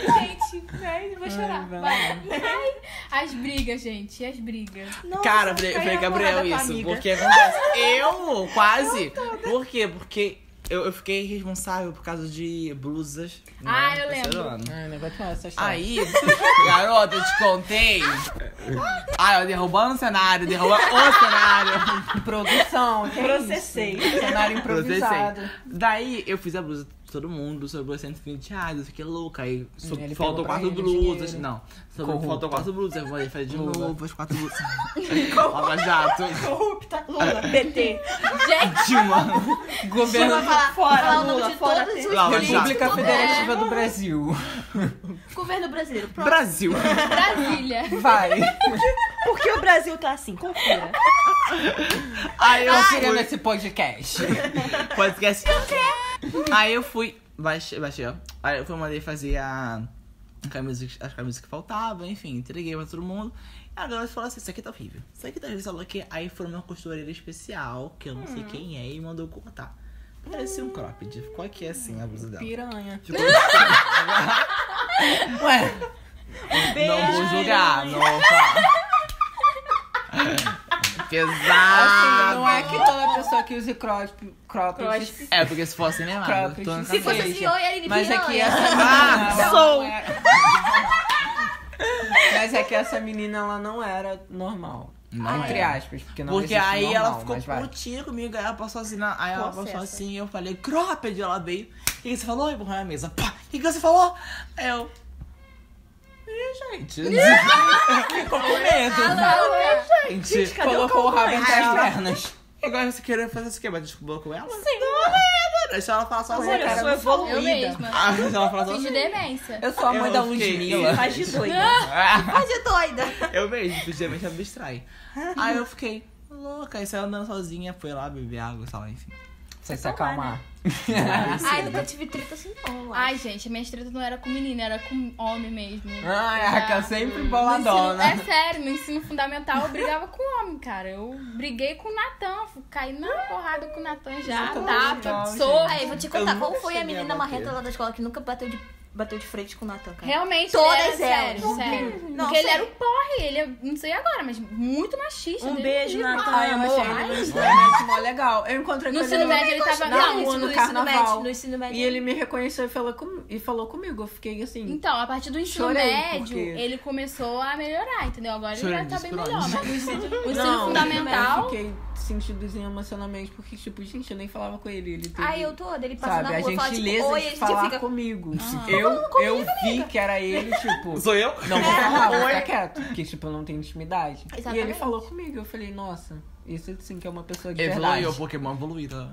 [SPEAKER 2] Gente, ai, eu vou chorar.
[SPEAKER 3] vai
[SPEAKER 2] Vai. Ai, as brigas, gente. e As brigas.
[SPEAKER 1] Cara, eu
[SPEAKER 4] Nossa,
[SPEAKER 1] falei, eu
[SPEAKER 4] caiu
[SPEAKER 1] falei,
[SPEAKER 4] na
[SPEAKER 1] Gabriel,
[SPEAKER 4] porrada com a
[SPEAKER 1] isso.
[SPEAKER 4] amiga.
[SPEAKER 1] Porque acontece. Eu, quase. Por quê? Porque eu, eu fiquei responsável por causa de blusas. né,
[SPEAKER 2] Ah, eu
[SPEAKER 1] terceiro
[SPEAKER 2] lembro.
[SPEAKER 1] ano.
[SPEAKER 3] Ai, não aguento mais essa história.
[SPEAKER 1] Aí, garota, eu te contei. Ai, eu derrubando o cenário, derrubando o cenário.
[SPEAKER 3] é. Produção,
[SPEAKER 4] é
[SPEAKER 3] que é
[SPEAKER 4] Processei.
[SPEAKER 3] isso? Cenário improvisado.
[SPEAKER 1] Processei. Daí, eu fiz a blusa de todo mundo, sobrou 120 reais, eu fiquei louca. Aí, so-
[SPEAKER 3] Ele pegou
[SPEAKER 1] faltou
[SPEAKER 3] pra
[SPEAKER 1] quatro
[SPEAKER 3] ele o
[SPEAKER 1] blusas.
[SPEAKER 3] dinheiro.
[SPEAKER 1] Não, sobrou-
[SPEAKER 3] Corrupta.
[SPEAKER 1] faltou quatro blusas. Eu vou fazer de
[SPEAKER 3] Lula.
[SPEAKER 1] novo as quatro blusas. Lava Jato.
[SPEAKER 4] Corrupta.
[SPEAKER 1] Ah,
[SPEAKER 4] Lula, PT.
[SPEAKER 2] Gente,
[SPEAKER 1] Dilma.
[SPEAKER 3] Governo
[SPEAKER 4] Fora,
[SPEAKER 5] Falar o nome
[SPEAKER 4] Lula,
[SPEAKER 5] de
[SPEAKER 4] fora.
[SPEAKER 5] todos
[SPEAKER 4] PT.
[SPEAKER 5] os
[SPEAKER 1] Lá, vai,
[SPEAKER 5] políticos
[SPEAKER 1] República
[SPEAKER 2] é,
[SPEAKER 5] do
[SPEAKER 3] do Brasil.
[SPEAKER 5] Governo brasileiro. Pronto.
[SPEAKER 1] Brasil.
[SPEAKER 2] Brasília.
[SPEAKER 3] Vai.
[SPEAKER 4] Por que o Brasil tá assim? Confira.
[SPEAKER 1] Aí Ah,
[SPEAKER 3] Ah,
[SPEAKER 1] eu fui.
[SPEAKER 3] Siga nesse podcast.
[SPEAKER 1] Podcast. Aí eu fui. Baixei, baixei, ó. Aí eu fui, mandei fazer a. a Camisa, que- as camisas que faltavam, enfim, entreguei pra todo mundo. E a galera falou assim: Isso aqui tá horrível. Isso aqui tá horrível. Falou que aí foi uma costureira especial, que eu não sei
[SPEAKER 3] Hum.
[SPEAKER 1] quem é, e mandou cortar. Parecia um cropped. Ficou aqui assim a blusa dela. Tipo,
[SPEAKER 3] Piranha.
[SPEAKER 1] Ficou...
[SPEAKER 3] Ué,
[SPEAKER 1] não vou julgar, não tá. vou falar.
[SPEAKER 3] assim, não
[SPEAKER 1] Pesado.
[SPEAKER 3] é que toda pessoa que use cropped... cropped
[SPEAKER 1] É, porque se
[SPEAKER 3] assim,
[SPEAKER 1] fosse
[SPEAKER 3] né,
[SPEAKER 1] minha amada,
[SPEAKER 3] Cropped.
[SPEAKER 1] tô na
[SPEAKER 3] Se
[SPEAKER 5] Se fosse
[SPEAKER 1] cabeça.
[SPEAKER 5] assim, oi, ele
[SPEAKER 3] Mas é
[SPEAKER 5] piranha.
[SPEAKER 3] que
[SPEAKER 1] Ah,
[SPEAKER 3] essa menina... ela
[SPEAKER 4] Sou.
[SPEAKER 3] não era- Mas é que essa menina, ela não era normal.
[SPEAKER 1] Não
[SPEAKER 3] Entre
[SPEAKER 1] era.
[SPEAKER 3] aspas, porque não
[SPEAKER 1] Porque
[SPEAKER 3] existe
[SPEAKER 1] aí
[SPEAKER 3] normal,
[SPEAKER 1] ela ficou
[SPEAKER 3] mas vai.
[SPEAKER 1] putinha comigo, aí ela passou assim, na- aí ela passou
[SPEAKER 4] Processa.
[SPEAKER 1] assim, eu falei, cropped, ela veio. O que você falou? Eu empurrei a mesa. Pá, o que você falou? Aí eu. Ih, gente.
[SPEAKER 3] Ficou com medo.
[SPEAKER 2] né?
[SPEAKER 1] gente.
[SPEAKER 4] cadê o
[SPEAKER 3] Colocou o rabo
[SPEAKER 4] calcanhar?
[SPEAKER 3] entre as pernas.
[SPEAKER 1] Agora você queria fazer isso aqui, mas desculpa com ela? Sim. Deixa ela falar sozinha.
[SPEAKER 4] Amor, eu
[SPEAKER 1] cara.
[SPEAKER 4] sou
[SPEAKER 2] Eu
[SPEAKER 4] evoluída.
[SPEAKER 2] mesma.
[SPEAKER 1] Ah, deixa ela falar
[SPEAKER 2] Finge
[SPEAKER 1] sozinha.
[SPEAKER 2] demência.
[SPEAKER 3] Eu sou a mãe
[SPEAKER 1] Eu
[SPEAKER 3] da
[SPEAKER 1] fiquei-
[SPEAKER 3] Ludmilla.
[SPEAKER 4] Faz de doida.
[SPEAKER 5] Mas é doida.
[SPEAKER 1] Eu mesmo, finalmente ela me distrai. Aí eu fiquei louca, aí saiu andando sozinha, foi lá beber água, sei lá, enfim.
[SPEAKER 3] Você se acalmar.
[SPEAKER 5] Ai, nunca tive treta assim, não. eu
[SPEAKER 2] Ai, gente, minha treta não era com menina, era com homem mesmo.
[SPEAKER 3] Ai, a Raquel sempre né?
[SPEAKER 2] No ensino,
[SPEAKER 3] boladona.
[SPEAKER 2] é sério, no ensino fundamental eu brigava com homem, cara. Eu briguei com o Natan, fui- caí na porrada com o Natan já,
[SPEAKER 3] Isso é tão legal,
[SPEAKER 2] tapa,
[SPEAKER 3] gente.
[SPEAKER 2] soco.
[SPEAKER 5] Aí, vou te contar
[SPEAKER 1] Eu
[SPEAKER 5] qual
[SPEAKER 1] nunca
[SPEAKER 5] foi a
[SPEAKER 1] cheguei a
[SPEAKER 5] menina
[SPEAKER 1] bater.
[SPEAKER 5] marreta lá da escola que nunca bateu de, bateu de frente com o Natan, cara.
[SPEAKER 2] Realmente,
[SPEAKER 5] Todas
[SPEAKER 2] ele era sério,
[SPEAKER 5] elas.
[SPEAKER 2] sério.
[SPEAKER 5] Não,
[SPEAKER 2] Porque ele
[SPEAKER 5] né? sério.
[SPEAKER 2] era o porre, ele é, não sei agora, mas muito machista. né? é
[SPEAKER 4] Um
[SPEAKER 2] Deus
[SPEAKER 4] beijo,
[SPEAKER 2] me livre.
[SPEAKER 4] Natan,
[SPEAKER 3] Ai, amor, um
[SPEAKER 4] amor.
[SPEAKER 3] ai, realmente mó legal. Eu encontrei
[SPEAKER 2] No
[SPEAKER 3] com
[SPEAKER 2] ensino
[SPEAKER 3] ele
[SPEAKER 2] médio ele tava.
[SPEAKER 3] na
[SPEAKER 2] Não,
[SPEAKER 3] rua,
[SPEAKER 5] no
[SPEAKER 3] no
[SPEAKER 5] ensino
[SPEAKER 3] carnaval.
[SPEAKER 5] médio, no ensino médio.
[SPEAKER 3] E ele me reconheceu e falou, com- e falou comigo. Eu fiquei assim...
[SPEAKER 2] Então, a partir do ensino
[SPEAKER 3] Chorei,
[SPEAKER 2] médio,
[SPEAKER 3] porque-
[SPEAKER 2] ele começou a melhorar, entendeu? Agora
[SPEAKER 1] Chorei
[SPEAKER 2] ele já tá bem
[SPEAKER 1] desesperado.
[SPEAKER 2] melhor, mas no ensino, no Então, ensino
[SPEAKER 3] Não, né? Eu
[SPEAKER 2] fundamental.
[SPEAKER 3] fiquei sentidozinho emocionalmente, porque, tipo, gente, eu nem falava com ele. Ele teve,
[SPEAKER 5] Aí eu todo, ele passa
[SPEAKER 3] sabe,
[SPEAKER 5] na
[SPEAKER 3] a
[SPEAKER 5] rua e fala,
[SPEAKER 3] gentileza
[SPEAKER 5] tipo, oi,
[SPEAKER 3] de
[SPEAKER 5] ele
[SPEAKER 3] falar
[SPEAKER 5] fica...
[SPEAKER 3] comigo. Eu, eu vi que era ele, tipo...
[SPEAKER 1] Sou eu?
[SPEAKER 3] Não vou falar, vou ficar quieto. Porque, tipo, eu não tenho intimidade. E ele
[SPEAKER 5] Exatamente.
[SPEAKER 3] falou comigo, eu falei, nossa, isso sim que é uma pessoa de verdade.
[SPEAKER 1] Evoluiu, Pokémon Tá evoluída.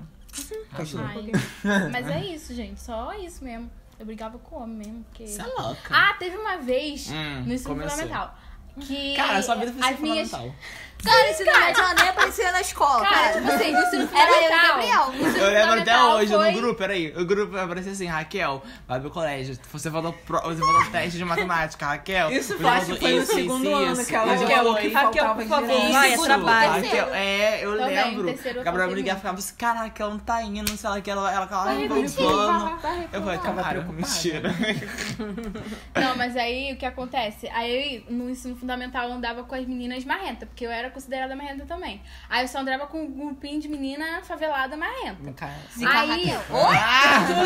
[SPEAKER 3] Continua.
[SPEAKER 2] Ai, mas é isso, gente. Só isso mesmo. Eu brigava com o homem mesmo. Porque...
[SPEAKER 1] Você é louca.
[SPEAKER 2] Ah, teve uma vez
[SPEAKER 1] Hum,
[SPEAKER 2] no ensino
[SPEAKER 1] começou.
[SPEAKER 2] fundamental. Que
[SPEAKER 1] Cara, sua vida foi
[SPEAKER 2] as minhas...
[SPEAKER 1] fundamental.
[SPEAKER 5] Cara, esse cara já nem aparecia na escola,
[SPEAKER 2] Cara,
[SPEAKER 5] cara.
[SPEAKER 2] tipo assim, no ensino fundamental.
[SPEAKER 5] Era eu e Gabriel.
[SPEAKER 2] no ensino
[SPEAKER 1] Eu lembro até
[SPEAKER 2] fundamental
[SPEAKER 1] hoje
[SPEAKER 2] foi-
[SPEAKER 1] no grupo, peraí. O grupo aparecia assim, Raquel, vai pro colégio. Você falou, pro, você falou teste de matemática, Raquel.
[SPEAKER 3] Isso
[SPEAKER 1] você
[SPEAKER 3] eu acho
[SPEAKER 1] falou
[SPEAKER 3] que foi no
[SPEAKER 1] isso,
[SPEAKER 3] segundo
[SPEAKER 1] isso,
[SPEAKER 3] ano
[SPEAKER 1] isso.
[SPEAKER 3] que ela
[SPEAKER 1] Isso,
[SPEAKER 3] falou que
[SPEAKER 1] isso,
[SPEAKER 4] Raquel,
[SPEAKER 3] faltava
[SPEAKER 4] por favor,
[SPEAKER 3] direlas.
[SPEAKER 4] vai, é
[SPEAKER 1] isso.
[SPEAKER 4] trabalho.
[SPEAKER 1] Raquel, é, eu
[SPEAKER 2] Também,
[SPEAKER 1] lembro.
[SPEAKER 2] terceiro eu
[SPEAKER 1] Gabriel
[SPEAKER 2] tô
[SPEAKER 1] brigava e ficava assim, caraca, Raquel não tá indo, sei lá, que ela, ela ela
[SPEAKER 2] Vai
[SPEAKER 1] não tá no
[SPEAKER 2] repetir,
[SPEAKER 1] plano.
[SPEAKER 2] vai, vai
[SPEAKER 1] Eu falei,
[SPEAKER 2] reclamar.
[SPEAKER 1] cara,
[SPEAKER 3] preocupada.
[SPEAKER 1] mentira.
[SPEAKER 2] Não, mas aí o que acontece? Aí no ensino fundamental eu andava com as meninas marrenta, porque eu era considerada marrenta também. Aí eu só andava com um grupinho de menina favelada marrenta.
[SPEAKER 3] Cara,
[SPEAKER 2] Aí,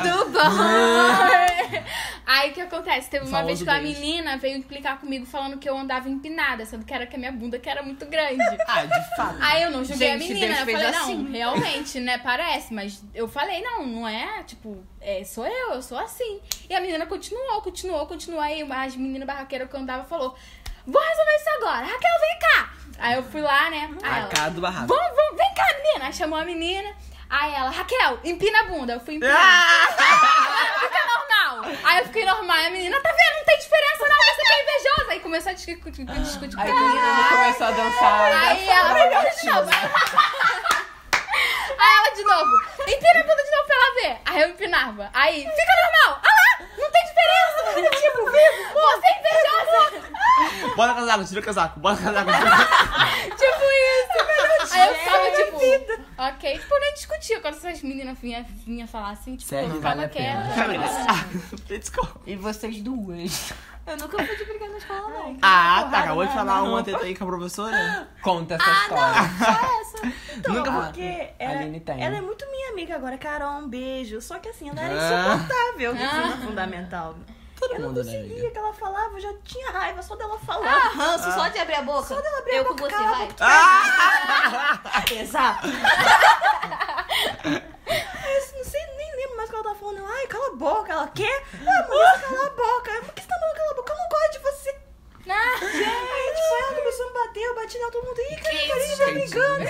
[SPEAKER 5] Tudo bom?
[SPEAKER 2] Aí o que acontece? Teve uma
[SPEAKER 1] Famoso
[SPEAKER 2] vez que uma
[SPEAKER 1] beijo.
[SPEAKER 2] menina veio implicar comigo falando que eu andava empinada, sendo que era que a minha bunda que era muito grande.
[SPEAKER 1] Ah, de fato.
[SPEAKER 2] Aí eu não julguei a
[SPEAKER 3] Gente,
[SPEAKER 2] menina.
[SPEAKER 3] Deus
[SPEAKER 2] Eu
[SPEAKER 3] fez
[SPEAKER 2] falei,
[SPEAKER 3] assim.
[SPEAKER 2] não, realmente, né? Parece. Mas eu falei, não, não é. Tipo, é, sou eu, eu sou assim. E a menina continuou, continuou, continuou. Aí as meninas barraqueiras que eu andava falou, vou resolver isso agora. Raquel, vem cá. Aí eu fui lá, né? Aí
[SPEAKER 1] A
[SPEAKER 2] ela,
[SPEAKER 1] cara do barraco.
[SPEAKER 2] vamos, vamos, vem cá, menina. Aí chamou a menina. Aí ela, Raquel, empina a bunda. Eu fui empinar. Fica normal. Aí eu fiquei normal. E a menina, tá vendo? Não tem diferença não. Você que é invejosa. Aí começou a discutir, discutir, discutir.
[SPEAKER 3] Aí o menino começou a dançar.
[SPEAKER 2] Aí ela falou de novo. Aí ela de novo. Empina a bunda de novo pra ela ver. Aí eu empinava. Aí, fica normal. Ah lá, não tem diferença. Tipo, vivo. Você é invejosa.
[SPEAKER 1] Bora casaco, tira o casaco. Bora casaco, tira o casaco.
[SPEAKER 2] tipo isso. Aí eu ficava tipo, ok. Tipo, eu nem discutia quando essas meninas vinham vinha falar assim. Tipo,
[SPEAKER 3] Sério,
[SPEAKER 2] eu
[SPEAKER 3] vale
[SPEAKER 2] ficava
[SPEAKER 3] a pena.
[SPEAKER 2] quieta.
[SPEAKER 1] Ah, Desculpa.
[SPEAKER 3] E vocês duas.
[SPEAKER 5] Eu nunca fui de brigar na escola, não.
[SPEAKER 1] Ah, tá. Acabou de falar uma teta aí com a professora.
[SPEAKER 3] Conta essa história.
[SPEAKER 5] Só essa.
[SPEAKER 4] Então,
[SPEAKER 1] Nunca falaram.
[SPEAKER 4] porque ela,
[SPEAKER 3] Aline tem.
[SPEAKER 4] ela é muito minha amiga agora, Carol, um beijo. Só que assim, ela era
[SPEAKER 1] Ah.
[SPEAKER 4] insuportável no ensino fundamental.
[SPEAKER 1] Todo
[SPEAKER 4] Eu não
[SPEAKER 1] mundo, né, amiga?
[SPEAKER 4] conseguia que ela falava, eu já tinha raiva só dela falar.
[SPEAKER 5] Ranço, só de abrir a boca. Só dela abrir eu a boca. Eu com você,
[SPEAKER 4] cala a
[SPEAKER 5] vai.
[SPEAKER 4] Exato. eu não sei, nem lembro mais o que ela tava falando. Eu, Ai, cala a boca. Ela, quê? Ah, mano, cala a boca. Eu, Por que você tá falando cala a boca? Eu não gosto de você.
[SPEAKER 2] Ah,
[SPEAKER 4] Aí, tipo, ela começou a me bater, eu bati nela, todo mundo, ih, cara, a Karine tá brigando.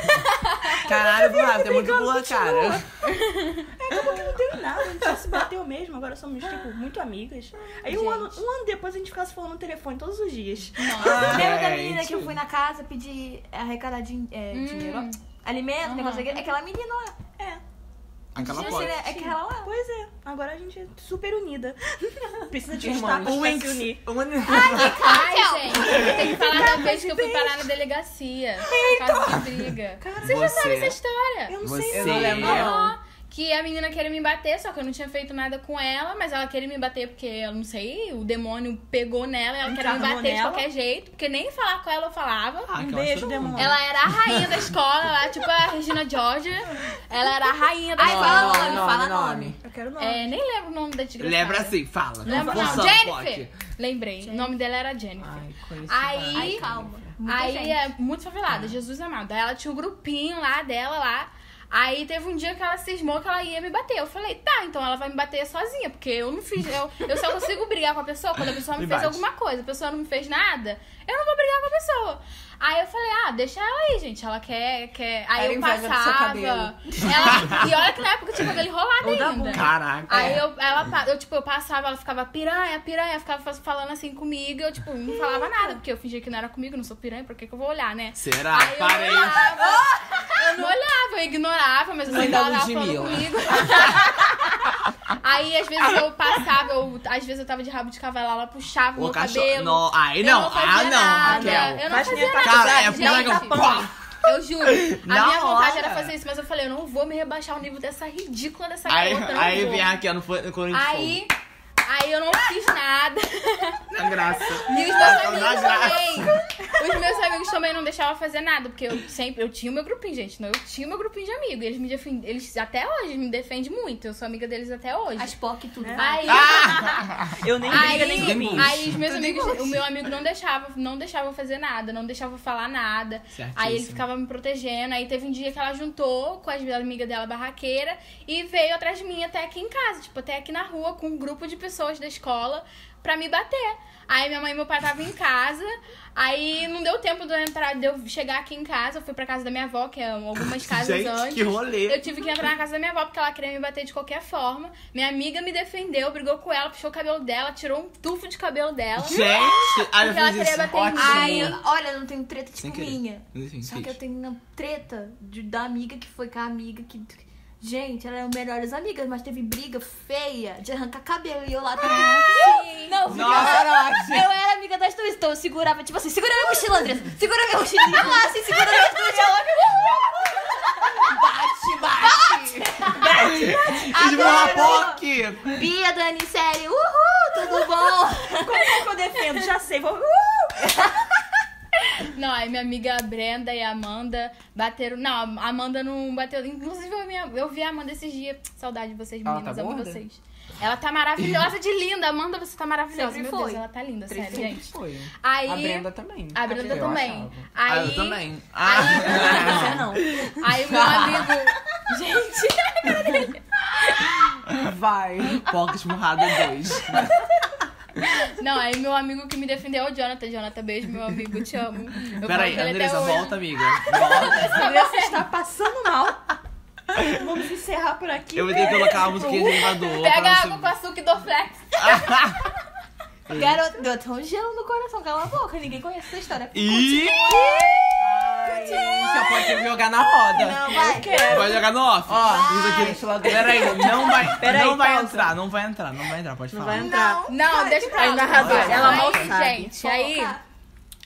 [SPEAKER 1] Caralho, Bravo, é muito
[SPEAKER 4] brigando,
[SPEAKER 1] boa,
[SPEAKER 4] continua.
[SPEAKER 2] um
[SPEAKER 1] cara.
[SPEAKER 4] Aí acabou que não teve nada, a gente só se bateu mesmo, agora somos, tipo, muito amigas. Aí um
[SPEAKER 5] Gente.
[SPEAKER 4] ano, um ano depois a gente ficava se falando no telefone todos os dias.
[SPEAKER 5] Lembra da
[SPEAKER 1] Gente.
[SPEAKER 5] menina que eu fui na casa pedir arrecadar din- é,
[SPEAKER 2] Hum.
[SPEAKER 5] dinheiro? Alimento, negócio daquele? Aquela menina lá.
[SPEAKER 1] Aquela
[SPEAKER 5] Gente,
[SPEAKER 1] pode.
[SPEAKER 5] né? Aquela lá.
[SPEAKER 4] Pois é, agora a gente é super unida. Precisa de um
[SPEAKER 3] Irmãos.
[SPEAKER 4] obstáculo pra se unir.
[SPEAKER 2] Ai, gente. Tem que falar da vez que eu fui parar na delegacia. Por causa de briga. Vocês já
[SPEAKER 1] Você-
[SPEAKER 2] sabem
[SPEAKER 3] é?
[SPEAKER 2] essa história.
[SPEAKER 4] Eu não Um
[SPEAKER 1] Você
[SPEAKER 4] sei
[SPEAKER 3] Eu não lembro,
[SPEAKER 1] é
[SPEAKER 3] não.
[SPEAKER 2] Aham. Que a menina queria me bater, só que eu não tinha feito nada com ela, mas ela queria me bater porque, eu não sei, o demônio pegou nela, ela queria me
[SPEAKER 4] Encarnou
[SPEAKER 2] bater de
[SPEAKER 4] nela.
[SPEAKER 2] qualquer jeito, porque nem falar com ela eu falava.
[SPEAKER 1] Ah,
[SPEAKER 4] Um
[SPEAKER 1] aquela
[SPEAKER 4] beijo,
[SPEAKER 1] todo
[SPEAKER 4] demônio.
[SPEAKER 2] Ela era a rainha da escola, lá, tipo a Regina George. Ela era a rainha da
[SPEAKER 5] Ai,
[SPEAKER 2] escola.
[SPEAKER 5] fala nome, fala nome.
[SPEAKER 4] Eu quero não.
[SPEAKER 2] É, nem lembro o nome da desgraçada.
[SPEAKER 1] Lembra assim, fala.
[SPEAKER 2] Lembro não.
[SPEAKER 1] Forçando o
[SPEAKER 2] Jennifer!
[SPEAKER 1] pote.
[SPEAKER 2] Lembrei. O nome dela era Jennifer.
[SPEAKER 3] Ai, conheci.
[SPEAKER 2] Aí-
[SPEAKER 5] Ai, calma. Muita
[SPEAKER 2] aí
[SPEAKER 5] gente.
[SPEAKER 2] é muito favelada, Jesus amado. Aí ela tinha um grupinho lá dela lá. Aí teve um dia que ela cismou que ela ia me bater. Eu falei, tá, então ela vai me bater sozinha, porque eu não fiz. Eu, eu só consigo brigar com a pessoa quando a pessoa me,
[SPEAKER 1] Me
[SPEAKER 2] fez
[SPEAKER 1] bate.
[SPEAKER 2] alguma coisa. A pessoa não me fez nada, eu não vou brigar com a pessoa. Aí eu falei, ah, deixa ela aí, gente. Ela quer. quer... Aí
[SPEAKER 3] Era
[SPEAKER 2] eu
[SPEAKER 3] inveja do seu
[SPEAKER 2] passava.
[SPEAKER 3] cabelo.
[SPEAKER 2] Ela... E olha que na época eu tinha cabelo enrolado
[SPEAKER 4] Ou da
[SPEAKER 2] ainda.
[SPEAKER 1] Caraca.
[SPEAKER 2] Aí eu, ela, pa- eu, tipo, eu passava, ela ficava piranha, piranha, ficava fa- falando assim comigo, eu, tipo, não falava nada, porque eu fingia que não era comigo, não sou piranha, por que, que eu vou olhar, né?
[SPEAKER 1] Será?
[SPEAKER 2] Aí eu não
[SPEAKER 1] Tá, Parei.
[SPEAKER 2] olhava, eu não olhava, eu ignorava, mas eu sei que
[SPEAKER 3] Mãe da
[SPEAKER 2] ela tava falando
[SPEAKER 3] Ludmilla.
[SPEAKER 2] comigo. Aí, às vezes, eu passava, eu, às vezes eu tava de rabo de cavalo, ela puxava o
[SPEAKER 1] O
[SPEAKER 2] meu
[SPEAKER 1] cachorro.
[SPEAKER 2] cabelo.
[SPEAKER 1] Não, aí
[SPEAKER 2] eu
[SPEAKER 1] não.
[SPEAKER 2] fazia
[SPEAKER 1] Ah, não,
[SPEAKER 2] nada,
[SPEAKER 1] Raquel.
[SPEAKER 2] Eu não
[SPEAKER 4] Faz
[SPEAKER 2] fazia
[SPEAKER 4] minha
[SPEAKER 2] nada.
[SPEAKER 1] Cara, é
[SPEAKER 2] gente.
[SPEAKER 1] pega um pá.
[SPEAKER 2] Eu juro. A
[SPEAKER 1] Na
[SPEAKER 2] minha vontade
[SPEAKER 1] hora.
[SPEAKER 2] era fazer isso, mas eu falei, eu não vou me rebaixar o nível dessa ridícula dessa
[SPEAKER 1] Aí,
[SPEAKER 2] garota. não
[SPEAKER 1] aí
[SPEAKER 2] vou.
[SPEAKER 1] vem Raquel no fo- no Corinthians.
[SPEAKER 2] Aí, aí eu não fiz nada.
[SPEAKER 1] Tá Na graça.
[SPEAKER 2] E os meus
[SPEAKER 1] Então, na
[SPEAKER 2] amigos
[SPEAKER 1] graça.
[SPEAKER 2] também. Os meus amigos também não deixavam fazer nada, porque eu sempre. Eu tinha o meu grupinho, gente. Não, eu tinha o meu grupinho de amigos. Eles me defendem. Eles até hoje me defendem muito. Eu sou amiga deles até hoje.
[SPEAKER 5] As POC e tudo.
[SPEAKER 2] Aí.
[SPEAKER 4] Eu nem
[SPEAKER 2] Aí,
[SPEAKER 4] briga nem grupinho.
[SPEAKER 2] aí os meus amigos, o meu amigo não deixava, não deixava fazer nada, não deixava falar nada.
[SPEAKER 1] Certíssimo.
[SPEAKER 2] Aí ele ficava me protegendo. Aí teve um dia que ela juntou com as amigas dela barraqueira e veio atrás de mim até aqui em casa, tipo, até aqui na rua, com um grupo de pessoas da escola pra me bater. Aí minha mãe e meu pai estavam em casa, aí não deu tempo de eu, entrar, de eu chegar aqui em casa, eu fui pra casa da minha avó, que é algumas casas
[SPEAKER 1] Gente,
[SPEAKER 2] antes.
[SPEAKER 1] que rolê.
[SPEAKER 2] Eu tive que entrar na casa da minha avó porque ela queria me bater de qualquer forma. Minha amiga me defendeu, brigou com ela, puxou o cabelo dela, tirou um tufo de cabelo dela.
[SPEAKER 1] Gente, aí eu
[SPEAKER 2] Porque ela
[SPEAKER 1] fiz isso.
[SPEAKER 2] queria bater em mim.
[SPEAKER 5] Ai,
[SPEAKER 1] Ótimo.
[SPEAKER 5] olha, eu não tenho treta
[SPEAKER 1] Sem
[SPEAKER 5] tipo
[SPEAKER 1] querer.
[SPEAKER 5] minha.
[SPEAKER 1] Mas Enfim,
[SPEAKER 5] Só que eu
[SPEAKER 1] fiz.
[SPEAKER 5] tenho uma treta de, da amiga que foi com a amiga que. Gente, elas eram melhores amigas, mas teve briga feia de arrancar cabelo e eu lá também. Não, porque eu era, eu era amiga das duas, então eu segurava, tipo assim, segura minha mochila, Andressa, segura minha mochila. E Eu lá, assim, segurando minhas duas
[SPEAKER 3] Bate, bate!
[SPEAKER 1] Esmurra
[SPEAKER 5] Agora-
[SPEAKER 1] POC!
[SPEAKER 5] Bia, Dani, sério, uhul, tudo bom?
[SPEAKER 4] Como é que eu defendo? Já sei, vou... Uh!
[SPEAKER 2] Não, aí minha amiga Brenda e a Amanda bateram. Não, a Amanda não bateu. Inclusive, eu, minha- eu vi a Amanda esses dias. Saudade de vocês,
[SPEAKER 3] Ela
[SPEAKER 2] meninas.
[SPEAKER 3] tá
[SPEAKER 2] amo
[SPEAKER 3] gorda?
[SPEAKER 2] vocês. Ela tá maravilhosa de linda. Amanda, você tá maravilhosa. Meu
[SPEAKER 5] Sempre foi.
[SPEAKER 2] Deus, ela tá linda,
[SPEAKER 5] Sempre
[SPEAKER 2] sério, gente.
[SPEAKER 3] Foi.
[SPEAKER 2] Aí.
[SPEAKER 3] A Brenda também.
[SPEAKER 2] a Brenda
[SPEAKER 3] Eu
[SPEAKER 2] também.
[SPEAKER 3] achava.
[SPEAKER 1] Ah,
[SPEAKER 2] Aí,
[SPEAKER 1] eu também. Ah,
[SPEAKER 5] Você não.
[SPEAKER 2] aí o meu amigo. Gente,
[SPEAKER 3] Vai.
[SPEAKER 1] Poca esmurrada dois.
[SPEAKER 2] não, aí meu amigo que me defendeu é o Jonathan. Jonathan, beijo, meu amigo, te amo. Eu falo
[SPEAKER 1] Peraí,
[SPEAKER 2] dele até
[SPEAKER 1] Andressa,
[SPEAKER 2] hoje.
[SPEAKER 1] volta, amiga. Volta.
[SPEAKER 4] Andressa está Tá passando mal. Vamos encerrar por aqui.
[SPEAKER 1] Eu vou ter que colocar a música de elevador.
[SPEAKER 2] Pega
[SPEAKER 1] pra
[SPEAKER 2] água com açúcar e do flex.
[SPEAKER 5] Garoto, deu até um gelo no coração, cala a boca, ninguém conhece essa história.
[SPEAKER 1] E
[SPEAKER 3] Você pode jogar na roda.
[SPEAKER 5] Não, vai.
[SPEAKER 1] vai jogar no off.
[SPEAKER 3] Ó,
[SPEAKER 1] Isso aqui-
[SPEAKER 3] deixa lá dentro.
[SPEAKER 1] Peraí, não vai,
[SPEAKER 4] Peraí,
[SPEAKER 1] não vai
[SPEAKER 4] pausa.
[SPEAKER 1] entrar, não vai entrar, não vai entrar, pode
[SPEAKER 4] Não
[SPEAKER 1] falar.
[SPEAKER 4] vai entrar.
[SPEAKER 2] Não, deixa pra
[SPEAKER 4] Aí,
[SPEAKER 2] lá.
[SPEAKER 4] narrador,
[SPEAKER 2] Vai.
[SPEAKER 4] ela mal
[SPEAKER 2] aí,
[SPEAKER 4] sabe.
[SPEAKER 2] gente, aí, aí
[SPEAKER 3] O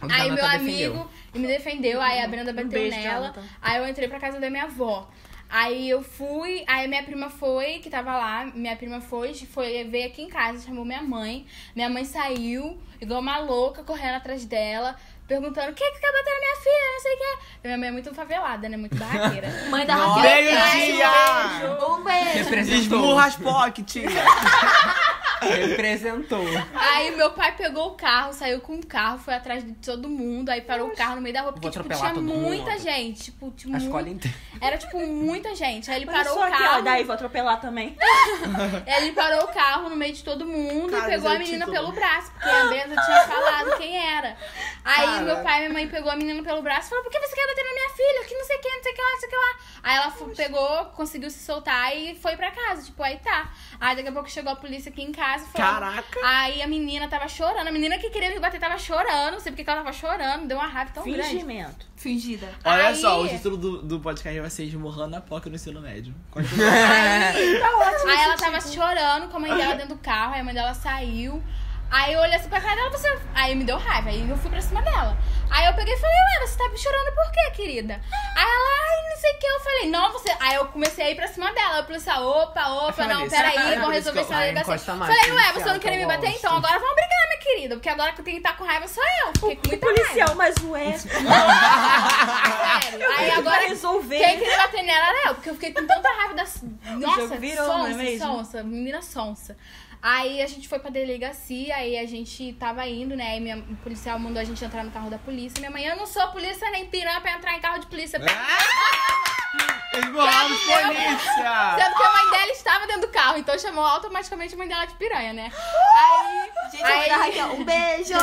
[SPEAKER 3] Jonathan
[SPEAKER 2] meu
[SPEAKER 3] defendeu.
[SPEAKER 2] amigo me defendeu, aí a Brenda bateu
[SPEAKER 4] beijo,
[SPEAKER 2] nela.
[SPEAKER 4] Jonathan.
[SPEAKER 2] Aí eu entrei pra casa da minha avó. Aí eu fui, aí minha prima foi, que tava lá, minha prima foi, foi veio aqui em casa, chamou minha mãe. Minha mãe saiu, igual uma louca, correndo atrás dela, perguntando: quem que quer bater na minha filha? Não sei o que. Minha mãe é muito favelada, né? Muito barraqueira.
[SPEAKER 5] Mãe da
[SPEAKER 3] Nossa.
[SPEAKER 5] Raquel.
[SPEAKER 1] Beijo, tia!
[SPEAKER 5] Um beijo.
[SPEAKER 3] Representou.
[SPEAKER 1] Esmurra as POC, tia.
[SPEAKER 3] Representou.
[SPEAKER 2] Aí meu pai pegou o carro, saiu com o carro, foi atrás de todo mundo, aí parou o carro no meio da rua, porque
[SPEAKER 3] Vou
[SPEAKER 2] tipo,
[SPEAKER 3] atropelar
[SPEAKER 2] tinha
[SPEAKER 3] todo mundo.
[SPEAKER 2] muita gente. Tipo, tinha
[SPEAKER 3] A escola
[SPEAKER 2] muito...
[SPEAKER 3] inteira.
[SPEAKER 2] Era tipo muita gente. Aí ele
[SPEAKER 4] Olha
[SPEAKER 2] parou
[SPEAKER 4] só
[SPEAKER 2] o
[SPEAKER 4] aqui, ó.
[SPEAKER 2] carro.
[SPEAKER 4] Daí, vou atropelar também.
[SPEAKER 2] Ele parou o carro no meio de todo mundo
[SPEAKER 1] Cara,
[SPEAKER 2] e pegou
[SPEAKER 1] mas é
[SPEAKER 2] a
[SPEAKER 1] o
[SPEAKER 2] menina
[SPEAKER 1] título.
[SPEAKER 2] pelo braço, porque a Brenda tinha falado quem era. Aí
[SPEAKER 3] Cara.
[SPEAKER 2] meu pai e minha mãe pegou a menina pelo braço e falou: por que você quer bater na minha filha? Que não sei o que, não sei o que lá, não sei o que lá. Aí ela fu- pegou, conseguiu se soltar e foi pra casa. Tipo, aí tá. Aí daqui a pouco chegou a polícia aqui em casa e falou:
[SPEAKER 1] Caraca.
[SPEAKER 2] Aí a menina tava chorando. A menina que queria me bater tava chorando. Não sei porque que ela tava chorando. Deu uma raiva tão grande.
[SPEAKER 4] Fingimento.
[SPEAKER 5] Fingida.
[SPEAKER 1] Olha
[SPEAKER 2] Aí-
[SPEAKER 1] só, o título do, do podcast vai ser Esmurrando a POC no ensino médio. Continua.
[SPEAKER 4] Tá ótimo.
[SPEAKER 2] Aí ela tava chorando com a mãe dela dentro do carro, aí a mãe dela saiu. Aí eu olhei assim pra cara dela, você. Aí me deu raiva, aí eu fui pra cima dela. Aí eu peguei e falei, ué, você tá chorando por quê, querida? Aí ela, ai, não sei o que. Eu falei, não, você. Aí eu comecei a ir pra cima dela. Eu falei assim, opa, opa,
[SPEAKER 1] Falei,
[SPEAKER 2] não,
[SPEAKER 1] "Você
[SPEAKER 2] peraí,
[SPEAKER 1] tá
[SPEAKER 2] vamos
[SPEAKER 3] por isso
[SPEAKER 2] resolver
[SPEAKER 3] que
[SPEAKER 2] essa
[SPEAKER 3] eu- Ai,
[SPEAKER 2] ligação.
[SPEAKER 3] encosta mais,
[SPEAKER 2] Falei, ué, você
[SPEAKER 3] policial,
[SPEAKER 2] não queria
[SPEAKER 3] que
[SPEAKER 2] me
[SPEAKER 3] eu
[SPEAKER 2] bater?
[SPEAKER 3] gosto."
[SPEAKER 2] Então agora vamos brigar, minha querida, porque agora que eu tenho que estar com raiva sou eu. Fiquei com
[SPEAKER 4] Que
[SPEAKER 2] muita raiva.
[SPEAKER 4] policial, mas ué.
[SPEAKER 2] Sério. Aí
[SPEAKER 4] Pra
[SPEAKER 2] agora
[SPEAKER 4] resolver.
[SPEAKER 2] quem é queria bater tá nela era eu, porque eu fiquei com tanta raiva da. Nossa,
[SPEAKER 4] virou, não é
[SPEAKER 2] sonsa,
[SPEAKER 4] mesmo?
[SPEAKER 2] sonsa, menina sonsa. Aí a gente foi pra delegacia, aí a gente tava indo, né? Aí minha, o policial mandou a gente entrar no carro da polícia. Minha mãe, eu não sou polícia nem piranha pra entrar em carro de polícia.
[SPEAKER 4] Ah!
[SPEAKER 1] Esmurrando polícia!
[SPEAKER 2] Sendo que a mãe dela estava dentro do carro, então chamou automaticamente a mãe dela de piranha, né?
[SPEAKER 4] Ah!
[SPEAKER 2] Aí,
[SPEAKER 5] Gente, mãe da Raquel, um beijo.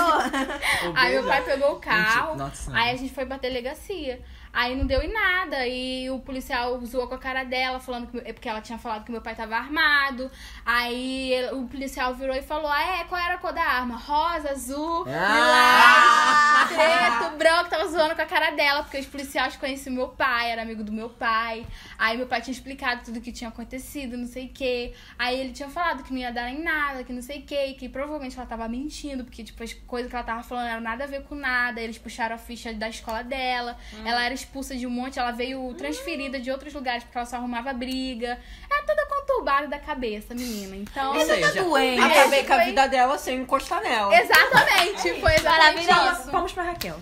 [SPEAKER 2] aí meu pai pegou o carro,
[SPEAKER 1] Gente, nossa.
[SPEAKER 2] aí a gente foi pra delegacia. Aí não deu em nada, e o policial zoou com a cara dela, falando que. é Porque ela tinha falado que meu pai tava armado. Aí ele- o policial virou e falou: Ah, é, qual era a cor da arma? Rosa, azul,
[SPEAKER 3] É, Ah!
[SPEAKER 2] lilás, preto, branco. Tava zoando com a cara dela, porque os policiais conheciam meu pai, era amigo do meu pai. Aí meu pai tinha explicado tudo o que tinha acontecido, não sei o quê. Aí ele tinha falado que não ia dar em nada, que não sei o quê, que provavelmente ela tava mentindo, porque tipo, as coisas que ela tava falando eram nada a ver com nada. Eles puxaram a ficha da escola dela, ela era expulsa de um monte, ela veio transferida de outros lugares porque ela só arrumava briga. É toda conturbada da cabeça, menina. Então.
[SPEAKER 3] Ou seja,
[SPEAKER 5] doente.
[SPEAKER 3] acabei
[SPEAKER 2] Esse
[SPEAKER 3] com a
[SPEAKER 2] foi-
[SPEAKER 3] vida dela sem encostar nela.
[SPEAKER 2] Exatamente, foi exatamente
[SPEAKER 5] Maravilhosa.
[SPEAKER 2] isso.
[SPEAKER 4] Vamos pra Raquel.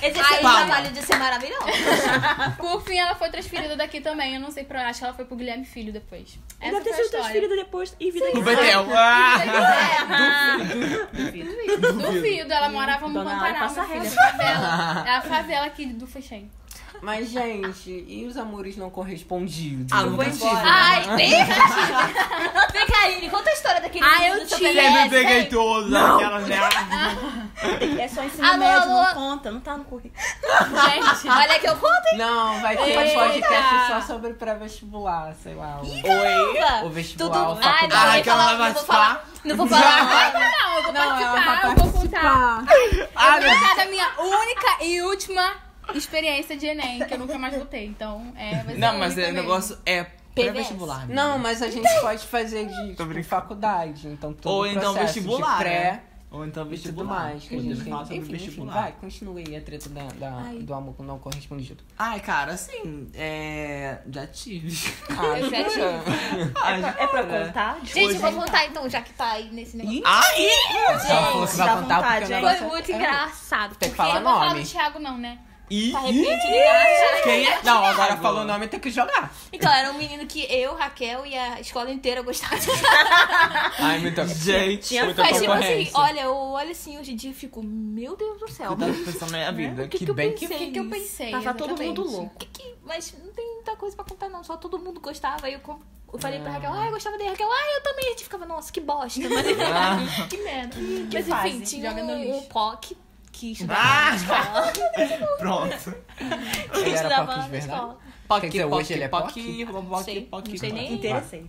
[SPEAKER 5] Esse
[SPEAKER 2] Aí,
[SPEAKER 5] é o
[SPEAKER 2] palma.
[SPEAKER 5] trabalho de ser maravilhoso.
[SPEAKER 2] Por fim, ela foi transferida daqui também. Eu não sei pra onde. Acho que ela foi pro Guilherme Filho depois. Essa
[SPEAKER 4] Deve ter
[SPEAKER 2] foi a
[SPEAKER 4] sido
[SPEAKER 2] história.
[SPEAKER 4] transferida depois e vida
[SPEAKER 1] O
[SPEAKER 4] que segue.
[SPEAKER 1] Betel. Ah!
[SPEAKER 2] Duvido. Duvido. Ela morava no
[SPEAKER 4] Dona Aura
[SPEAKER 2] Pantanal,
[SPEAKER 4] passa
[SPEAKER 2] minha filha. É
[SPEAKER 4] reto.
[SPEAKER 2] favela. É a favela aqui do Fechem.
[SPEAKER 3] Mas, gente, e os amores não correspondidos?
[SPEAKER 1] Ah, nunca tive.
[SPEAKER 5] Ai, vem, Karine. Vem, Karine, conta a história daquele
[SPEAKER 2] Ah,
[SPEAKER 5] menino
[SPEAKER 2] eu
[SPEAKER 5] do seu
[SPEAKER 2] tive.
[SPEAKER 5] PDS,
[SPEAKER 1] Sempre peguei
[SPEAKER 5] hein?
[SPEAKER 1] todos aquelas né?
[SPEAKER 4] É só ensino
[SPEAKER 5] Alô,
[SPEAKER 4] médio,
[SPEAKER 5] alô.
[SPEAKER 4] não conta, não tá no currículo.
[SPEAKER 2] Gente,
[SPEAKER 5] Olha que eu conto, hein?
[SPEAKER 3] Não, vai ter
[SPEAKER 2] Eita!
[SPEAKER 3] um podcast só sobre pré-vestibular, sei lá. o-
[SPEAKER 5] Caramba.
[SPEAKER 3] O vestibular,
[SPEAKER 5] Tudo...
[SPEAKER 3] o
[SPEAKER 5] Ai,
[SPEAKER 3] faculdade.
[SPEAKER 5] não,
[SPEAKER 1] Ah,
[SPEAKER 5] eu
[SPEAKER 1] que ela vai
[SPEAKER 5] vou falar, não vou falar. Não vou falar.
[SPEAKER 2] não, eu vou
[SPEAKER 3] Não, ela
[SPEAKER 2] participar,
[SPEAKER 3] vai
[SPEAKER 2] eu vou contar.
[SPEAKER 1] Ah,
[SPEAKER 2] Eu vou contar da minha única e última experiência de Enem, que eu nunca mais voltei. Então, é, vai ser a
[SPEAKER 1] Não, mas
[SPEAKER 2] única
[SPEAKER 1] o
[SPEAKER 2] mesmo.
[SPEAKER 1] negócio é pré-vestibular.
[SPEAKER 3] Não, mas a gente pode fazer de tipo, faculdade, então todo
[SPEAKER 1] Ou
[SPEAKER 3] o
[SPEAKER 1] então
[SPEAKER 3] processo de
[SPEAKER 1] vestibular,
[SPEAKER 3] pré,
[SPEAKER 1] né? Ou então
[SPEAKER 3] E tudo
[SPEAKER 1] vestibular.
[SPEAKER 3] mais que a gente
[SPEAKER 1] Podemos
[SPEAKER 3] tem.
[SPEAKER 1] falar sobre
[SPEAKER 3] Enfim, enfim,
[SPEAKER 1] vestibular.
[SPEAKER 3] vai, continue aí a treta da, da-
[SPEAKER 2] Ai.
[SPEAKER 3] do amor não correspondido.
[SPEAKER 1] Ai, cara, assim, é. Já tive.
[SPEAKER 3] Ah,
[SPEAKER 2] Eu já
[SPEAKER 3] jura?
[SPEAKER 1] Ai,
[SPEAKER 4] pra- é pra
[SPEAKER 1] jura?
[SPEAKER 4] contar? Gente,
[SPEAKER 5] Gente, eu vou contar então, já que tá aí nesse negócio.
[SPEAKER 1] Ai!
[SPEAKER 3] Só falou que
[SPEAKER 4] dá
[SPEAKER 3] vai contar
[SPEAKER 4] vontade,
[SPEAKER 3] porque o
[SPEAKER 4] hein?
[SPEAKER 5] Foi
[SPEAKER 3] negócio
[SPEAKER 5] muito
[SPEAKER 3] é-
[SPEAKER 5] engraçado.
[SPEAKER 3] Tem que
[SPEAKER 5] Porque
[SPEAKER 3] falar
[SPEAKER 2] Eu não vou falar
[SPEAKER 3] nome.
[SPEAKER 2] do Thiago, não, né?
[SPEAKER 1] Ih,
[SPEAKER 2] Tá arrependido.
[SPEAKER 1] Quem é?
[SPEAKER 3] Não, agora
[SPEAKER 1] Thiago?
[SPEAKER 3] falou o nome tem que jogar.
[SPEAKER 5] Então, era um menino que eu, Raquel e a escola inteira gostavam de
[SPEAKER 3] Ai, muita
[SPEAKER 1] Gente,
[SPEAKER 3] Tinha muita
[SPEAKER 5] Mas tipo assim,
[SPEAKER 3] concorrência.
[SPEAKER 5] olha, eu olho assim hoje em dia e fico, meu Deus do céu.
[SPEAKER 1] Eu tava pensando na minha
[SPEAKER 3] Né?
[SPEAKER 1] vida.
[SPEAKER 5] O que,
[SPEAKER 1] Que,
[SPEAKER 5] que eu
[SPEAKER 1] bem que.
[SPEAKER 5] pensei?
[SPEAKER 2] O que, que eu
[SPEAKER 5] nisso?
[SPEAKER 2] pensei?
[SPEAKER 4] Tava todo
[SPEAKER 2] exatamente?
[SPEAKER 4] mundo louco.
[SPEAKER 5] Que que- Mas não tem muita coisa pra contar, não. Só todo mundo gostava. Aí eu, com- eu falei pra Raquel, ah, eu gostava dele. Raquel, ah, eu também. A gente ficava, nossa, que bosta. Mas,
[SPEAKER 1] Ah.
[SPEAKER 5] que merda.
[SPEAKER 4] que
[SPEAKER 5] Mas enfim,
[SPEAKER 4] fase?
[SPEAKER 5] tinha
[SPEAKER 2] Joga no
[SPEAKER 5] um,
[SPEAKER 2] lixo.
[SPEAKER 5] um POC que estudava na escola.
[SPEAKER 1] Ah! Pronto.
[SPEAKER 5] Que
[SPEAKER 3] Ele era
[SPEAKER 5] estudava
[SPEAKER 3] POC de
[SPEAKER 5] na
[SPEAKER 3] verdade?
[SPEAKER 5] escola.
[SPEAKER 3] Quer dizer, hoje ele é
[SPEAKER 1] poque,
[SPEAKER 5] Sei,
[SPEAKER 1] poque,
[SPEAKER 5] não
[SPEAKER 1] poque.
[SPEAKER 5] sei nem-
[SPEAKER 4] Interessei.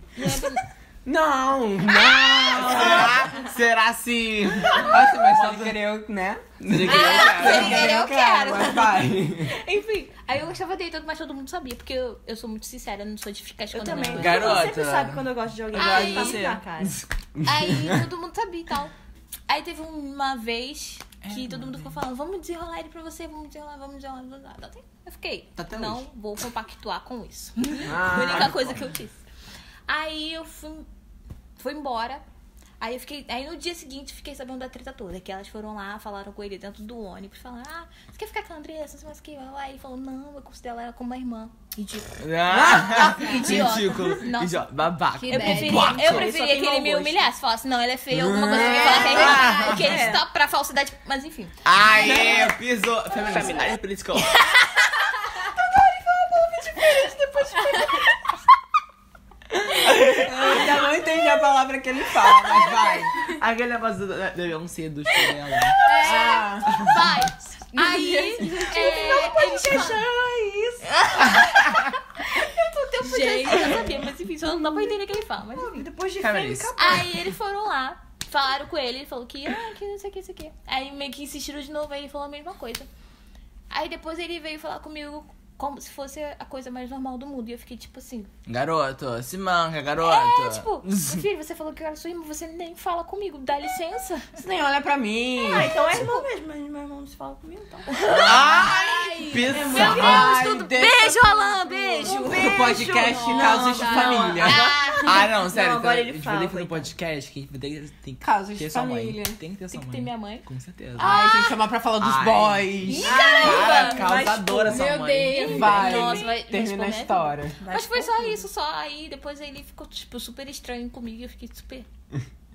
[SPEAKER 3] Não, não.
[SPEAKER 1] Será? Será assim? sim?
[SPEAKER 3] Nossa, mas só querer eu, né?
[SPEAKER 1] Seria que
[SPEAKER 5] Ah,
[SPEAKER 1] eu
[SPEAKER 5] ele queria, eu
[SPEAKER 3] quero,
[SPEAKER 5] quero.
[SPEAKER 3] mas vai.
[SPEAKER 5] Enfim, aí eu gostava dele, tanto, mas todo mundo sabia. Porque eu, eu sou muito sincera, eu não sou de ficar
[SPEAKER 4] Eu
[SPEAKER 5] escondendo.
[SPEAKER 4] também.
[SPEAKER 5] nada.
[SPEAKER 1] Garota.
[SPEAKER 4] Você sempre sabe quando eu gosto de alguém.
[SPEAKER 5] Ai.
[SPEAKER 4] tá muito na cara.
[SPEAKER 5] Aí todo mundo sabia e tal. Aí teve uma vez que todo mundo ficou falando, vamos desenrolar ele pra você, vamos desenrolar, vamos desenrolar. blá, blá, blá. Eu fiquei,
[SPEAKER 1] Tá até
[SPEAKER 5] não
[SPEAKER 1] hoje.
[SPEAKER 5] vou compactuar com isso. Foi a única
[SPEAKER 3] Ah,
[SPEAKER 5] coisa que eu disse. Aí eu fui, fui embora. Aí eu fiquei. Aí no dia seguinte fiquei sabendo da treta toda. Que elas foram lá, falaram com ele dentro do ônibus, falaram, ah, você quer ficar com a Andressa? Não sei mais o que. Aí ele falou, não, eu considero ela como uma irmã. Ridículo.
[SPEAKER 1] Ah,
[SPEAKER 5] Idiota.
[SPEAKER 1] Ridículo.
[SPEAKER 5] Nossa.
[SPEAKER 1] Idiota. Babaca.
[SPEAKER 5] Eu preferia,
[SPEAKER 1] Babaca.
[SPEAKER 5] eu
[SPEAKER 4] Ele
[SPEAKER 5] preferia
[SPEAKER 4] É só tem
[SPEAKER 5] que ele
[SPEAKER 4] mau
[SPEAKER 5] me
[SPEAKER 4] gosto.
[SPEAKER 5] humilhasse, falasse, não, ela é feia, alguma coisa que ele falasse,
[SPEAKER 4] Ah.
[SPEAKER 5] aí, que
[SPEAKER 4] É.
[SPEAKER 5] ele está pra falsidade, mas enfim.
[SPEAKER 1] Aê, pisou. Feminista. Political.
[SPEAKER 3] eu ainda não entendi a palavra que ele fala, mas vai.
[SPEAKER 1] Aquele negócio da da Beyoncé do chinelo.
[SPEAKER 3] Ah,
[SPEAKER 5] Vai! Aí, é, eles falam-
[SPEAKER 4] isso.
[SPEAKER 5] o tempo gente. eu já sabia, mas enfim, só não dá pra entender o que ele fala, mas enfim.
[SPEAKER 4] Depois de
[SPEAKER 1] Cara,
[SPEAKER 4] feio,
[SPEAKER 1] isso.
[SPEAKER 4] acabou.
[SPEAKER 5] Aí eles foram lá, falaram com ele, ele falou que, ah, que não sei o que, isso aqui. Aí meio que insistiram de novo, aí ele falou a mesma coisa. Aí depois ele veio falar comigo como se fosse a coisa mais normal do mundo, e eu fiquei tipo assim...
[SPEAKER 1] Garoto, se manca, garoto.
[SPEAKER 5] É, tipo, meu filho, você falou que eu era sua irmã, você nem fala comigo, dá licença.
[SPEAKER 3] Você nem olha pra mim.
[SPEAKER 4] Ah, então é irmão mesmo, mas meu irmão não se fala comigo, então.
[SPEAKER 1] Ai,
[SPEAKER 5] Meu
[SPEAKER 1] pisa.
[SPEAKER 5] Deus,
[SPEAKER 3] Ai,
[SPEAKER 5] tudo.
[SPEAKER 3] deixa
[SPEAKER 5] Beijo, Alan, beijo.
[SPEAKER 3] O podcast Causas de
[SPEAKER 4] não,
[SPEAKER 3] Família.
[SPEAKER 1] Ah, não, sério.
[SPEAKER 4] Não, agora
[SPEAKER 1] então,
[SPEAKER 4] ele
[SPEAKER 1] a gente vai ter que
[SPEAKER 4] fala,
[SPEAKER 1] fazer um
[SPEAKER 4] coitado.
[SPEAKER 1] podcast que a gente vai ter que- tem que
[SPEAKER 3] Casos de
[SPEAKER 1] ter sua
[SPEAKER 3] família.
[SPEAKER 1] mãe. Tem que ter sua
[SPEAKER 5] Tem que
[SPEAKER 1] mãe.
[SPEAKER 5] ter minha mãe.
[SPEAKER 1] Com certeza.
[SPEAKER 3] Ai, tem que chamar pra falar dos
[SPEAKER 1] Ai.
[SPEAKER 3] boys.
[SPEAKER 1] Cara,
[SPEAKER 4] Mas,
[SPEAKER 1] causadora essa
[SPEAKER 2] Meu
[SPEAKER 1] mãe.
[SPEAKER 2] Deus.
[SPEAKER 3] Vai,
[SPEAKER 5] Nossa, vai-
[SPEAKER 3] termina a
[SPEAKER 5] mas promete?
[SPEAKER 3] história.
[SPEAKER 5] Mas foi só isso, só aí depois ele ficou, tipo, super estranho comigo. Eu fiquei super.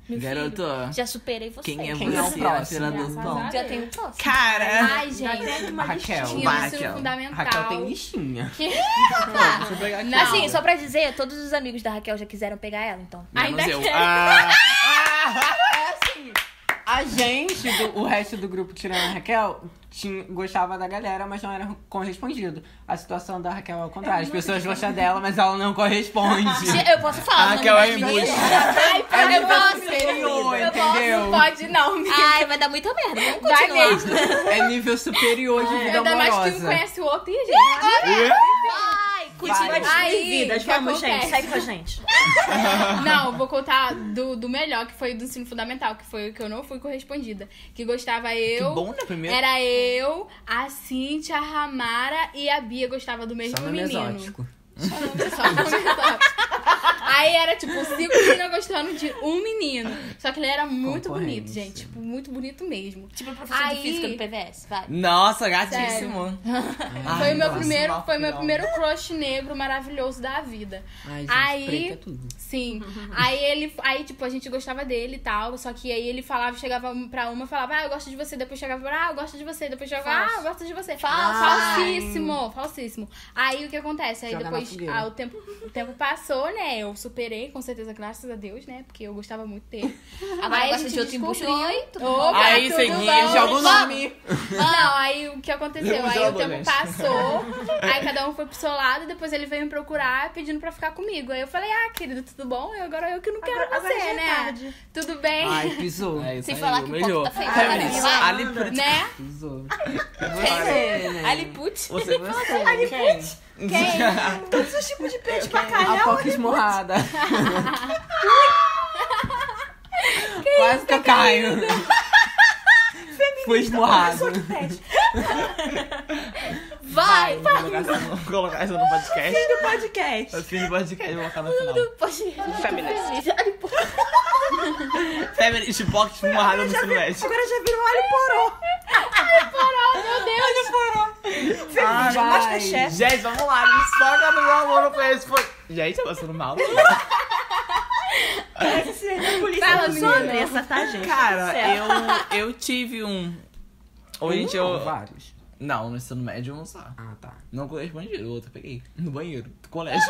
[SPEAKER 5] Meu
[SPEAKER 1] Garoto,
[SPEAKER 5] filho, já superei você.
[SPEAKER 1] quem é
[SPEAKER 3] Quem é o
[SPEAKER 1] você na
[SPEAKER 3] próximo?
[SPEAKER 1] fila do pão?
[SPEAKER 5] Já um tenho próximo.
[SPEAKER 3] É.
[SPEAKER 1] Cara.
[SPEAKER 2] Ai, gente.
[SPEAKER 4] uma
[SPEAKER 3] Raquel.
[SPEAKER 2] Tinha
[SPEAKER 1] Vai,
[SPEAKER 2] ensino
[SPEAKER 1] Raquel.
[SPEAKER 2] fundamental.
[SPEAKER 3] Raquel tem listinha.
[SPEAKER 1] Deixa eu pegar aqui.
[SPEAKER 2] Não.
[SPEAKER 5] Assim, só pra dizer, todos os amigos da Raquel já quiseram pegar ela, então.
[SPEAKER 1] Menos
[SPEAKER 2] Ainda
[SPEAKER 1] eu.
[SPEAKER 2] quer.
[SPEAKER 1] Ah,
[SPEAKER 3] A gente, do- o resto do grupo tirando a Raquel, tinha- gostava da galera, mas não era correspondido. A situação da Raquel é o contrário. As pessoas gostam dela, mas ela não corresponde.
[SPEAKER 5] Eu posso falar,
[SPEAKER 1] Ah,
[SPEAKER 5] o nome
[SPEAKER 1] que é o
[SPEAKER 5] das
[SPEAKER 1] embuste.
[SPEAKER 5] meninas?
[SPEAKER 2] Ai, pra
[SPEAKER 3] Ela tá
[SPEAKER 2] eu
[SPEAKER 3] superior,
[SPEAKER 2] Eu posso,
[SPEAKER 3] entendeu?
[SPEAKER 2] pode não. Ah,
[SPEAKER 5] Ai, vai dar muita merda. Vamos
[SPEAKER 2] Vai
[SPEAKER 5] continuar.
[SPEAKER 2] mesmo.
[SPEAKER 3] É nível superior de vida
[SPEAKER 2] Ainda mais que um
[SPEAKER 3] amorosa.
[SPEAKER 2] conhece o outro. Ih, gente.
[SPEAKER 5] Vai, continua.
[SPEAKER 4] Mas
[SPEAKER 2] Ai,
[SPEAKER 4] tem vidas,
[SPEAKER 2] que
[SPEAKER 4] vamos,
[SPEAKER 2] acontece?
[SPEAKER 4] gente. Segue com a gente.
[SPEAKER 2] Não, vou contar do, do melhor, que foi do ensino fundamental, que foi o que eu não fui correspondida. Que gostava
[SPEAKER 1] que
[SPEAKER 2] eu.
[SPEAKER 1] bom, né? Primeiro.
[SPEAKER 2] Era eu, a Cintia, a Ramara e a Bia gostava do mesmo
[SPEAKER 3] Só nome
[SPEAKER 2] menino.
[SPEAKER 3] exótico.
[SPEAKER 2] Só nome- só nome exótico. Aí era tipo cinco meninas gostando de um menino. Só que ele era muito bonito,
[SPEAKER 3] Concorrência.
[SPEAKER 2] gente. Tipo, muito bonito mesmo.
[SPEAKER 5] Tipo, professor de
[SPEAKER 2] Aí-
[SPEAKER 5] física do PVS, vai.
[SPEAKER 1] Nossa, gatíssimo.
[SPEAKER 5] É
[SPEAKER 2] foi o meu
[SPEAKER 1] nossa,
[SPEAKER 2] primeiro,
[SPEAKER 1] mal
[SPEAKER 2] foi meu
[SPEAKER 1] final.
[SPEAKER 2] primeiro crush negro maravilhoso da vida.
[SPEAKER 3] Ai, gente,
[SPEAKER 2] Aí-
[SPEAKER 3] preto é tudo.
[SPEAKER 2] Sim. aí ele. Aí, tipo, a gente gostava dele e tal. Só que aí ele falava, chegava pra uma e falava, ah, eu gosto de você, depois chegava pra, ah, eu gosto de você, depois chegava, ah, eu gosto de você.
[SPEAKER 5] Falso.
[SPEAKER 2] Falsíssimo, falsíssimo. Aí o que acontece? Aí
[SPEAKER 3] Joga na
[SPEAKER 2] depois
[SPEAKER 3] fogueira.
[SPEAKER 2] ah, o, tempo, o tempo passou, né? Eu superei, com certeza, graças a Deus, né? Porque eu gostava muito dele.
[SPEAKER 5] Agora
[SPEAKER 2] Aí a
[SPEAKER 5] gosta
[SPEAKER 2] gente
[SPEAKER 5] de outro embuste.
[SPEAKER 2] descobriu.
[SPEAKER 5] Oi, tudo bom?
[SPEAKER 2] Opa,
[SPEAKER 1] Aí,
[SPEAKER 2] tá tudo
[SPEAKER 1] seguinte,
[SPEAKER 2] bom?
[SPEAKER 1] joga o nome.
[SPEAKER 2] Não, aí o que aconteceu?
[SPEAKER 1] Vamos
[SPEAKER 2] Aí o
[SPEAKER 1] jogar,
[SPEAKER 2] tempo
[SPEAKER 1] gente.
[SPEAKER 2] passou, aí cada um foi pro seu lado, depois ele veio me procurar pedindo pra ficar comigo. Aí eu falei, ah, querido, tudo bom? Eu, agora eu que não quero
[SPEAKER 4] Agora- agora
[SPEAKER 2] você,
[SPEAKER 4] já é
[SPEAKER 2] né?
[SPEAKER 4] tarde.
[SPEAKER 2] Tudo bem?
[SPEAKER 3] Ai, pisou.
[SPEAKER 1] É isso
[SPEAKER 5] Sem
[SPEAKER 1] aí,
[SPEAKER 5] falar que o
[SPEAKER 1] beijou.
[SPEAKER 5] povo tá feio.
[SPEAKER 1] Feminista,
[SPEAKER 5] Vai,
[SPEAKER 1] Ali Put-
[SPEAKER 2] Né?
[SPEAKER 3] Pisou.
[SPEAKER 1] é?
[SPEAKER 3] né?
[SPEAKER 5] Aliput.
[SPEAKER 1] Você
[SPEAKER 3] Você,
[SPEAKER 4] Todos os tipos de peixe
[SPEAKER 3] A
[SPEAKER 4] bacalhau.
[SPEAKER 3] pouca esmurrada. Quase que eu caio. Foi esmurrado.
[SPEAKER 4] Pessoa que pede.
[SPEAKER 5] Vai!
[SPEAKER 1] Vou colocar essa no- vou colocar essa no podcast.
[SPEAKER 4] é Do podcast.
[SPEAKER 1] Eu fiz no podcast, vou colocar no final.
[SPEAKER 5] Pode Feminist.
[SPEAKER 1] Feminist box esmurrada no silvestre.
[SPEAKER 4] Agora já virou alho poró.
[SPEAKER 2] Meu Deus!
[SPEAKER 4] Alho poró. Feliz,
[SPEAKER 3] vai.
[SPEAKER 4] Masterchef.
[SPEAKER 1] Ah, Gente, vamos lá. Me soca no meu amor com esse foi. Gente, tá passando mal.
[SPEAKER 4] Parece ser da é polícia.
[SPEAKER 2] Fala,
[SPEAKER 4] Eu sou
[SPEAKER 2] menina.
[SPEAKER 4] Andressa, tá, gente?
[SPEAKER 1] Cara,
[SPEAKER 4] Sério.
[SPEAKER 1] eu, eu tive um. Ou gente,
[SPEAKER 3] Não,
[SPEAKER 1] eu.
[SPEAKER 3] Vários.
[SPEAKER 1] Não, no ensino médio eu não só.
[SPEAKER 3] Ah, tá.
[SPEAKER 1] Não corresponde, o outro eu peguei. No banheiro, do colégio.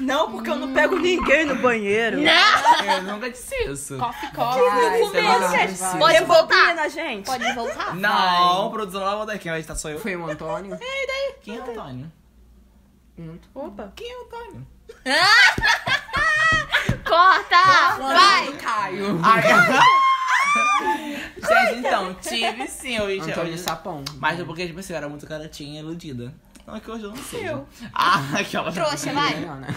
[SPEAKER 4] Não, porque eu não pego ninguém no banheiro. Não.
[SPEAKER 1] eu nunca disse isso.
[SPEAKER 2] Coffee, coffee.
[SPEAKER 3] Ai, sei lá,
[SPEAKER 4] Deus, gente.
[SPEAKER 3] vai.
[SPEAKER 5] Pode voltar.
[SPEAKER 4] na gente.
[SPEAKER 5] Pode voltar.
[SPEAKER 1] Não, produção não vai botar quem vai editar sou tá eu.
[SPEAKER 3] Foi o Antônio.
[SPEAKER 1] Quem é o Antônio?
[SPEAKER 4] Opa.
[SPEAKER 1] Quem é o Antônio?
[SPEAKER 5] Corta! Vai!
[SPEAKER 3] Do Caio.
[SPEAKER 1] Ai, Gente, então, tive sim, eu já-
[SPEAKER 3] Antônio Sapão.
[SPEAKER 1] Mas é porque, tipo assim, eu era muito garotinha e iludida. Não é que hoje eu não sei. Ah, aquela.
[SPEAKER 5] Trouxa,
[SPEAKER 3] Vai.
[SPEAKER 5] vai!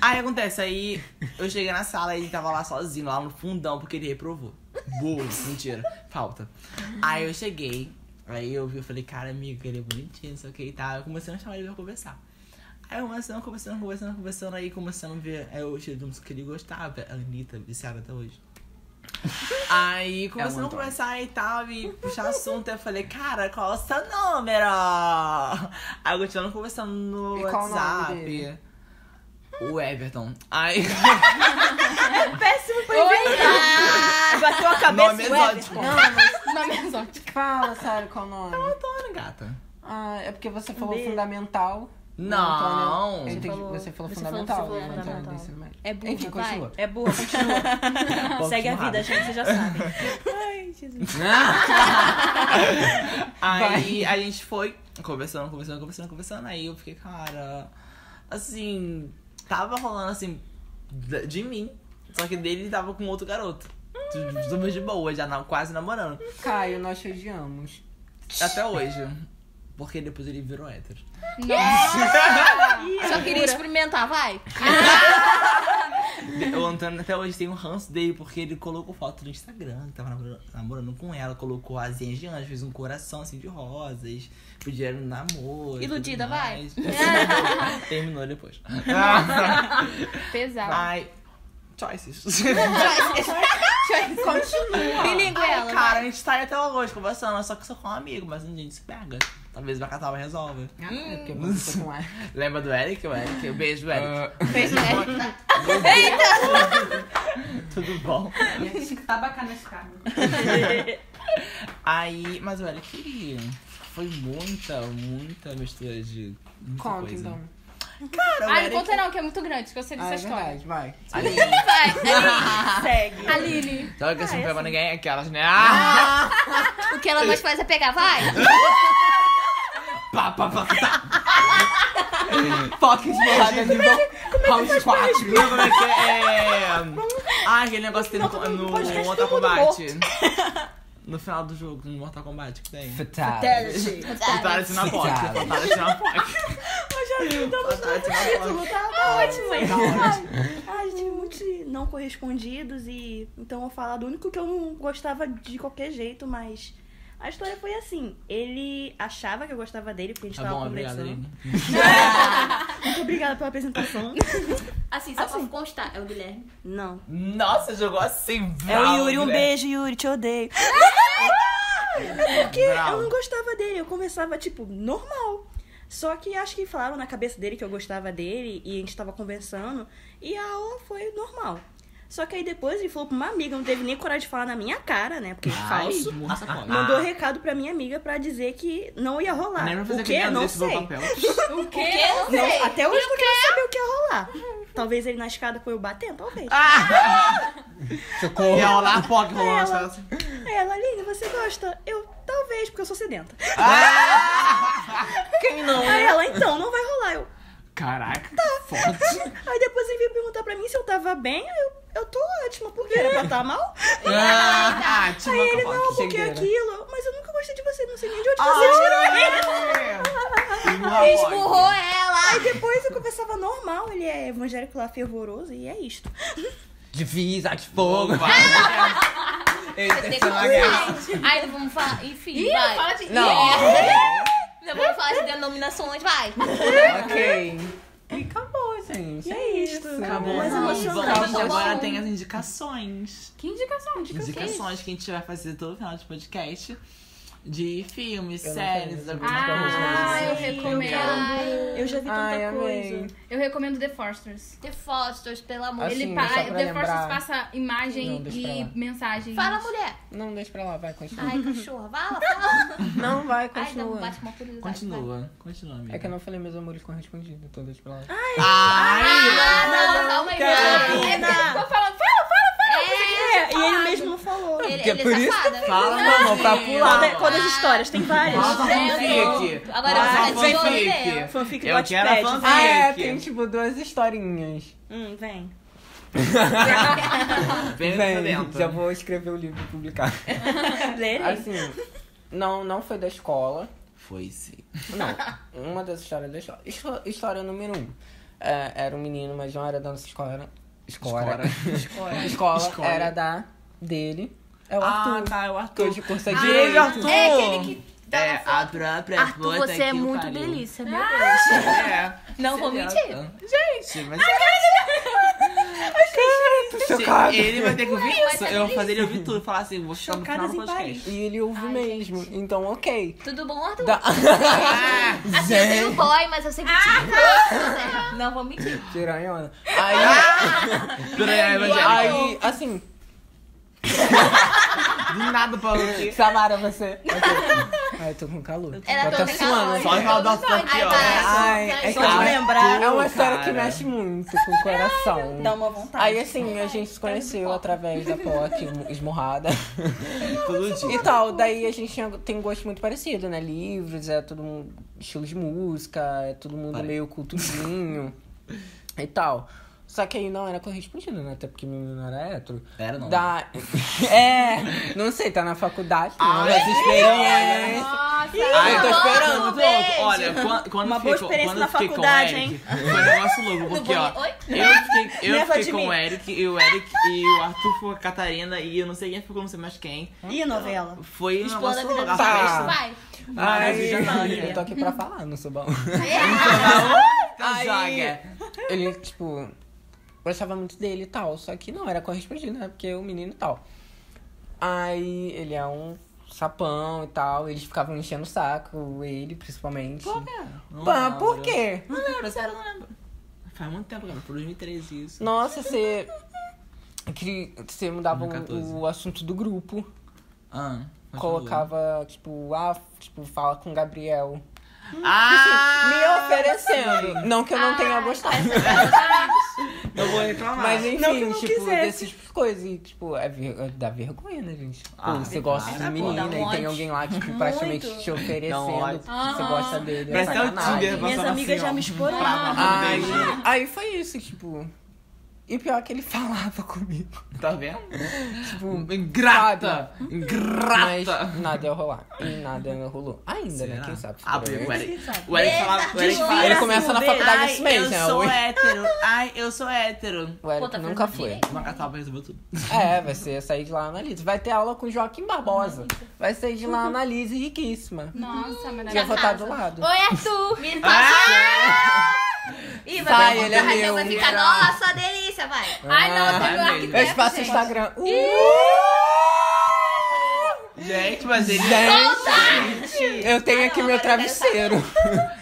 [SPEAKER 1] Aí acontece, aí eu cheguei na sala e ele tava lá sozinho, lá no fundão, porque ele reprovou. Burro, mentira, falta. Aí eu cheguei, aí eu vi, eu falei, cara, amigo, ele é bonitinho, não sei o que e tal. Eu comecei a chamar ele pra conversar. Aí eu começando, conversando, conversando, conversando, aí começando a ver aí eu cheguei de música que ele gostava, a Anitta, viciada até hoje. Aí começando a
[SPEAKER 3] Antônio.
[SPEAKER 1] conversar e tal, e puxar assunto, aí eu falei, cara, qual é o seu número? Aí eu continuando conversando no
[SPEAKER 3] E qual o nome
[SPEAKER 1] WhatsApp.
[SPEAKER 3] dele?
[SPEAKER 1] O Everton. Ai,
[SPEAKER 4] Péssimo pra inventar. Ah, Bateu a cabeça.
[SPEAKER 1] nome
[SPEAKER 4] ué.
[SPEAKER 1] exótico.
[SPEAKER 3] Não, mas
[SPEAKER 2] Na mesa.
[SPEAKER 3] fala, sério, qual o nome?
[SPEAKER 1] Antônio, gata.
[SPEAKER 3] Ah, é porque você falou
[SPEAKER 4] Beijo.
[SPEAKER 3] fundamental.
[SPEAKER 1] Não.
[SPEAKER 3] Antônio- Eu entendi,
[SPEAKER 5] falou-
[SPEAKER 3] você falou
[SPEAKER 5] você
[SPEAKER 3] fundamental.
[SPEAKER 5] falou
[SPEAKER 3] né, Antônio,
[SPEAKER 5] fundamental.
[SPEAKER 3] do ensino médio.
[SPEAKER 5] É burra,
[SPEAKER 3] Enfim,
[SPEAKER 5] vai.
[SPEAKER 3] continua.
[SPEAKER 4] É boa, continua.
[SPEAKER 1] Box
[SPEAKER 4] Segue a
[SPEAKER 1] borrada.
[SPEAKER 4] vida, gente, vocês já sabem. Ai, Jesus.
[SPEAKER 1] Aí a gente foi conversando, conversando, conversando, conversando. Aí eu fiquei, cara. Assim, tava rolando assim de de mim. Só que dele tava com outro garoto. Super de boa, já na- quase namorando.
[SPEAKER 3] Caio, nós te odiamos.
[SPEAKER 1] Até hoje. Porque depois ele virou hétero.
[SPEAKER 5] Só queria experimentar, vai!
[SPEAKER 1] O Antônio até hoje tem um ranço dele, porque ele colocou foto no Instagram, que tava namorando, namorando com ela, colocou asinhas de anjo, fez um coração assim de rosas, pediu ela em namoro. e tudo
[SPEAKER 5] Iludida, vai.
[SPEAKER 1] mais. Terminou depois.
[SPEAKER 3] Ah,
[SPEAKER 2] Pesado.
[SPEAKER 1] Ai. Choices.
[SPEAKER 5] Bilingue ela!
[SPEAKER 1] Cara, a gente tá aí até hoje conversando, só que só com um amigo, mas a gente se pega. Talvez o Bacatava resolva.
[SPEAKER 3] Ah, é porque
[SPEAKER 1] Hum.
[SPEAKER 3] você foi com ela.
[SPEAKER 1] Lembra do Eric? O Eric? Beijo, Eric.
[SPEAKER 5] Fez merda.
[SPEAKER 1] Tudo bom?
[SPEAKER 6] Tá bacana esse carro.
[SPEAKER 1] Aí, mas o Eric ele foi muita, muita mistura de. Muita
[SPEAKER 3] Conta,
[SPEAKER 1] coisa.
[SPEAKER 3] então.
[SPEAKER 1] Cara, o
[SPEAKER 2] Ah, não
[SPEAKER 1] Eric-
[SPEAKER 2] conta não, que é muito grande, que eu sei
[SPEAKER 3] Ah,
[SPEAKER 2] dessa
[SPEAKER 3] é
[SPEAKER 2] história.
[SPEAKER 3] verdade, vai.
[SPEAKER 1] Aí,
[SPEAKER 4] Segue.
[SPEAKER 2] Aline.
[SPEAKER 1] Então que
[SPEAKER 3] Ah,
[SPEAKER 1] eu
[SPEAKER 3] é assim.
[SPEAKER 1] sempre pego ninguém, aquelas, né? Ah!
[SPEAKER 5] O que ela mais faz é pegar, vai!
[SPEAKER 1] Pá, pá, pá, tá. Foca esmorrada nível Round 4. Não, como é que é? Ah, aquele negócio que tem no, no Mortal Kombat. No final do jogo, no Mortal Kombat que tem.
[SPEAKER 3] Fatal.
[SPEAKER 1] Fatality na POC.
[SPEAKER 3] Fatality.
[SPEAKER 1] Fatality assim na POC.
[SPEAKER 4] então tá
[SPEAKER 1] Fatality na POC. Tá
[SPEAKER 4] Ai, gente, muitos não correspondidos e então eu vou falar do único que eu não gostava de qualquer jeito, mas a história foi assim. Ele achava que eu gostava dele porque a gente
[SPEAKER 1] Tá
[SPEAKER 4] tava
[SPEAKER 1] bom, obrigado,
[SPEAKER 4] conversando.
[SPEAKER 1] Aline.
[SPEAKER 4] Muito obrigada pela apresentação.
[SPEAKER 5] Assim, só pra constar, é o Guilherme.
[SPEAKER 4] Não.
[SPEAKER 1] Nossa, jogou assim,
[SPEAKER 4] É o
[SPEAKER 1] bravo,
[SPEAKER 4] Yuri, um
[SPEAKER 1] né?
[SPEAKER 4] beijo, Yuri, te odeio. Porque
[SPEAKER 1] Bravo.
[SPEAKER 4] eu não gostava dele, eu conversava, tipo, normal. Só que acho que falaram na cabeça dele que eu gostava dele e a gente tava conversando e a aula foi normal. Só que aí depois ele falou pra uma amiga, não teve nem coragem de falar na minha cara, né? Porque
[SPEAKER 1] Ai, Ah.
[SPEAKER 4] falso. Ah,
[SPEAKER 1] muito safado.
[SPEAKER 4] Mandou recado pra minha amiga pra dizer que não ia rolar.
[SPEAKER 1] Nem pra fazer
[SPEAKER 4] o quê?
[SPEAKER 1] aquele
[SPEAKER 4] Não
[SPEAKER 1] desse meu
[SPEAKER 4] sei.
[SPEAKER 1] papel.
[SPEAKER 2] O quê?
[SPEAKER 5] Eu não
[SPEAKER 4] Não,
[SPEAKER 5] sei.
[SPEAKER 4] até hoje eu não quero saber o que ia rolar. Talvez ele na escada foi eu batendo, talvez.
[SPEAKER 1] Socorro. E ela lá, POC, rolou na
[SPEAKER 4] Ela.
[SPEAKER 1] sala assim.
[SPEAKER 4] Aí ela, Aline, você gosta? Eu, talvez, porque eu sou sedenta.
[SPEAKER 1] Quem não?
[SPEAKER 4] Aí ela, então, não vai rolar. Eu,
[SPEAKER 1] Caraca, forte.
[SPEAKER 4] Aí depois ele veio perguntar pra mim se eu tava bem. Aí eu, eu tô ótima, porque era pra estar mal.
[SPEAKER 1] Ah, te
[SPEAKER 4] Aí ele,
[SPEAKER 1] macaco,
[SPEAKER 4] não, porque
[SPEAKER 1] cegueira.
[SPEAKER 4] aquilo. Mas eu nunca gostei de você, não sei nem de
[SPEAKER 1] Ah,
[SPEAKER 4] onde você
[SPEAKER 1] é. Ai.
[SPEAKER 5] Esmurrou ela!
[SPEAKER 4] Aí depois eu conversava normal, ele é evangélico lá fervoroso e é isto.
[SPEAKER 3] Divisa de fogo.
[SPEAKER 1] Vai.
[SPEAKER 3] Eita,
[SPEAKER 5] Você tem
[SPEAKER 3] isso é uma guerra.
[SPEAKER 5] consciência. Aí não vamos falar. Enfim,
[SPEAKER 2] Ih,
[SPEAKER 5] vai.
[SPEAKER 2] fala de-
[SPEAKER 3] Não.
[SPEAKER 5] É. Não vamos falar de denominações, vai.
[SPEAKER 3] ok. E acabou, gente.
[SPEAKER 4] É isso.
[SPEAKER 1] Acabou.
[SPEAKER 4] Mas
[SPEAKER 1] não.
[SPEAKER 4] emocionante.
[SPEAKER 1] Vamos,
[SPEAKER 5] Acabou.
[SPEAKER 1] agora tem as indicações.
[SPEAKER 2] Que é indicação? Indicação.
[SPEAKER 1] Indicações que a gente vai fazer todo final de podcast. De filmes,
[SPEAKER 3] Eu não
[SPEAKER 1] séries,
[SPEAKER 3] conheço.
[SPEAKER 1] alguma
[SPEAKER 2] Ah,
[SPEAKER 1] coisa.
[SPEAKER 2] eu
[SPEAKER 4] Ai,
[SPEAKER 2] recomendo.
[SPEAKER 5] Ai,
[SPEAKER 4] Eu já vi tanta
[SPEAKER 3] Ai, amei.
[SPEAKER 4] coisa.
[SPEAKER 2] Eu recomendo The Forsters.
[SPEAKER 5] The Fosters, pelo amor de
[SPEAKER 3] Assim,
[SPEAKER 5] Deus.
[SPEAKER 2] Ele
[SPEAKER 3] só
[SPEAKER 2] pa-
[SPEAKER 3] pra
[SPEAKER 2] The Forsters
[SPEAKER 3] lembrar.
[SPEAKER 2] passa imagem
[SPEAKER 3] Não, deixa pra
[SPEAKER 2] e
[SPEAKER 3] lá.
[SPEAKER 2] mensagem.
[SPEAKER 5] Fala, mulher.
[SPEAKER 3] Não deixa pra lá, vai, continua.
[SPEAKER 5] Ai, cachorra, fala, fala.
[SPEAKER 3] Não, vai,
[SPEAKER 5] Ai, dá um
[SPEAKER 3] continua.
[SPEAKER 5] bate uma curiosidade. vai.
[SPEAKER 1] Continua, continua, amiga.
[SPEAKER 3] É que eu não falei meus amores correspondidos, então deixa pra lá.
[SPEAKER 5] Ah,
[SPEAKER 1] Ai!
[SPEAKER 5] não, calma aí, vai.
[SPEAKER 2] É porque ele ficou falando, fala, fala, fala.
[SPEAKER 5] É,
[SPEAKER 4] É, e ele mesmo não falou.
[SPEAKER 5] Ele,
[SPEAKER 3] Porque
[SPEAKER 5] ele
[SPEAKER 3] por
[SPEAKER 5] é
[SPEAKER 3] isso-
[SPEAKER 5] safado.
[SPEAKER 1] Fala, mano, pra
[SPEAKER 4] Conta,
[SPEAKER 1] pular.
[SPEAKER 4] conta as histórias, tem várias.
[SPEAKER 1] Fala fanfic.
[SPEAKER 5] Agora
[SPEAKER 1] Fala
[SPEAKER 5] você vai
[SPEAKER 1] fanfic.
[SPEAKER 5] desenvolver.
[SPEAKER 4] Fanfic do
[SPEAKER 1] Eu quero
[SPEAKER 4] Wattpad.
[SPEAKER 1] fanfic.
[SPEAKER 3] Ah, é,
[SPEAKER 1] Fake.
[SPEAKER 3] tem tipo duas historinhas.
[SPEAKER 4] Hum, vem.
[SPEAKER 1] Vem,
[SPEAKER 3] Vem,
[SPEAKER 1] dentro.
[SPEAKER 3] já vou escrever o livro e publicar.
[SPEAKER 4] Lerei.
[SPEAKER 3] Assim, não, não foi da escola.
[SPEAKER 1] Foi sim.
[SPEAKER 3] Não, uma das histórias da escola. Histó- História número um. É, era um menino, mas não era da nossa escola. Escola.
[SPEAKER 1] Escora.
[SPEAKER 3] Escola,
[SPEAKER 1] Escola.
[SPEAKER 3] era da dele. É o
[SPEAKER 1] Ah,
[SPEAKER 3] Arthur.
[SPEAKER 1] tá, é o
[SPEAKER 3] Que
[SPEAKER 1] Arthur.
[SPEAKER 3] hoje cursa
[SPEAKER 1] Ah,
[SPEAKER 3] direito.
[SPEAKER 1] Arthur.
[SPEAKER 5] É aquele que dá
[SPEAKER 1] É,
[SPEAKER 5] na
[SPEAKER 1] a
[SPEAKER 5] foto.
[SPEAKER 1] própria
[SPEAKER 5] Arthur,
[SPEAKER 1] puta
[SPEAKER 5] você é
[SPEAKER 1] que o
[SPEAKER 5] muito
[SPEAKER 1] pariu.
[SPEAKER 5] delícia, meu Deus.
[SPEAKER 1] É.
[SPEAKER 5] Não Então, vou mentir.
[SPEAKER 1] Gente, mas... é.
[SPEAKER 3] Chocado.
[SPEAKER 1] Ele vai ter que ouvir
[SPEAKER 5] Ué,
[SPEAKER 1] isso.
[SPEAKER 5] mas
[SPEAKER 1] Eu vou fazer ele ouvir tudo. Falar assim, vou ficar no final
[SPEAKER 4] Chocadas
[SPEAKER 1] do
[SPEAKER 4] em
[SPEAKER 1] podcast.
[SPEAKER 3] E ele ouve
[SPEAKER 5] Ai,
[SPEAKER 3] mesmo. Então, ok.
[SPEAKER 5] Tudo bom, Arthur?
[SPEAKER 3] Da...
[SPEAKER 5] Assim, eu tenho boy, mas eu sempre tive crush. Não vou mentir.
[SPEAKER 3] Piranhona.
[SPEAKER 1] Ah,
[SPEAKER 3] Aí,
[SPEAKER 1] Peraí, aí, vai já.
[SPEAKER 3] aí, assim,
[SPEAKER 1] Do nada pra aqui.
[SPEAKER 3] Samara, você. Ok. Ai, eu tô com calor.
[SPEAKER 5] Era
[SPEAKER 3] Agora
[SPEAKER 5] tão
[SPEAKER 3] tá
[SPEAKER 5] legal.
[SPEAKER 3] suando.
[SPEAKER 1] Só em roda só aqui,
[SPEAKER 5] Ai,
[SPEAKER 1] ó.
[SPEAKER 5] vai.
[SPEAKER 3] Ai, é
[SPEAKER 5] Só
[SPEAKER 3] que-
[SPEAKER 4] Só de
[SPEAKER 3] Cara,
[SPEAKER 4] lembrar,
[SPEAKER 3] É uma história que
[SPEAKER 1] cara.
[SPEAKER 3] mexe muito com o coração.
[SPEAKER 4] dá uma vontade.
[SPEAKER 3] Aí assim, a gente se conheceu através da POC mu- esmurrada
[SPEAKER 1] Todo
[SPEAKER 3] e
[SPEAKER 1] dia.
[SPEAKER 3] tal. Daí a gente tinha- tem um gosto muito parecido, né? Livros, é todo mundo, estilo de música, é todo mundo
[SPEAKER 1] Parei.
[SPEAKER 3] meio cultudinho e tal. Só que aí não era correspondido, né? Até porque meu menino era hétero.
[SPEAKER 1] Era não. né?
[SPEAKER 3] Da... é, não sei, tá na faculdade, não,
[SPEAKER 1] Ai,
[SPEAKER 3] mas né? experiência.
[SPEAKER 5] Nossa.
[SPEAKER 1] Ai, eu tô
[SPEAKER 5] Vamos,
[SPEAKER 1] esperando, muito
[SPEAKER 5] beijo.
[SPEAKER 1] louco. Olha, quan- quando
[SPEAKER 4] Uma
[SPEAKER 1] fiquei
[SPEAKER 4] boa
[SPEAKER 1] com-
[SPEAKER 4] experiência
[SPEAKER 1] quando
[SPEAKER 4] na
[SPEAKER 1] fiquei com o
[SPEAKER 4] faculdade,
[SPEAKER 1] Eric,
[SPEAKER 4] hein?
[SPEAKER 1] Foi um negócio louco, porque, ó.
[SPEAKER 5] Oi?
[SPEAKER 1] Eu fiquei, eu
[SPEAKER 4] Leva
[SPEAKER 1] fiquei
[SPEAKER 4] de
[SPEAKER 1] com
[SPEAKER 4] mim.
[SPEAKER 1] o Eric, e o Eric e o Arthur ficou com a Catarina, e eu não sei quem ficou, não sei mais quem.
[SPEAKER 4] E a novela?
[SPEAKER 1] Foi um
[SPEAKER 5] Explana a
[SPEAKER 1] negócio
[SPEAKER 5] vida
[SPEAKER 1] louco.
[SPEAKER 5] dos
[SPEAKER 3] Tá.
[SPEAKER 5] outros,
[SPEAKER 1] Tá.
[SPEAKER 5] vai.
[SPEAKER 1] Maravilhosa.
[SPEAKER 3] eu tô aqui pra falar, não sou bom.
[SPEAKER 1] Ai. Joga.
[SPEAKER 3] Então, Ele, tipo, gostava muito dele e tal, só que não era correspondido, né? Porque o menino e tal. Aí ele é um sapão e tal, eles ficavam enchendo o saco, ele principalmente. Pô,
[SPEAKER 1] Não lembro.
[SPEAKER 3] por quê?
[SPEAKER 1] Não lembro, sério, não lembro. Faz muito tempo, cara. Foi 2013 isso.
[SPEAKER 3] Nossa, você. cri- Você mudava o-
[SPEAKER 1] 2014.
[SPEAKER 3] o assunto do grupo,
[SPEAKER 1] Ah, mas
[SPEAKER 3] colocava, tipo, ah, tipo, fala com o Gabriel.
[SPEAKER 1] falou. Ah!
[SPEAKER 3] Assim, Me oferecendo. Não que eu não tenha
[SPEAKER 2] tá.
[SPEAKER 3] gostado.
[SPEAKER 1] Eu vou reclamar.
[SPEAKER 3] Mas enfim,
[SPEAKER 4] Não que eu não
[SPEAKER 3] tipo,
[SPEAKER 4] quisesse.
[SPEAKER 3] desse tipo de coisa. E, tipo, é ver... dá vergonha, né, gente? Pô,
[SPEAKER 1] Ah,
[SPEAKER 3] você
[SPEAKER 1] dá.
[SPEAKER 3] gosta de
[SPEAKER 1] Dá um
[SPEAKER 3] menina
[SPEAKER 5] ódio.
[SPEAKER 3] e tem alguém lá, tipo, praticamente te
[SPEAKER 1] Dá
[SPEAKER 3] oferecendo.
[SPEAKER 1] um ódio.
[SPEAKER 3] porque Você gosta dele.
[SPEAKER 1] Parece até o
[SPEAKER 3] sacanagem.
[SPEAKER 1] um Tinder,
[SPEAKER 4] Minhas
[SPEAKER 1] passando
[SPEAKER 4] amigas
[SPEAKER 1] assim,
[SPEAKER 4] já
[SPEAKER 1] ó.
[SPEAKER 4] me exporaram.
[SPEAKER 3] Aí,
[SPEAKER 1] Parava no beijo.
[SPEAKER 3] aí foi isso, tipo. E pior é que ele falava comigo.
[SPEAKER 1] Tá vendo? Um
[SPEAKER 3] Tipo,
[SPEAKER 1] Ingrata!
[SPEAKER 3] mas
[SPEAKER 1] Ingrata!
[SPEAKER 3] nada ia rolar. E nada rolou. Ainda, né? Quem sabe?
[SPEAKER 1] Ah, porque o Eric. O Eric
[SPEAKER 5] Eita,
[SPEAKER 1] falava. o Eric
[SPEAKER 5] desvira
[SPEAKER 1] falava-
[SPEAKER 3] Ele começa na faculdade
[SPEAKER 1] Ai,
[SPEAKER 3] esse mês, né?
[SPEAKER 1] eu sou
[SPEAKER 3] Hoje.
[SPEAKER 1] hétero. Ai, eu sou hétero.
[SPEAKER 3] O Eric
[SPEAKER 5] Pô, tá
[SPEAKER 3] nunca
[SPEAKER 5] fazendo
[SPEAKER 3] foi.
[SPEAKER 5] direito.
[SPEAKER 1] Uma catapa resolveu tudo.
[SPEAKER 3] É, vai ser sair de lá analise. Vai ter aula com Joaquim Barbosa. Vai sair de lá analise riquíssima.
[SPEAKER 2] Nossa,
[SPEAKER 3] E
[SPEAKER 5] é
[SPEAKER 3] eu vou
[SPEAKER 2] maravilhosa.
[SPEAKER 3] estar do lado.
[SPEAKER 5] Oi, Arthur. Me Ah! Ih, vai
[SPEAKER 3] Sai,
[SPEAKER 5] dar
[SPEAKER 3] ele é
[SPEAKER 5] vontade,
[SPEAKER 3] meu,
[SPEAKER 5] Vai ficar,
[SPEAKER 3] meu.
[SPEAKER 5] nossa, delícia, vai.
[SPEAKER 2] Ai, não, tem
[SPEAKER 1] Ah,
[SPEAKER 2] meu
[SPEAKER 1] mesmo.
[SPEAKER 2] arquiteto,
[SPEAKER 3] Eu espaço
[SPEAKER 2] gente.
[SPEAKER 3] Instagram. Uh!
[SPEAKER 1] Gente, mas ele.
[SPEAKER 3] Gente, eu tenho aqui
[SPEAKER 5] Ah, não,
[SPEAKER 3] meu
[SPEAKER 5] agora eu quero
[SPEAKER 3] travesseiro.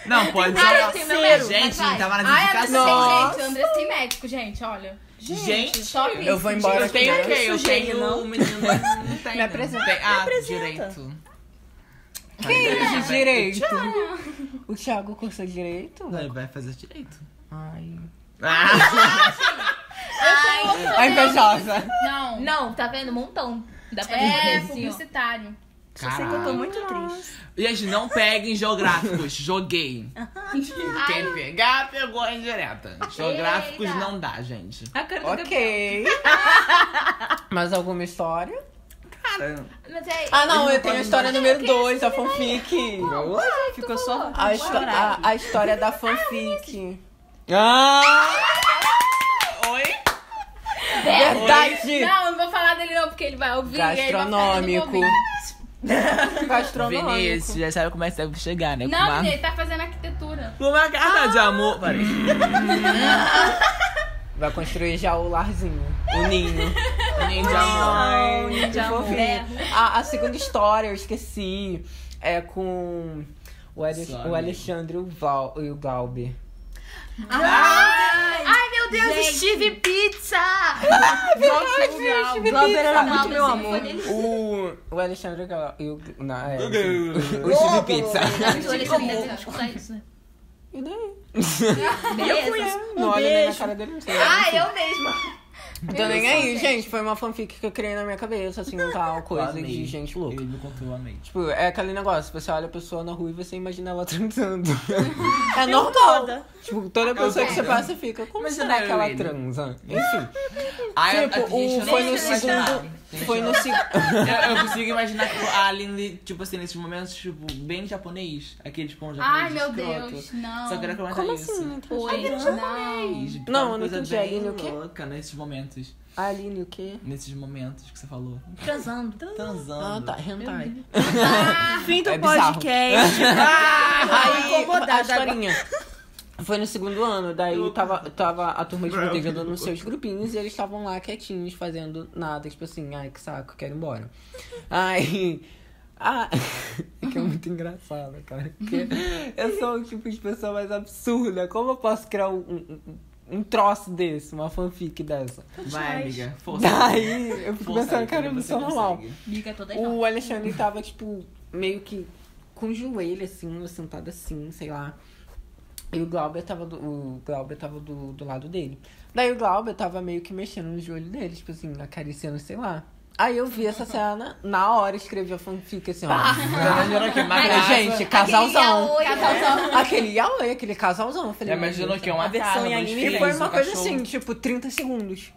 [SPEAKER 1] Não, pode
[SPEAKER 5] Ai, eu
[SPEAKER 1] ser.
[SPEAKER 5] tenho meu medo,
[SPEAKER 1] Gente,
[SPEAKER 5] mas vai.
[SPEAKER 1] tava na
[SPEAKER 2] Ai, André,
[SPEAKER 1] dedicação.
[SPEAKER 2] gente, André tem médico, gente, olha.
[SPEAKER 1] Gente,
[SPEAKER 2] Só
[SPEAKER 3] Eu vou embora.
[SPEAKER 1] eu tenho o
[SPEAKER 3] aqui.
[SPEAKER 1] quê? Eu
[SPEAKER 4] Sujeito,
[SPEAKER 1] tenho
[SPEAKER 4] não.
[SPEAKER 1] um menino. Não tem.
[SPEAKER 3] Me apresenta.
[SPEAKER 1] Tem- Ah,
[SPEAKER 4] apresenta.
[SPEAKER 1] direito.
[SPEAKER 3] Que isso, direito? O Thiago cursa direito?
[SPEAKER 1] Não, Ele vai fazer direito.
[SPEAKER 3] Ai.
[SPEAKER 1] Ah,
[SPEAKER 3] A invejosa.
[SPEAKER 2] Não.
[SPEAKER 5] Não, tá vendo? Um montão. Dá pra
[SPEAKER 2] É,
[SPEAKER 5] dividir assim, ó.
[SPEAKER 2] publicitário.
[SPEAKER 4] Só sei que eu tô muito triste.
[SPEAKER 1] Gente, não peguem geográficos. Joguei. Quem pegar, pegou a indireta. Geográficos
[SPEAKER 5] Eita.
[SPEAKER 1] não dá, gente.
[SPEAKER 6] A cara do Gabriel.
[SPEAKER 3] Ok. Mais alguma história?
[SPEAKER 1] Cara,
[SPEAKER 5] Mas é...
[SPEAKER 3] Ah, não, eu tenho a
[SPEAKER 1] pode
[SPEAKER 3] história
[SPEAKER 5] não.
[SPEAKER 3] número
[SPEAKER 5] Que
[SPEAKER 3] 2, a fanfic.
[SPEAKER 4] Ficou só
[SPEAKER 3] A, histó- a, a história da fanfic.
[SPEAKER 1] Ah! Oi?
[SPEAKER 3] Verdade!
[SPEAKER 2] Não, eu não vou falar falar dele, não, porque ele vai ouvir. e ele vai ficar querendo me
[SPEAKER 3] Gastronômico.
[SPEAKER 2] ouvir.
[SPEAKER 3] Gastronômico.
[SPEAKER 1] Vinícius, já sabe como é que deve chegar, né?
[SPEAKER 2] Não, menina, ele tá fazendo arquitetura.
[SPEAKER 1] Com uma carta de amor. Peraí.
[SPEAKER 3] Vai construir já o larzinho. O ninho.
[SPEAKER 1] Ninho de amor.
[SPEAKER 3] Ai, que fofinho.
[SPEAKER 5] É.
[SPEAKER 3] A, a segunda história, eu esqueci. É com o, Ale-
[SPEAKER 1] Sabe.
[SPEAKER 3] o Alexandre e o, Val, e o Glauber.
[SPEAKER 5] Ah, Ai, meu Deus, Steve Pizza! É
[SPEAKER 3] O Glauber era muito meu
[SPEAKER 5] Não,
[SPEAKER 3] amor.
[SPEAKER 5] mas ele
[SPEAKER 3] O, o Alexandre e o Glau- e o... Não, é,
[SPEAKER 1] Tipo,
[SPEAKER 3] o Steve Pizza.
[SPEAKER 5] foi nele. Não, ele ia contar isso, né?
[SPEAKER 3] E daí?
[SPEAKER 5] Beleza.
[SPEAKER 3] né?
[SPEAKER 5] Um
[SPEAKER 3] Não olha nem na cara dele. não sei.
[SPEAKER 5] Ah, eu um mesma.
[SPEAKER 3] Tô nem aí, gente. Foi uma fanfic que eu criei na minha cabeça, assim, tal,
[SPEAKER 1] Eu
[SPEAKER 3] coisa
[SPEAKER 1] amei.
[SPEAKER 3] de gente louca.
[SPEAKER 1] Ele me contou a mente.
[SPEAKER 3] Tipo, é aquele negócio, você olha a pessoa na rua e você imagina ela transando. É normal.
[SPEAKER 4] toda.
[SPEAKER 3] Tipo, toda pessoa que você passa fica, como
[SPEAKER 1] Mas
[SPEAKER 3] será
[SPEAKER 1] não,
[SPEAKER 3] que ela
[SPEAKER 1] ele-
[SPEAKER 3] transa? Enfim,
[SPEAKER 1] Ai,
[SPEAKER 3] Tipo,
[SPEAKER 1] a- a- gente,
[SPEAKER 3] o-
[SPEAKER 1] eu não
[SPEAKER 3] foi no
[SPEAKER 1] consigo
[SPEAKER 3] segundo-
[SPEAKER 1] imaginar.
[SPEAKER 3] foi no segundo...
[SPEAKER 1] Eu, eu consigo imaginar tipo, a Aline, tipo assim, nesses momentos, tipo, bem japonês. Aquele tipo um japonês.
[SPEAKER 2] Ai, meu
[SPEAKER 1] escroto.
[SPEAKER 2] Deus, não.
[SPEAKER 1] Só quero comentar
[SPEAKER 3] Como
[SPEAKER 1] isso.
[SPEAKER 3] assim? Não entendi.
[SPEAKER 2] Oi, não.
[SPEAKER 1] Tipo,
[SPEAKER 3] Não,
[SPEAKER 1] uma
[SPEAKER 3] eu não
[SPEAKER 1] coisa
[SPEAKER 3] entendi,
[SPEAKER 1] bem
[SPEAKER 3] Aline, o quê?
[SPEAKER 1] louca nesses momentos.
[SPEAKER 3] Aline, o quê?
[SPEAKER 1] Nesses momentos que você falou.
[SPEAKER 5] Transando.
[SPEAKER 3] Ah,
[SPEAKER 1] Transando.
[SPEAKER 3] tá, hentai.
[SPEAKER 4] Fim do
[SPEAKER 3] É bizarro.
[SPEAKER 4] podcast. Ah,
[SPEAKER 3] Aí,
[SPEAKER 4] incomodada
[SPEAKER 3] a historinha. Foi no segundo ano, daí tava, tava a turma de boteco andando nos seus grupinhos e eles estavam lá quietinhos, fazendo nada, tipo assim, ai que saco, quero ir embora. Aí. Ah, é que é muito engraçado, cara. Porque eu sou o tipo de pessoa mais absurda. Como eu posso criar um, um, um troço desse, uma fanfic dessa?
[SPEAKER 1] Vai, amiga. Força.
[SPEAKER 3] Daí Tá eu fico
[SPEAKER 1] Força,
[SPEAKER 3] pensando,
[SPEAKER 1] amiga,
[SPEAKER 3] caramba,
[SPEAKER 1] você
[SPEAKER 3] isso é normal.
[SPEAKER 1] consegue.
[SPEAKER 5] Bica toda
[SPEAKER 3] O Alexandre tava, tipo, meio que com o joelho, assim, sentado assim, sei lá. E o Glauber tava do, o Glauber tava do, do lado dele. Daí o Glauber tava meio que mexendo no joelho dele, tipo assim, acariciando, sei lá. Aí eu vi essa cena, na hora escrevi a fanfic assim, ó.
[SPEAKER 1] Imagina que
[SPEAKER 3] Falei,
[SPEAKER 1] magraça.
[SPEAKER 3] gente, casalzão.
[SPEAKER 5] Casalzão.
[SPEAKER 3] Aquele yaoi, aquele casalzão. Eu Falei,
[SPEAKER 1] Já imaginou que é
[SPEAKER 4] A
[SPEAKER 1] uma
[SPEAKER 4] versão
[SPEAKER 1] casa,
[SPEAKER 4] em
[SPEAKER 1] dois
[SPEAKER 4] anime
[SPEAKER 1] filhos,
[SPEAKER 4] que
[SPEAKER 3] E foi uma
[SPEAKER 1] um
[SPEAKER 3] coisa
[SPEAKER 1] cachorro.
[SPEAKER 3] assim, tipo, 30 segundos.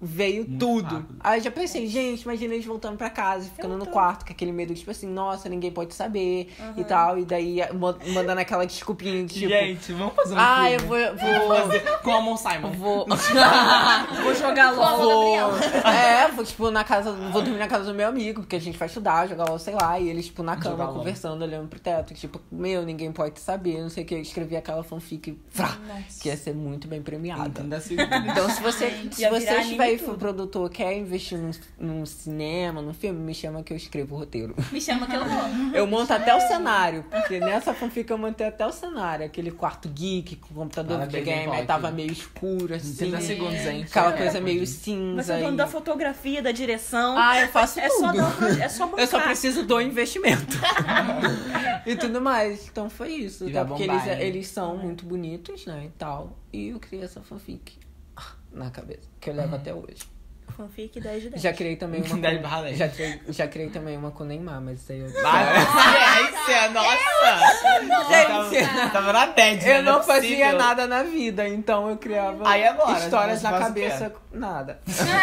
[SPEAKER 3] Veio
[SPEAKER 1] Muito
[SPEAKER 3] tudo.
[SPEAKER 1] rápido.
[SPEAKER 3] Aí já pensei, gente, imagina eles voltando pra casa, e ficando no quarto, com aquele medo, tipo assim, nossa, ninguém pode saber e tal. E daí mo- mandando aquela desculpinha de tipo.
[SPEAKER 1] Gente, vamos fazer um
[SPEAKER 3] ah, eu
[SPEAKER 1] filme.
[SPEAKER 3] vou.
[SPEAKER 1] Vamos
[SPEAKER 3] vou...
[SPEAKER 1] fazer com a Mon Simon.
[SPEAKER 3] Vou.
[SPEAKER 4] Vou jogar LOL.
[SPEAKER 3] vou é, vou, tipo, na casa. Vou dormir na casa do meu amigo, porque a gente vai estudar, jogar LOL, sei lá. E eles, tipo, na cama,
[SPEAKER 1] Jogar LOL.
[SPEAKER 3] conversando, olhando pro teto. Tipo, meu, ninguém pode saber, não sei o que. Eu escrevi aquela fanfic. frá, que ia ser muito bem premiada.
[SPEAKER 1] Entenda a segunda.
[SPEAKER 3] Então, se você, se
[SPEAKER 4] ia
[SPEAKER 3] você
[SPEAKER 4] virar anime
[SPEAKER 3] estiver aí,
[SPEAKER 4] tudo.
[SPEAKER 3] for produtor, quer investir num, num cinema, num filme, me chama que eu escrevo o roteiro.
[SPEAKER 5] Me chama que eu vou.
[SPEAKER 3] Eu monto até
[SPEAKER 4] É.
[SPEAKER 3] o cenário, porque nessa fanfic eu montei até o cenário. Aquele quarto geek com o computador do
[SPEAKER 1] Parabéns,
[SPEAKER 3] videogame,
[SPEAKER 1] Evoque.
[SPEAKER 3] aí tava meio escuro,
[SPEAKER 1] Em
[SPEAKER 3] assim.
[SPEAKER 1] 30 segundos, hein?
[SPEAKER 3] Aquela
[SPEAKER 1] É,
[SPEAKER 3] coisa
[SPEAKER 1] pode.
[SPEAKER 3] meio
[SPEAKER 4] Você
[SPEAKER 3] cinza.
[SPEAKER 4] é
[SPEAKER 3] aí.
[SPEAKER 4] dono da fotografia, da direção.
[SPEAKER 3] Ah, eu faço
[SPEAKER 4] é
[SPEAKER 3] tudo.
[SPEAKER 4] só dar o proje- é só bancar.
[SPEAKER 3] Eu só preciso do investimento. e tudo mais. Então foi isso.
[SPEAKER 1] E
[SPEAKER 3] Até
[SPEAKER 1] vai
[SPEAKER 3] porque
[SPEAKER 1] bombar,
[SPEAKER 3] eles,
[SPEAKER 1] hein?
[SPEAKER 3] eles são muito bonitos, né? E tal. E eu criei essa fanfic ah, na cabeça. Que eu levo
[SPEAKER 1] Uhum.
[SPEAKER 3] até hoje.
[SPEAKER 4] Fanfic 10 de 10.
[SPEAKER 3] Já criei também uma.
[SPEAKER 1] Dez
[SPEAKER 3] com-
[SPEAKER 1] barra dez.
[SPEAKER 3] já, criei, já criei também uma com o Neymar, mas isso aí eu.
[SPEAKER 1] Ah, Ciência, nossa! Eu tava, é tava na TED, né?
[SPEAKER 3] Eu não
[SPEAKER 1] é
[SPEAKER 3] fazia
[SPEAKER 1] possível.
[SPEAKER 3] nada na vida, então eu criava
[SPEAKER 1] Aí é agora, mas
[SPEAKER 3] histórias na
[SPEAKER 1] faz o
[SPEAKER 3] cabeça. Nada.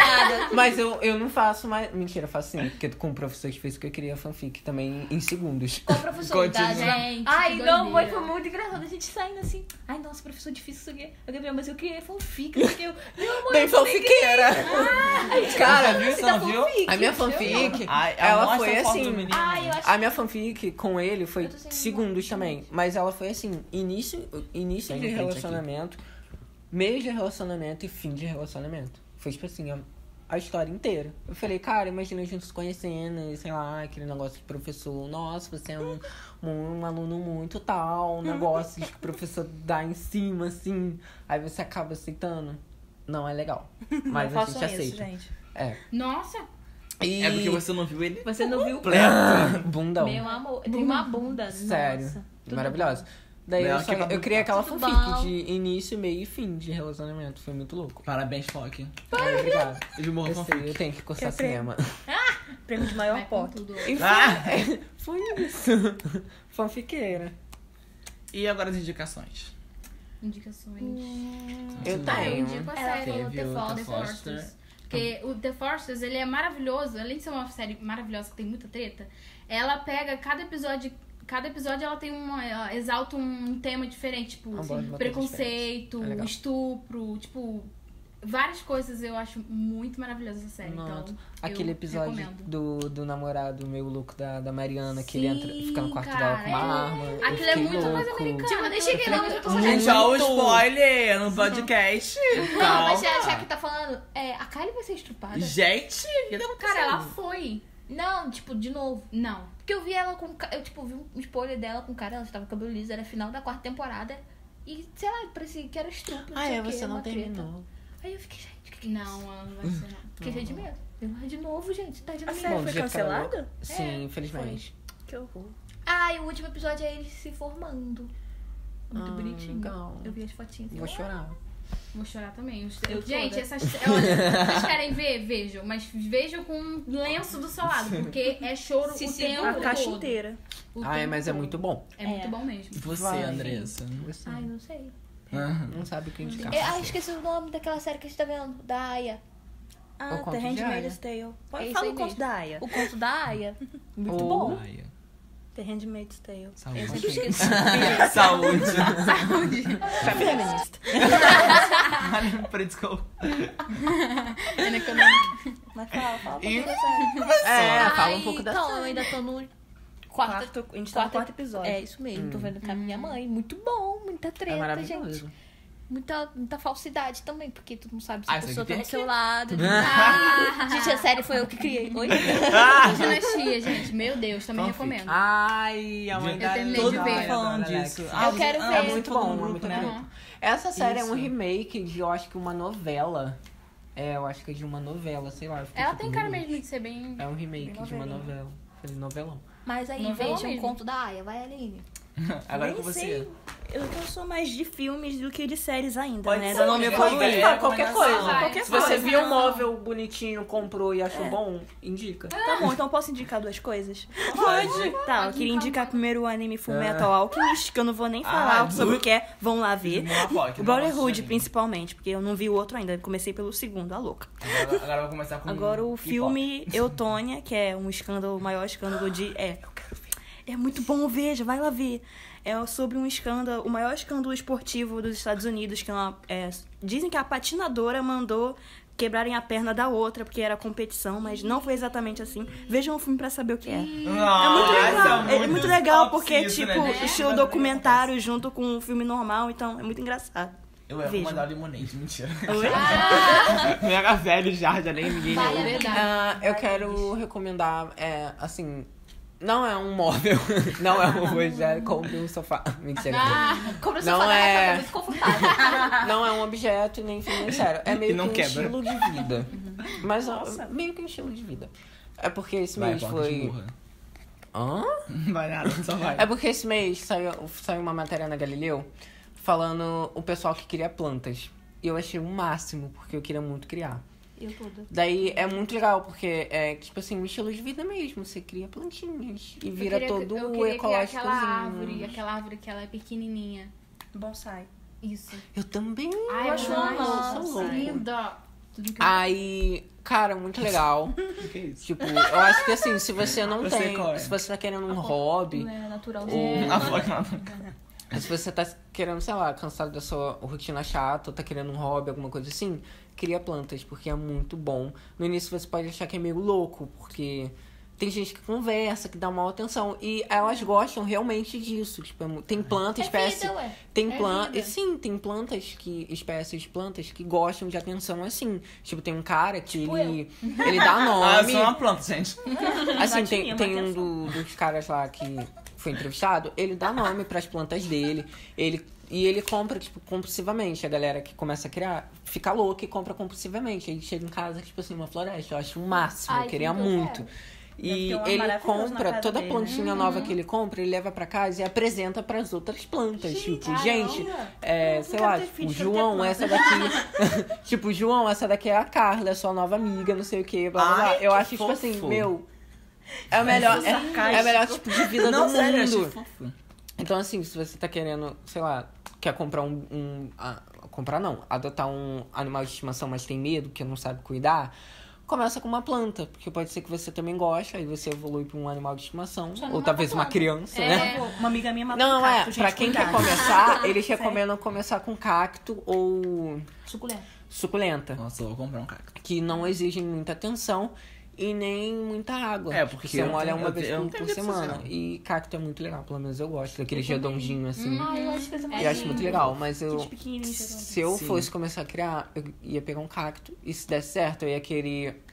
[SPEAKER 3] Mas eu, eu não faço mais. Mentira, faço sim, porque com o professor de física eu queria fanfic também em segundos.
[SPEAKER 5] Com o professor da
[SPEAKER 1] Continua.
[SPEAKER 5] gente.
[SPEAKER 2] Gente,
[SPEAKER 5] Ai,
[SPEAKER 2] que
[SPEAKER 5] não, mãe,
[SPEAKER 2] doideira.
[SPEAKER 5] foi muito engraçado. A gente saindo assim. Ai, nossa, professor difícil isso aqui. Eu, Gabriel, mas eu queria fanfic, porque eu. Meu amor,
[SPEAKER 3] Bem
[SPEAKER 5] eu também
[SPEAKER 3] fanfiqueira! Cara,
[SPEAKER 1] Você viu isso, não viu?
[SPEAKER 3] A minha fanfic,
[SPEAKER 1] Ai,
[SPEAKER 3] ela
[SPEAKER 1] mostra
[SPEAKER 3] foi
[SPEAKER 1] a foto do
[SPEAKER 3] assim.
[SPEAKER 1] menino.
[SPEAKER 5] Ai, eu acho
[SPEAKER 3] A minha fanfic com ele foi
[SPEAKER 5] Eu tô sem
[SPEAKER 3] segundos também. Mas ela foi assim: início,
[SPEAKER 1] Tem
[SPEAKER 3] início de
[SPEAKER 1] um print aqui.
[SPEAKER 3] relacionamento, meio de relacionamento e fim de relacionamento. Foi tipo assim, a, a história inteira. Eu falei, cara, imagina a gente se conhecendo, e sei lá, aquele negócio de professor, nossa, você é um, um, um aluno muito tal, um negócio
[SPEAKER 5] é
[SPEAKER 3] que o professor dá em cima, assim. Aí você acaba aceitando. Não é legal. Mas a gente
[SPEAKER 4] façam isso,
[SPEAKER 3] aceita.
[SPEAKER 4] gente.
[SPEAKER 3] É.
[SPEAKER 2] Nossa,
[SPEAKER 3] E...
[SPEAKER 1] É porque você é não viu ele?
[SPEAKER 5] Você não viu o
[SPEAKER 3] Bundão.
[SPEAKER 5] Meu amor, tem uma bunda.
[SPEAKER 3] Sério.
[SPEAKER 5] Nossa. Tudo
[SPEAKER 3] Maravilhosa. Daí
[SPEAKER 1] Não,
[SPEAKER 3] eu, só-
[SPEAKER 1] que bom.
[SPEAKER 3] eu criei aquela
[SPEAKER 5] Tudo
[SPEAKER 3] fanfic
[SPEAKER 5] bom.
[SPEAKER 3] de início, meio e fim de relacionamento. Foi muito louco.
[SPEAKER 1] Parabéns, Foque.
[SPEAKER 3] Ai, Obrigado.
[SPEAKER 1] De morro
[SPEAKER 3] Eu, sei,
[SPEAKER 1] fanfic.
[SPEAKER 3] eu tenho que coçar
[SPEAKER 4] Que é
[SPEAKER 3] cinema.
[SPEAKER 4] Prêmio de
[SPEAKER 5] Vai
[SPEAKER 4] maior
[SPEAKER 5] com
[SPEAKER 4] porte.
[SPEAKER 5] tudo.
[SPEAKER 3] E
[SPEAKER 1] Ah!
[SPEAKER 3] foi, foi isso. Fanfiqueira.
[SPEAKER 1] E agora as indicações.
[SPEAKER 2] indicações.
[SPEAKER 3] Eu
[SPEAKER 1] Ah,
[SPEAKER 5] Tá,
[SPEAKER 2] Ah, eu
[SPEAKER 3] tenho.
[SPEAKER 2] indico a
[SPEAKER 5] Ela
[SPEAKER 2] série
[SPEAKER 1] teve o
[SPEAKER 2] The
[SPEAKER 1] The
[SPEAKER 2] Forsters.
[SPEAKER 5] Tá.
[SPEAKER 1] Foster.
[SPEAKER 2] Porque o The Forsters, ele é maravilhoso. Além de ser uma série maravilhosa que tem muita treta, ela pega cada episódio... Cada episódio ela tem uma. ela exalta um tema diferente, tipo,
[SPEAKER 3] Ah, bora, bota
[SPEAKER 2] preconceito,
[SPEAKER 3] diferente. É legal.
[SPEAKER 2] estupro, tipo. Várias coisas eu acho muito maravilhosa essa série.
[SPEAKER 3] Nossa.
[SPEAKER 2] Então,
[SPEAKER 3] Aquele
[SPEAKER 2] eu
[SPEAKER 3] episódio
[SPEAKER 2] recomendo.
[SPEAKER 3] do, do namorado meio louco da, da Mariana, que ele entra,
[SPEAKER 2] Sim,
[SPEAKER 3] fica no quarto
[SPEAKER 2] cara,
[SPEAKER 3] dela com uma
[SPEAKER 2] é.
[SPEAKER 3] arma.
[SPEAKER 2] Aquilo
[SPEAKER 3] eu
[SPEAKER 2] é
[SPEAKER 3] fiquei
[SPEAKER 2] muito mais
[SPEAKER 3] louco.
[SPEAKER 2] americano.
[SPEAKER 5] Tipo, nem cheguei lá, mas eu tô
[SPEAKER 3] Muito.
[SPEAKER 5] sabendo.
[SPEAKER 1] Gente, olha o spoiler no podcast.
[SPEAKER 5] Não, mas já,
[SPEAKER 1] Calma.
[SPEAKER 5] já que tá falando, é, a Kylie vai ser estrupada.
[SPEAKER 1] Gente, o que tá acontecendo?
[SPEAKER 5] Cara, ela foi. Não, tipo, de novo.
[SPEAKER 2] Não.
[SPEAKER 5] Porque eu vi ela com. ca- Eu, tipo, vi um spoiler dela com cara, ela tava com cabelo liso, era final da quarta temporada. E, sei lá, parecia que era estupro.
[SPEAKER 3] Ah,
[SPEAKER 5] sei
[SPEAKER 3] é,
[SPEAKER 5] o quê,
[SPEAKER 3] você não
[SPEAKER 5] uma treta.
[SPEAKER 3] terminou.
[SPEAKER 5] Aí eu fiquei, gente, que que é
[SPEAKER 2] Não, ela não vai ser, não.
[SPEAKER 5] Fiquei cheia de
[SPEAKER 3] Uhum.
[SPEAKER 5] medo. Eu, ai, de novo, gente, tá de
[SPEAKER 4] A
[SPEAKER 5] medo.
[SPEAKER 4] série
[SPEAKER 3] Bom,
[SPEAKER 4] foi
[SPEAKER 3] já acabou.
[SPEAKER 4] cancelada?
[SPEAKER 3] Sim, infelizmente.
[SPEAKER 4] Que horror.
[SPEAKER 5] Ah, e o último episódio é eles se formando. Muito
[SPEAKER 3] Ah,
[SPEAKER 5] bonitinho.
[SPEAKER 3] legal.
[SPEAKER 5] Eu vi as fotinhas.
[SPEAKER 3] Vou chorar.
[SPEAKER 2] Vou chorar também. Os-
[SPEAKER 4] Eu
[SPEAKER 2] Gente,
[SPEAKER 4] toda.
[SPEAKER 2] essas. Olha, vocês querem ver? Vejam. Mas vejam com um lenço do seu lado, porque é choro
[SPEAKER 6] Se
[SPEAKER 2] o tempo
[SPEAKER 6] segura.
[SPEAKER 4] A
[SPEAKER 2] todo.
[SPEAKER 4] caixa inteira.
[SPEAKER 2] O
[SPEAKER 3] Ah, é,
[SPEAKER 2] tempo
[SPEAKER 3] mas é
[SPEAKER 2] todo.
[SPEAKER 3] muito bom.
[SPEAKER 2] É muito bom mesmo.
[SPEAKER 1] Você,
[SPEAKER 3] Vai.
[SPEAKER 1] Andressa.
[SPEAKER 3] Você
[SPEAKER 5] Ai, não sei.
[SPEAKER 1] Aham.
[SPEAKER 3] não sabe o que indicar.
[SPEAKER 5] Eu, ah, esqueci o nome daquela série que a gente tá vendo, da Aya.
[SPEAKER 4] Ah,
[SPEAKER 3] conto
[SPEAKER 4] The
[SPEAKER 3] de
[SPEAKER 4] Handmaid's Tale.
[SPEAKER 5] É
[SPEAKER 4] Pode
[SPEAKER 5] isso
[SPEAKER 4] falar
[SPEAKER 5] aí
[SPEAKER 4] o conto
[SPEAKER 5] mesmo.
[SPEAKER 4] da Aya.
[SPEAKER 5] O conto da Aya.
[SPEAKER 3] Muito
[SPEAKER 1] Ou-
[SPEAKER 3] bom.
[SPEAKER 1] Ai,
[SPEAKER 4] The Handmaid's Tale.
[SPEAKER 5] Eu
[SPEAKER 1] Saúde.
[SPEAKER 5] sempre esqueço.
[SPEAKER 1] Saúde.
[SPEAKER 4] Feminista.
[SPEAKER 1] Political.
[SPEAKER 4] Mas fala, fala. um
[SPEAKER 1] E-
[SPEAKER 4] pra você.
[SPEAKER 3] É,
[SPEAKER 5] Ai,
[SPEAKER 3] fala um pouco da
[SPEAKER 5] então,
[SPEAKER 3] série.
[SPEAKER 5] eu ainda tô no quarto. Hum.
[SPEAKER 4] Quarto, a gente tá no quarto episódio.
[SPEAKER 5] É isso mesmo, tô vendo com a minha mãe. Muito bom, muita
[SPEAKER 3] É
[SPEAKER 5] treta, gente.
[SPEAKER 3] maravilhoso.
[SPEAKER 5] Muita, muita falsidade também, porque tu não sabe se
[SPEAKER 1] Ah,
[SPEAKER 5] a
[SPEAKER 1] isso
[SPEAKER 5] pessoa
[SPEAKER 1] aqui
[SPEAKER 5] tá
[SPEAKER 1] tem
[SPEAKER 5] do
[SPEAKER 1] que-
[SPEAKER 5] seu lado. Ah, gente, a série foi eu que criei. Oi?
[SPEAKER 2] Dinastia, gente. Meu Deus, também
[SPEAKER 1] Fanfic.
[SPEAKER 2] recomendo.
[SPEAKER 3] Ah. Ai, a
[SPEAKER 1] Eu
[SPEAKER 3] mãe da
[SPEAKER 2] terminei
[SPEAKER 3] Ana
[SPEAKER 1] Todo
[SPEAKER 2] de ver.
[SPEAKER 1] mundo
[SPEAKER 3] Laura,
[SPEAKER 1] falando
[SPEAKER 3] da Alex.
[SPEAKER 1] disso.
[SPEAKER 5] Eu quero
[SPEAKER 1] ah,
[SPEAKER 5] ver.
[SPEAKER 1] É muito
[SPEAKER 3] Todo
[SPEAKER 1] bom,
[SPEAKER 3] mundo
[SPEAKER 1] é muito
[SPEAKER 3] pra
[SPEAKER 1] bom.
[SPEAKER 3] mim. Essa série é um
[SPEAKER 1] Isso.
[SPEAKER 3] remake de, eu acho que uma novela. É, eu acho que é de uma novela, sei lá. eu fiquei
[SPEAKER 2] Ela
[SPEAKER 3] tipo,
[SPEAKER 2] tem cara
[SPEAKER 3] "Meu Deus".
[SPEAKER 2] mesmo de ser bem.
[SPEAKER 3] É um remake de uma novela. Falei novelão.
[SPEAKER 5] Mas aí
[SPEAKER 2] Novela
[SPEAKER 5] veja um
[SPEAKER 2] mesmo.
[SPEAKER 5] conto da Aya, vai, Aline.
[SPEAKER 1] Agora é
[SPEAKER 4] Nem
[SPEAKER 1] com você.
[SPEAKER 4] sei. Eu, eu sou mais de filmes do que de séries ainda,
[SPEAKER 3] Pode
[SPEAKER 4] né?
[SPEAKER 3] ser
[SPEAKER 4] Da
[SPEAKER 3] o nome
[SPEAKER 4] minha
[SPEAKER 1] favorito.
[SPEAKER 4] favorita.
[SPEAKER 1] É,
[SPEAKER 3] qualquer coisa.
[SPEAKER 6] vai.
[SPEAKER 4] Qualquer
[SPEAKER 3] Se você
[SPEAKER 4] coisa.
[SPEAKER 3] viu um móvel bonitinho, comprou e achou bom, indica.
[SPEAKER 4] Tá bom, então eu posso indicar duas coisas?
[SPEAKER 1] Pode.
[SPEAKER 4] Tá, eu queria indicar primeiro o anime Fullmetal Alchemist, que eu não vou nem falar
[SPEAKER 1] Ah,
[SPEAKER 4] sobre
[SPEAKER 1] uh.
[SPEAKER 4] o que é, vão lá ver.
[SPEAKER 1] Monopoly,
[SPEAKER 4] O
[SPEAKER 1] não
[SPEAKER 4] Brotherhood,
[SPEAKER 1] gosto de anime.
[SPEAKER 4] principalmente, porque eu não vi o outro ainda, comecei pelo segundo, a louca.
[SPEAKER 1] Agora, agora eu vou começar com
[SPEAKER 4] Agora o
[SPEAKER 1] K-pop.
[SPEAKER 4] filme Eutônia, que é um escândalo, o maior escândalo de. É, eu quero ver. É muito bom, veja, vai lá ver. É sobre um escândalo, o maior escândalo esportivo dos Estados Unidos, que é uma. é, dizem que a patinadora mandou quebrarem a perna da outra, porque era competição, mas não foi exatamente assim. Vejam o filme pra saber o que é. É muito
[SPEAKER 1] Nossa,
[SPEAKER 4] legal. É muito, legal
[SPEAKER 1] top
[SPEAKER 4] porque,
[SPEAKER 1] isso,
[SPEAKER 4] tipo,
[SPEAKER 1] né? Deixa eu
[SPEAKER 4] estilo
[SPEAKER 1] mandar um
[SPEAKER 4] documentário junto com o filme normal, então é muito engraçado.
[SPEAKER 1] Eu ia
[SPEAKER 4] Veja.
[SPEAKER 1] mandar limonade, mentira.
[SPEAKER 4] Oi?
[SPEAKER 1] Mega velho já, já nem ninguém.
[SPEAKER 5] Vai,
[SPEAKER 1] ouve.
[SPEAKER 5] Aline.
[SPEAKER 3] Ah, eu quero recomendar, é, assim, não é um móvel, não é um objeto, compre um sofá. Mentira.
[SPEAKER 2] Ah.
[SPEAKER 5] Compra
[SPEAKER 3] Não
[SPEAKER 5] sofá da
[SPEAKER 3] é.
[SPEAKER 5] Rafa, tá muito confortável.
[SPEAKER 3] Não é um objeto e nem financeiro. É meio
[SPEAKER 1] E não
[SPEAKER 3] que um
[SPEAKER 1] quebra.
[SPEAKER 3] estilo de vida. Mas ó,
[SPEAKER 4] Nossa.
[SPEAKER 3] meio que um estilo de vida. É porque esse
[SPEAKER 1] Vai,
[SPEAKER 3] mês
[SPEAKER 1] boca de
[SPEAKER 3] foi.
[SPEAKER 1] burra.
[SPEAKER 3] Hã?
[SPEAKER 1] Vai nada, só vai.
[SPEAKER 3] É porque esse mês saiu, saiu uma matéria na Galileu falando o pessoal que cria plantas. E eu achei o máximo, porque eu queria muito criar.
[SPEAKER 5] Eu toda.
[SPEAKER 3] Daí é muito legal, porque é tipo assim, um estilo de vida mesmo. Você cria plantinhas e
[SPEAKER 2] Eu
[SPEAKER 3] vira
[SPEAKER 2] queria-
[SPEAKER 3] todo
[SPEAKER 2] eu queria criar
[SPEAKER 3] ecológicozinho.
[SPEAKER 2] aquela árvore, aquela árvore que ela é pequenininha.
[SPEAKER 4] Bonsai.
[SPEAKER 2] Isso.
[SPEAKER 3] Eu também.
[SPEAKER 2] Ai, eu acho
[SPEAKER 5] amo,
[SPEAKER 2] uma
[SPEAKER 3] sou louco.
[SPEAKER 2] linda. Tudo que eu-
[SPEAKER 3] Ah. Aí, cara, muito legal.
[SPEAKER 1] O que é isso?
[SPEAKER 3] Tipo, eu acho que assim, se você não
[SPEAKER 1] Você
[SPEAKER 3] tem.
[SPEAKER 1] corre.
[SPEAKER 3] Se você tá querendo um hobby,
[SPEAKER 5] Não é natural.
[SPEAKER 3] ou
[SPEAKER 1] A foto nada.
[SPEAKER 3] se você tá querendo, sei lá, cansado da sua rotina chata, ou tá querendo um hobby, alguma coisa assim, cria plantas, porque é muito bom. No início você pode achar que é meio louco, porque tem gente que conversa, que dá uma atenção. E elas gostam realmente disso. Tipo, é mu- tem planta, espécie.
[SPEAKER 5] vida, ué.
[SPEAKER 3] Tem
[SPEAKER 2] É
[SPEAKER 3] plantas.
[SPEAKER 2] vida.
[SPEAKER 3] Sim, tem plantas que. espécies de plantas que gostam de atenção assim. Tipo, tem um cara que
[SPEAKER 5] Tipo
[SPEAKER 3] ele. Ele dá
[SPEAKER 1] Ah, eu
[SPEAKER 3] nome.
[SPEAKER 1] sou uma planta, gente.
[SPEAKER 3] Assim,
[SPEAKER 4] Gatinha,
[SPEAKER 3] tem,
[SPEAKER 4] uma
[SPEAKER 3] tem um
[SPEAKER 4] atenção.
[SPEAKER 3] do- dos caras lá que foi entrevistado, ele dá nome pras plantas dele. Ele, e ele compra, tipo, compulsivamente. A galera que começa a criar fica louca e compra compulsivamente. Aí chega em casa, tipo assim, uma floresta. Eu acho o máximo,
[SPEAKER 5] Ai,
[SPEAKER 3] eu queria
[SPEAKER 5] que legal.
[SPEAKER 3] muito. E
[SPEAKER 4] é. Deve ter um
[SPEAKER 3] ele
[SPEAKER 4] maravilhoso na
[SPEAKER 3] compra
[SPEAKER 4] casa
[SPEAKER 3] toda
[SPEAKER 4] dele, né?
[SPEAKER 3] plantinha nova que ele compra, ele leva pra casa e apresenta pras outras plantas. tipo,
[SPEAKER 5] caramba.
[SPEAKER 3] gente, é, sei
[SPEAKER 4] quero
[SPEAKER 3] lá,
[SPEAKER 4] ter
[SPEAKER 3] tipo,
[SPEAKER 4] filho, quero ter
[SPEAKER 3] João,
[SPEAKER 4] planta.
[SPEAKER 3] essa daqui. tipo, João, essa daqui é a Carla, é sua nova amiga, não sei o quê, blá blá blá.
[SPEAKER 1] Ai,
[SPEAKER 3] Eu
[SPEAKER 1] que
[SPEAKER 3] acho, tipo assim,
[SPEAKER 1] fofo.
[SPEAKER 3] meu, é o melhor, é,
[SPEAKER 4] sarcástico.
[SPEAKER 3] é o melhor tipo de vida
[SPEAKER 1] Não,
[SPEAKER 3] do
[SPEAKER 1] sério,
[SPEAKER 3] mundo.
[SPEAKER 1] achei fofo.
[SPEAKER 3] Então, assim, se você tá querendo, sei lá, quer comprar um. um- ah, comprar não, adotar um animal de estimação, mas tem medo, porque não sabe cuidar, começa com uma planta, porque pode ser que você também goste, aí você evolui pra um animal de estimação,
[SPEAKER 5] Só não
[SPEAKER 3] ou
[SPEAKER 5] mata
[SPEAKER 3] talvez uma
[SPEAKER 5] planta.
[SPEAKER 3] criança,
[SPEAKER 2] É.
[SPEAKER 3] né?
[SPEAKER 4] Uma amiga minha matou
[SPEAKER 3] Não,
[SPEAKER 4] um
[SPEAKER 3] é,
[SPEAKER 4] cacto, gente,
[SPEAKER 3] pra quem quer
[SPEAKER 4] cuidado.
[SPEAKER 3] começar, eles
[SPEAKER 4] Sério?
[SPEAKER 3] recomendam começar com cacto ou
[SPEAKER 5] Suculento.
[SPEAKER 3] suculenta.
[SPEAKER 1] Nossa, eu vou comprar um cacto.
[SPEAKER 3] Que não exigem muita atenção e nem muita água.
[SPEAKER 1] É, porque
[SPEAKER 3] Você
[SPEAKER 1] eu
[SPEAKER 3] molha
[SPEAKER 1] tenho-
[SPEAKER 3] uma
[SPEAKER 1] eu
[SPEAKER 3] vez
[SPEAKER 1] tenho- eu
[SPEAKER 3] por,
[SPEAKER 1] não tenho
[SPEAKER 3] por
[SPEAKER 1] vida
[SPEAKER 3] semana.
[SPEAKER 1] social.
[SPEAKER 3] E cacto é muito legal, pelo menos eu gosto. Daqueles redondinhos assim.
[SPEAKER 2] Ai, eu acho que eu também
[SPEAKER 3] eu acho muito legal, mas eu.
[SPEAKER 4] é Gente pequenininha, redonda.
[SPEAKER 3] Se eu
[SPEAKER 1] Sim.
[SPEAKER 3] fosse começar a criar, eu ia pegar um cacto. E se desse certo, eu ia querer.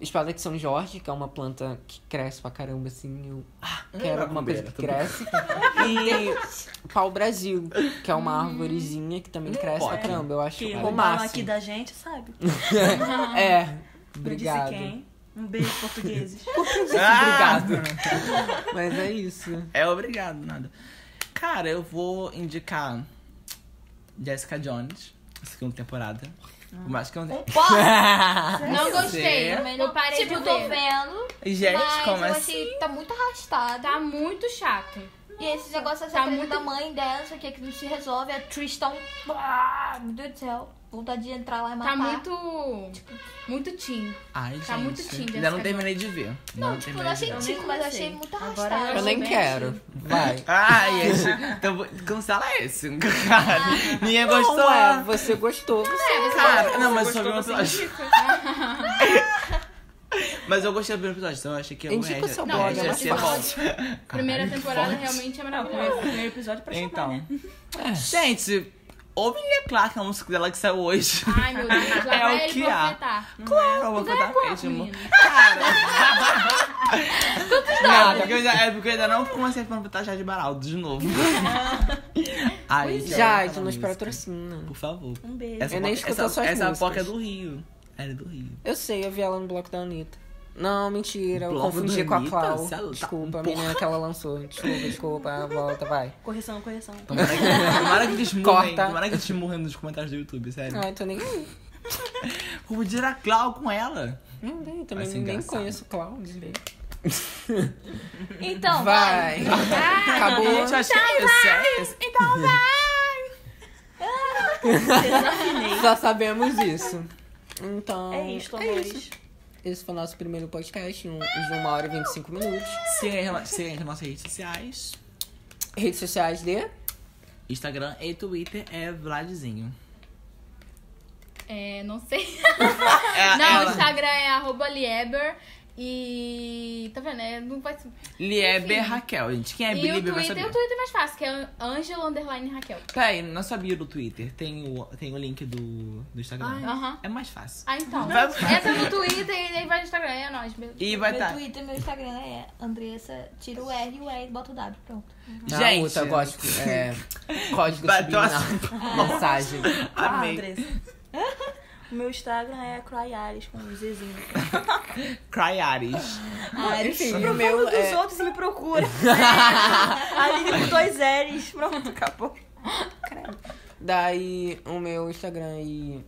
[SPEAKER 3] Espada de São Jorge, que é uma planta que cresce pra caramba, assim. Eu ah,
[SPEAKER 1] É,
[SPEAKER 3] quero alguma coisa
[SPEAKER 1] macumbeira,
[SPEAKER 3] que
[SPEAKER 1] tudo
[SPEAKER 3] cresce. E pau-brasil, que é uma árvorezinha que também cresce pra
[SPEAKER 1] pode.
[SPEAKER 3] caramba. Eu acho
[SPEAKER 4] Hum. Que
[SPEAKER 3] ela o
[SPEAKER 4] roubaram
[SPEAKER 3] máximo.
[SPEAKER 4] aqui da gente, sabe?
[SPEAKER 3] É.
[SPEAKER 4] Não
[SPEAKER 3] Obrigado.
[SPEAKER 4] disse quem. Um beijo, portugueses.
[SPEAKER 3] Por que você
[SPEAKER 1] Ah!
[SPEAKER 3] obrigado? Mas é isso.
[SPEAKER 1] É obrigado, nada. Cara, eu vou indicar Jessica Jones, a segunda temporada. Mas que é um eu não tenho.
[SPEAKER 2] Não gostei,
[SPEAKER 1] Sério?
[SPEAKER 2] também não parei
[SPEAKER 5] Tipo,
[SPEAKER 2] de
[SPEAKER 5] eu tô
[SPEAKER 2] ver.
[SPEAKER 5] vendo,
[SPEAKER 1] Gente,
[SPEAKER 5] mas
[SPEAKER 1] como
[SPEAKER 5] eu
[SPEAKER 1] assim?
[SPEAKER 5] achei que tá muito arrastado.
[SPEAKER 2] Tá muito chato.
[SPEAKER 5] E esse negócio assim,
[SPEAKER 2] Tá
[SPEAKER 5] tá
[SPEAKER 2] muito-
[SPEAKER 5] da mãe dela, isso aqui que não se resolve. A Tristan. Ah, meu Deus do céu. Vontade de entrar lá e matar.
[SPEAKER 2] Tá muito. tipo, Muito teen.
[SPEAKER 1] Ai,
[SPEAKER 2] Tá
[SPEAKER 1] gente,
[SPEAKER 2] muito teen,
[SPEAKER 1] Ainda não
[SPEAKER 2] Jessica
[SPEAKER 1] terminei de ver.
[SPEAKER 5] Não, tipo, eu não
[SPEAKER 1] terminei de
[SPEAKER 5] achei
[SPEAKER 1] ver.
[SPEAKER 5] tico, mas eu achei muito
[SPEAKER 2] Agora
[SPEAKER 5] arrastado.
[SPEAKER 3] Eu nem
[SPEAKER 2] bem
[SPEAKER 3] quero. Vai.
[SPEAKER 1] Ai, esse. Então, vou- cancela esse. Cara, ninguém gostou.
[SPEAKER 3] Não é, você gostou.
[SPEAKER 1] é.
[SPEAKER 3] Você...
[SPEAKER 1] Cara, não, mas eu só vi um episódio. Mas eu gostei do primeiro episódio, então eu achei que eu
[SPEAKER 3] Indica o seu blog, é
[SPEAKER 1] ia
[SPEAKER 3] mais
[SPEAKER 1] ser bom.
[SPEAKER 3] fácil.
[SPEAKER 2] Primeira
[SPEAKER 1] Caralho,
[SPEAKER 2] temporada
[SPEAKER 1] forte.
[SPEAKER 2] realmente é
[SPEAKER 4] Não,
[SPEAKER 2] maravilhosa.
[SPEAKER 4] primeiro, primeiro episódio pra chamar,
[SPEAKER 1] Então.
[SPEAKER 4] né?
[SPEAKER 3] É.
[SPEAKER 1] Gente, ouve Lia Clark, a música dela que saiu hoje.
[SPEAKER 2] Ai, meu Deus, lá
[SPEAKER 1] É o
[SPEAKER 2] vai ele
[SPEAKER 1] que há.
[SPEAKER 2] profetar.
[SPEAKER 3] é?
[SPEAKER 1] Claro, eu vou
[SPEAKER 2] Não ganha
[SPEAKER 1] cantar
[SPEAKER 2] quanto,
[SPEAKER 1] mesmo.
[SPEAKER 2] menino?
[SPEAKER 1] Cara. Não, porque eu já, é porque eu ainda não comecei a perguntar Jade Baraldo de novo. Aí,
[SPEAKER 3] é. Jade, nos
[SPEAKER 1] música.
[SPEAKER 3] patrocina.
[SPEAKER 1] Por favor.
[SPEAKER 4] Um beijo.
[SPEAKER 1] Essa
[SPEAKER 3] Hum, Eu nem
[SPEAKER 1] poca-
[SPEAKER 3] escuto
[SPEAKER 1] essa,
[SPEAKER 3] suas
[SPEAKER 1] Essa POC é
[SPEAKER 3] músicas.
[SPEAKER 1] do Rio. Ela é do Rio.
[SPEAKER 3] Eu sei, eu vi ela no bloco da Anitta. Não, mentira, eu
[SPEAKER 1] Bloco
[SPEAKER 3] confundi
[SPEAKER 1] da
[SPEAKER 3] com a
[SPEAKER 1] Anitta?
[SPEAKER 3] Clau.
[SPEAKER 1] Você é louca.
[SPEAKER 3] Desculpa, a
[SPEAKER 1] Porra.
[SPEAKER 3] menina que ela lançou. Desculpa, desculpa, volta, vai.
[SPEAKER 4] Correção, correção.
[SPEAKER 1] Tomara que, tomara que eles morrem.
[SPEAKER 3] Corta.
[SPEAKER 1] Tomara que eles morram nos comentários do YouTube, sério.
[SPEAKER 3] Ai, tô nem. aí.
[SPEAKER 1] Como dizer a Clau com ela.
[SPEAKER 3] Não, nem- também
[SPEAKER 1] Vai ser
[SPEAKER 3] nem
[SPEAKER 1] engraçado.
[SPEAKER 3] conheço Clau direito.
[SPEAKER 5] Então, vai.
[SPEAKER 3] Vai! Acabou. Tá,
[SPEAKER 1] Gente, eu acho que é isso. é isso.
[SPEAKER 5] Então vai.
[SPEAKER 3] Só sabemos isso. Então.
[SPEAKER 4] É isto, amores.
[SPEAKER 3] Esse foi o nosso primeiro podcast, um, de 1 hora e 25 minutos.
[SPEAKER 1] Siga- Siga as nossas redes sociais.
[SPEAKER 3] Redes sociais de.
[SPEAKER 1] Instagram e Twitter é Vladzinho.
[SPEAKER 2] É, não sei.
[SPEAKER 1] É,
[SPEAKER 2] Não, o
[SPEAKER 1] ela-
[SPEAKER 2] Instagram é arroba Lieber. E. Tá vendo? É, não vai...
[SPEAKER 1] Lieber Raquel, é gente. Quem é
[SPEAKER 2] E o
[SPEAKER 1] Bilibber vai
[SPEAKER 2] Twitter,
[SPEAKER 1] saber.
[SPEAKER 2] o Twitter é mais fácil, que é Angela Underline Raquel.
[SPEAKER 1] Tá aí, na sua bio do Twitter tem o, tem o link do, do Instagram.
[SPEAKER 2] Aham.
[SPEAKER 1] É mais fácil.
[SPEAKER 2] Ah, então.
[SPEAKER 1] Vai-
[SPEAKER 2] Entra no Twitter e aí vai no Instagram. É nóis, meu.
[SPEAKER 1] E vai tá. estar.
[SPEAKER 5] meu Twitter, meu Instagram é Andressa, tira o R e o E e bota o W, pronto.
[SPEAKER 1] Gente.
[SPEAKER 3] Gente. Outra, gótico, é, código
[SPEAKER 1] Vai, tô
[SPEAKER 3] subliminal. Mensagem.
[SPEAKER 4] Ah,
[SPEAKER 1] Amei.
[SPEAKER 4] Andressa. O meu Instagram é Cryares com um Zzinho.
[SPEAKER 1] Cry Ares.
[SPEAKER 3] Enfim, o
[SPEAKER 4] Eu
[SPEAKER 3] meu
[SPEAKER 4] falo dos
[SPEAKER 3] é.
[SPEAKER 4] outros e me procura. Aline com dois L's. Pronto, acabou.
[SPEAKER 3] Daí, o meu Instagram e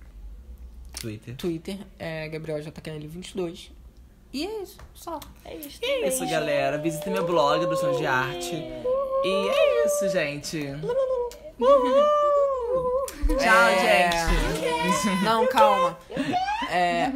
[SPEAKER 1] Twitter.
[SPEAKER 3] Twitter é GabrielJQL22. E é isso, só.
[SPEAKER 4] É isso.
[SPEAKER 1] É isso, galera. Visite meu blog do Som de Arte. E é isso, gente. Tchau,
[SPEAKER 3] É.
[SPEAKER 1] gente.
[SPEAKER 3] Não, calma. É,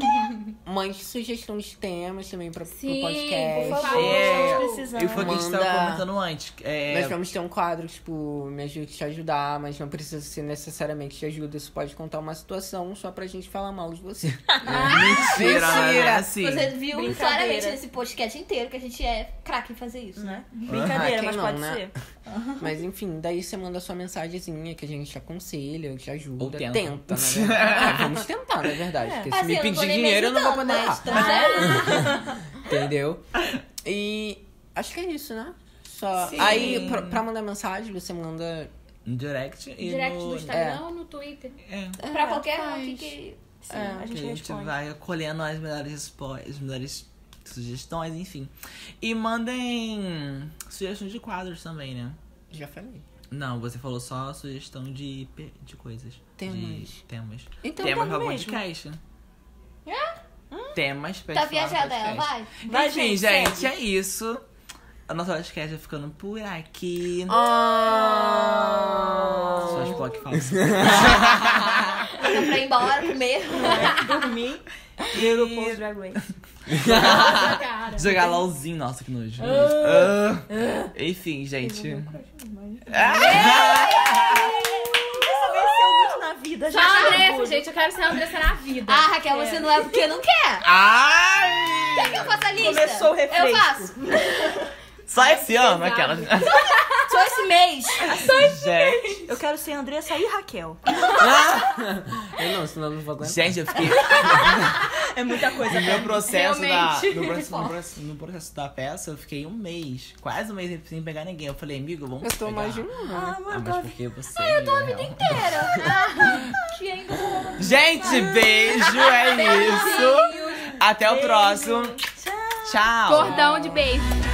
[SPEAKER 3] mande sugestões de temas também pra, pro
[SPEAKER 2] Sim,
[SPEAKER 3] podcast.
[SPEAKER 2] por favor.
[SPEAKER 1] É,
[SPEAKER 4] Estamos precisando.
[SPEAKER 1] E foi o que a gente tava
[SPEAKER 3] Manda.
[SPEAKER 1] comentando antes.
[SPEAKER 3] Nós
[SPEAKER 1] É,
[SPEAKER 3] vamos ter um quadro, tipo, me ajude a te ajudar, mas não precisa ser necessariamente te ajuda. Você pode contar uma situação só pra gente falar mal de você.
[SPEAKER 2] Ah,
[SPEAKER 1] mentira, né?
[SPEAKER 3] Mentira.
[SPEAKER 1] Assim.
[SPEAKER 5] Você viu
[SPEAKER 4] Brincadeira.
[SPEAKER 5] claramente nesse podcast inteiro que a gente é craque em fazer isso, né?
[SPEAKER 4] Né? Brincadeira,
[SPEAKER 3] Ah, quem
[SPEAKER 4] mas
[SPEAKER 3] não,
[SPEAKER 4] pode
[SPEAKER 3] né?
[SPEAKER 4] ser.
[SPEAKER 3] mas enfim, daí você manda sua mensagenzinha que a gente te aconselha, te ajuda.
[SPEAKER 1] Ou tenta.
[SPEAKER 3] na verdade. É, vamos tentar, na verdade. Porque se
[SPEAKER 5] Assim,
[SPEAKER 3] me
[SPEAKER 5] eu não tô
[SPEAKER 3] pedir
[SPEAKER 5] nem
[SPEAKER 3] dinheiro, eu não vou poder
[SPEAKER 5] me
[SPEAKER 3] dar.
[SPEAKER 2] Ah,
[SPEAKER 5] ajudando, mas, tá
[SPEAKER 3] Entendeu? E acho que é isso, né? Só...
[SPEAKER 1] Sim.
[SPEAKER 3] Aí, pra, pra mandar mensagem, você manda.
[SPEAKER 1] No direct e
[SPEAKER 2] Direct
[SPEAKER 1] no...
[SPEAKER 2] do Instagram ou no Twitter?
[SPEAKER 1] É.
[SPEAKER 5] né? pra qualquer um
[SPEAKER 2] faz.
[SPEAKER 5] que- que...
[SPEAKER 4] Sim,
[SPEAKER 3] É,
[SPEAKER 4] a gente
[SPEAKER 1] que a gente
[SPEAKER 4] responde.
[SPEAKER 1] vai colhendo as melhores respostas, as melhores sugestões, enfim. E mandem sugestões de quadros também, né?
[SPEAKER 3] Já falei.
[SPEAKER 1] Não, você falou só sugestão de, pe- de coisas.
[SPEAKER 3] Temas.
[SPEAKER 1] De temas.
[SPEAKER 3] Então
[SPEAKER 1] temas
[SPEAKER 3] tá
[SPEAKER 1] pra
[SPEAKER 3] mesmo.
[SPEAKER 1] podcast. Temas pra
[SPEAKER 5] Tá
[SPEAKER 1] gente falar no
[SPEAKER 5] viajada ela,
[SPEAKER 1] podcast.
[SPEAKER 5] vai.
[SPEAKER 4] Vai,
[SPEAKER 1] Enfim,
[SPEAKER 4] gente,
[SPEAKER 1] gente,
[SPEAKER 4] segue.
[SPEAKER 1] é isso. A nossa podcast vai ficando por aqui.
[SPEAKER 3] Ah.
[SPEAKER 1] Só as blogs falam.
[SPEAKER 5] Então pra ir embora comer.
[SPEAKER 4] Dormir.
[SPEAKER 1] Little
[SPEAKER 4] E... Drag Race.
[SPEAKER 1] Ah.
[SPEAKER 2] Nossa, cara.
[SPEAKER 1] Jogar LOLzinho, nossa, que nojo. Ah. Enfim, gente. Ah.
[SPEAKER 4] Isso venceu muito na vida. vida,
[SPEAKER 2] Só
[SPEAKER 4] gente.
[SPEAKER 2] a
[SPEAKER 4] que
[SPEAKER 2] Andressa,
[SPEAKER 4] orgulho.
[SPEAKER 2] gente. Eu quero ser a Andressa na vida.
[SPEAKER 5] Ah, Raquel, você não é porque não quer.
[SPEAKER 1] Ai!
[SPEAKER 5] Quer que eu faça a lista?
[SPEAKER 4] Começou o refresco.
[SPEAKER 5] Eu faço.
[SPEAKER 1] Só esse ano, aquela.
[SPEAKER 5] Só esse mês.
[SPEAKER 1] Gente,
[SPEAKER 4] Eu quero ser Andressa e Raquel.
[SPEAKER 3] Eu não, senão eu não vou aguentar.
[SPEAKER 1] gente, eu fiquei.
[SPEAKER 4] É muita coisa.
[SPEAKER 1] No meu processo da,
[SPEAKER 2] Realmente.
[SPEAKER 1] no, processo, no processo- no processo da peça, eu fiquei um mês, quase um mês sem pegar ninguém. Eu falei, amigo, vamos
[SPEAKER 3] Eu tô um
[SPEAKER 1] pegar.
[SPEAKER 3] imaginando.
[SPEAKER 4] Ah,
[SPEAKER 1] Ah,
[SPEAKER 4] mano,
[SPEAKER 1] mas
[SPEAKER 4] tô...
[SPEAKER 1] por que você? Ah, eu tô a vida inteira.
[SPEAKER 5] Que ainda não vou
[SPEAKER 1] Gente, beijo, é isso. Até o próximo. Tchau.
[SPEAKER 2] Cordão de beijo.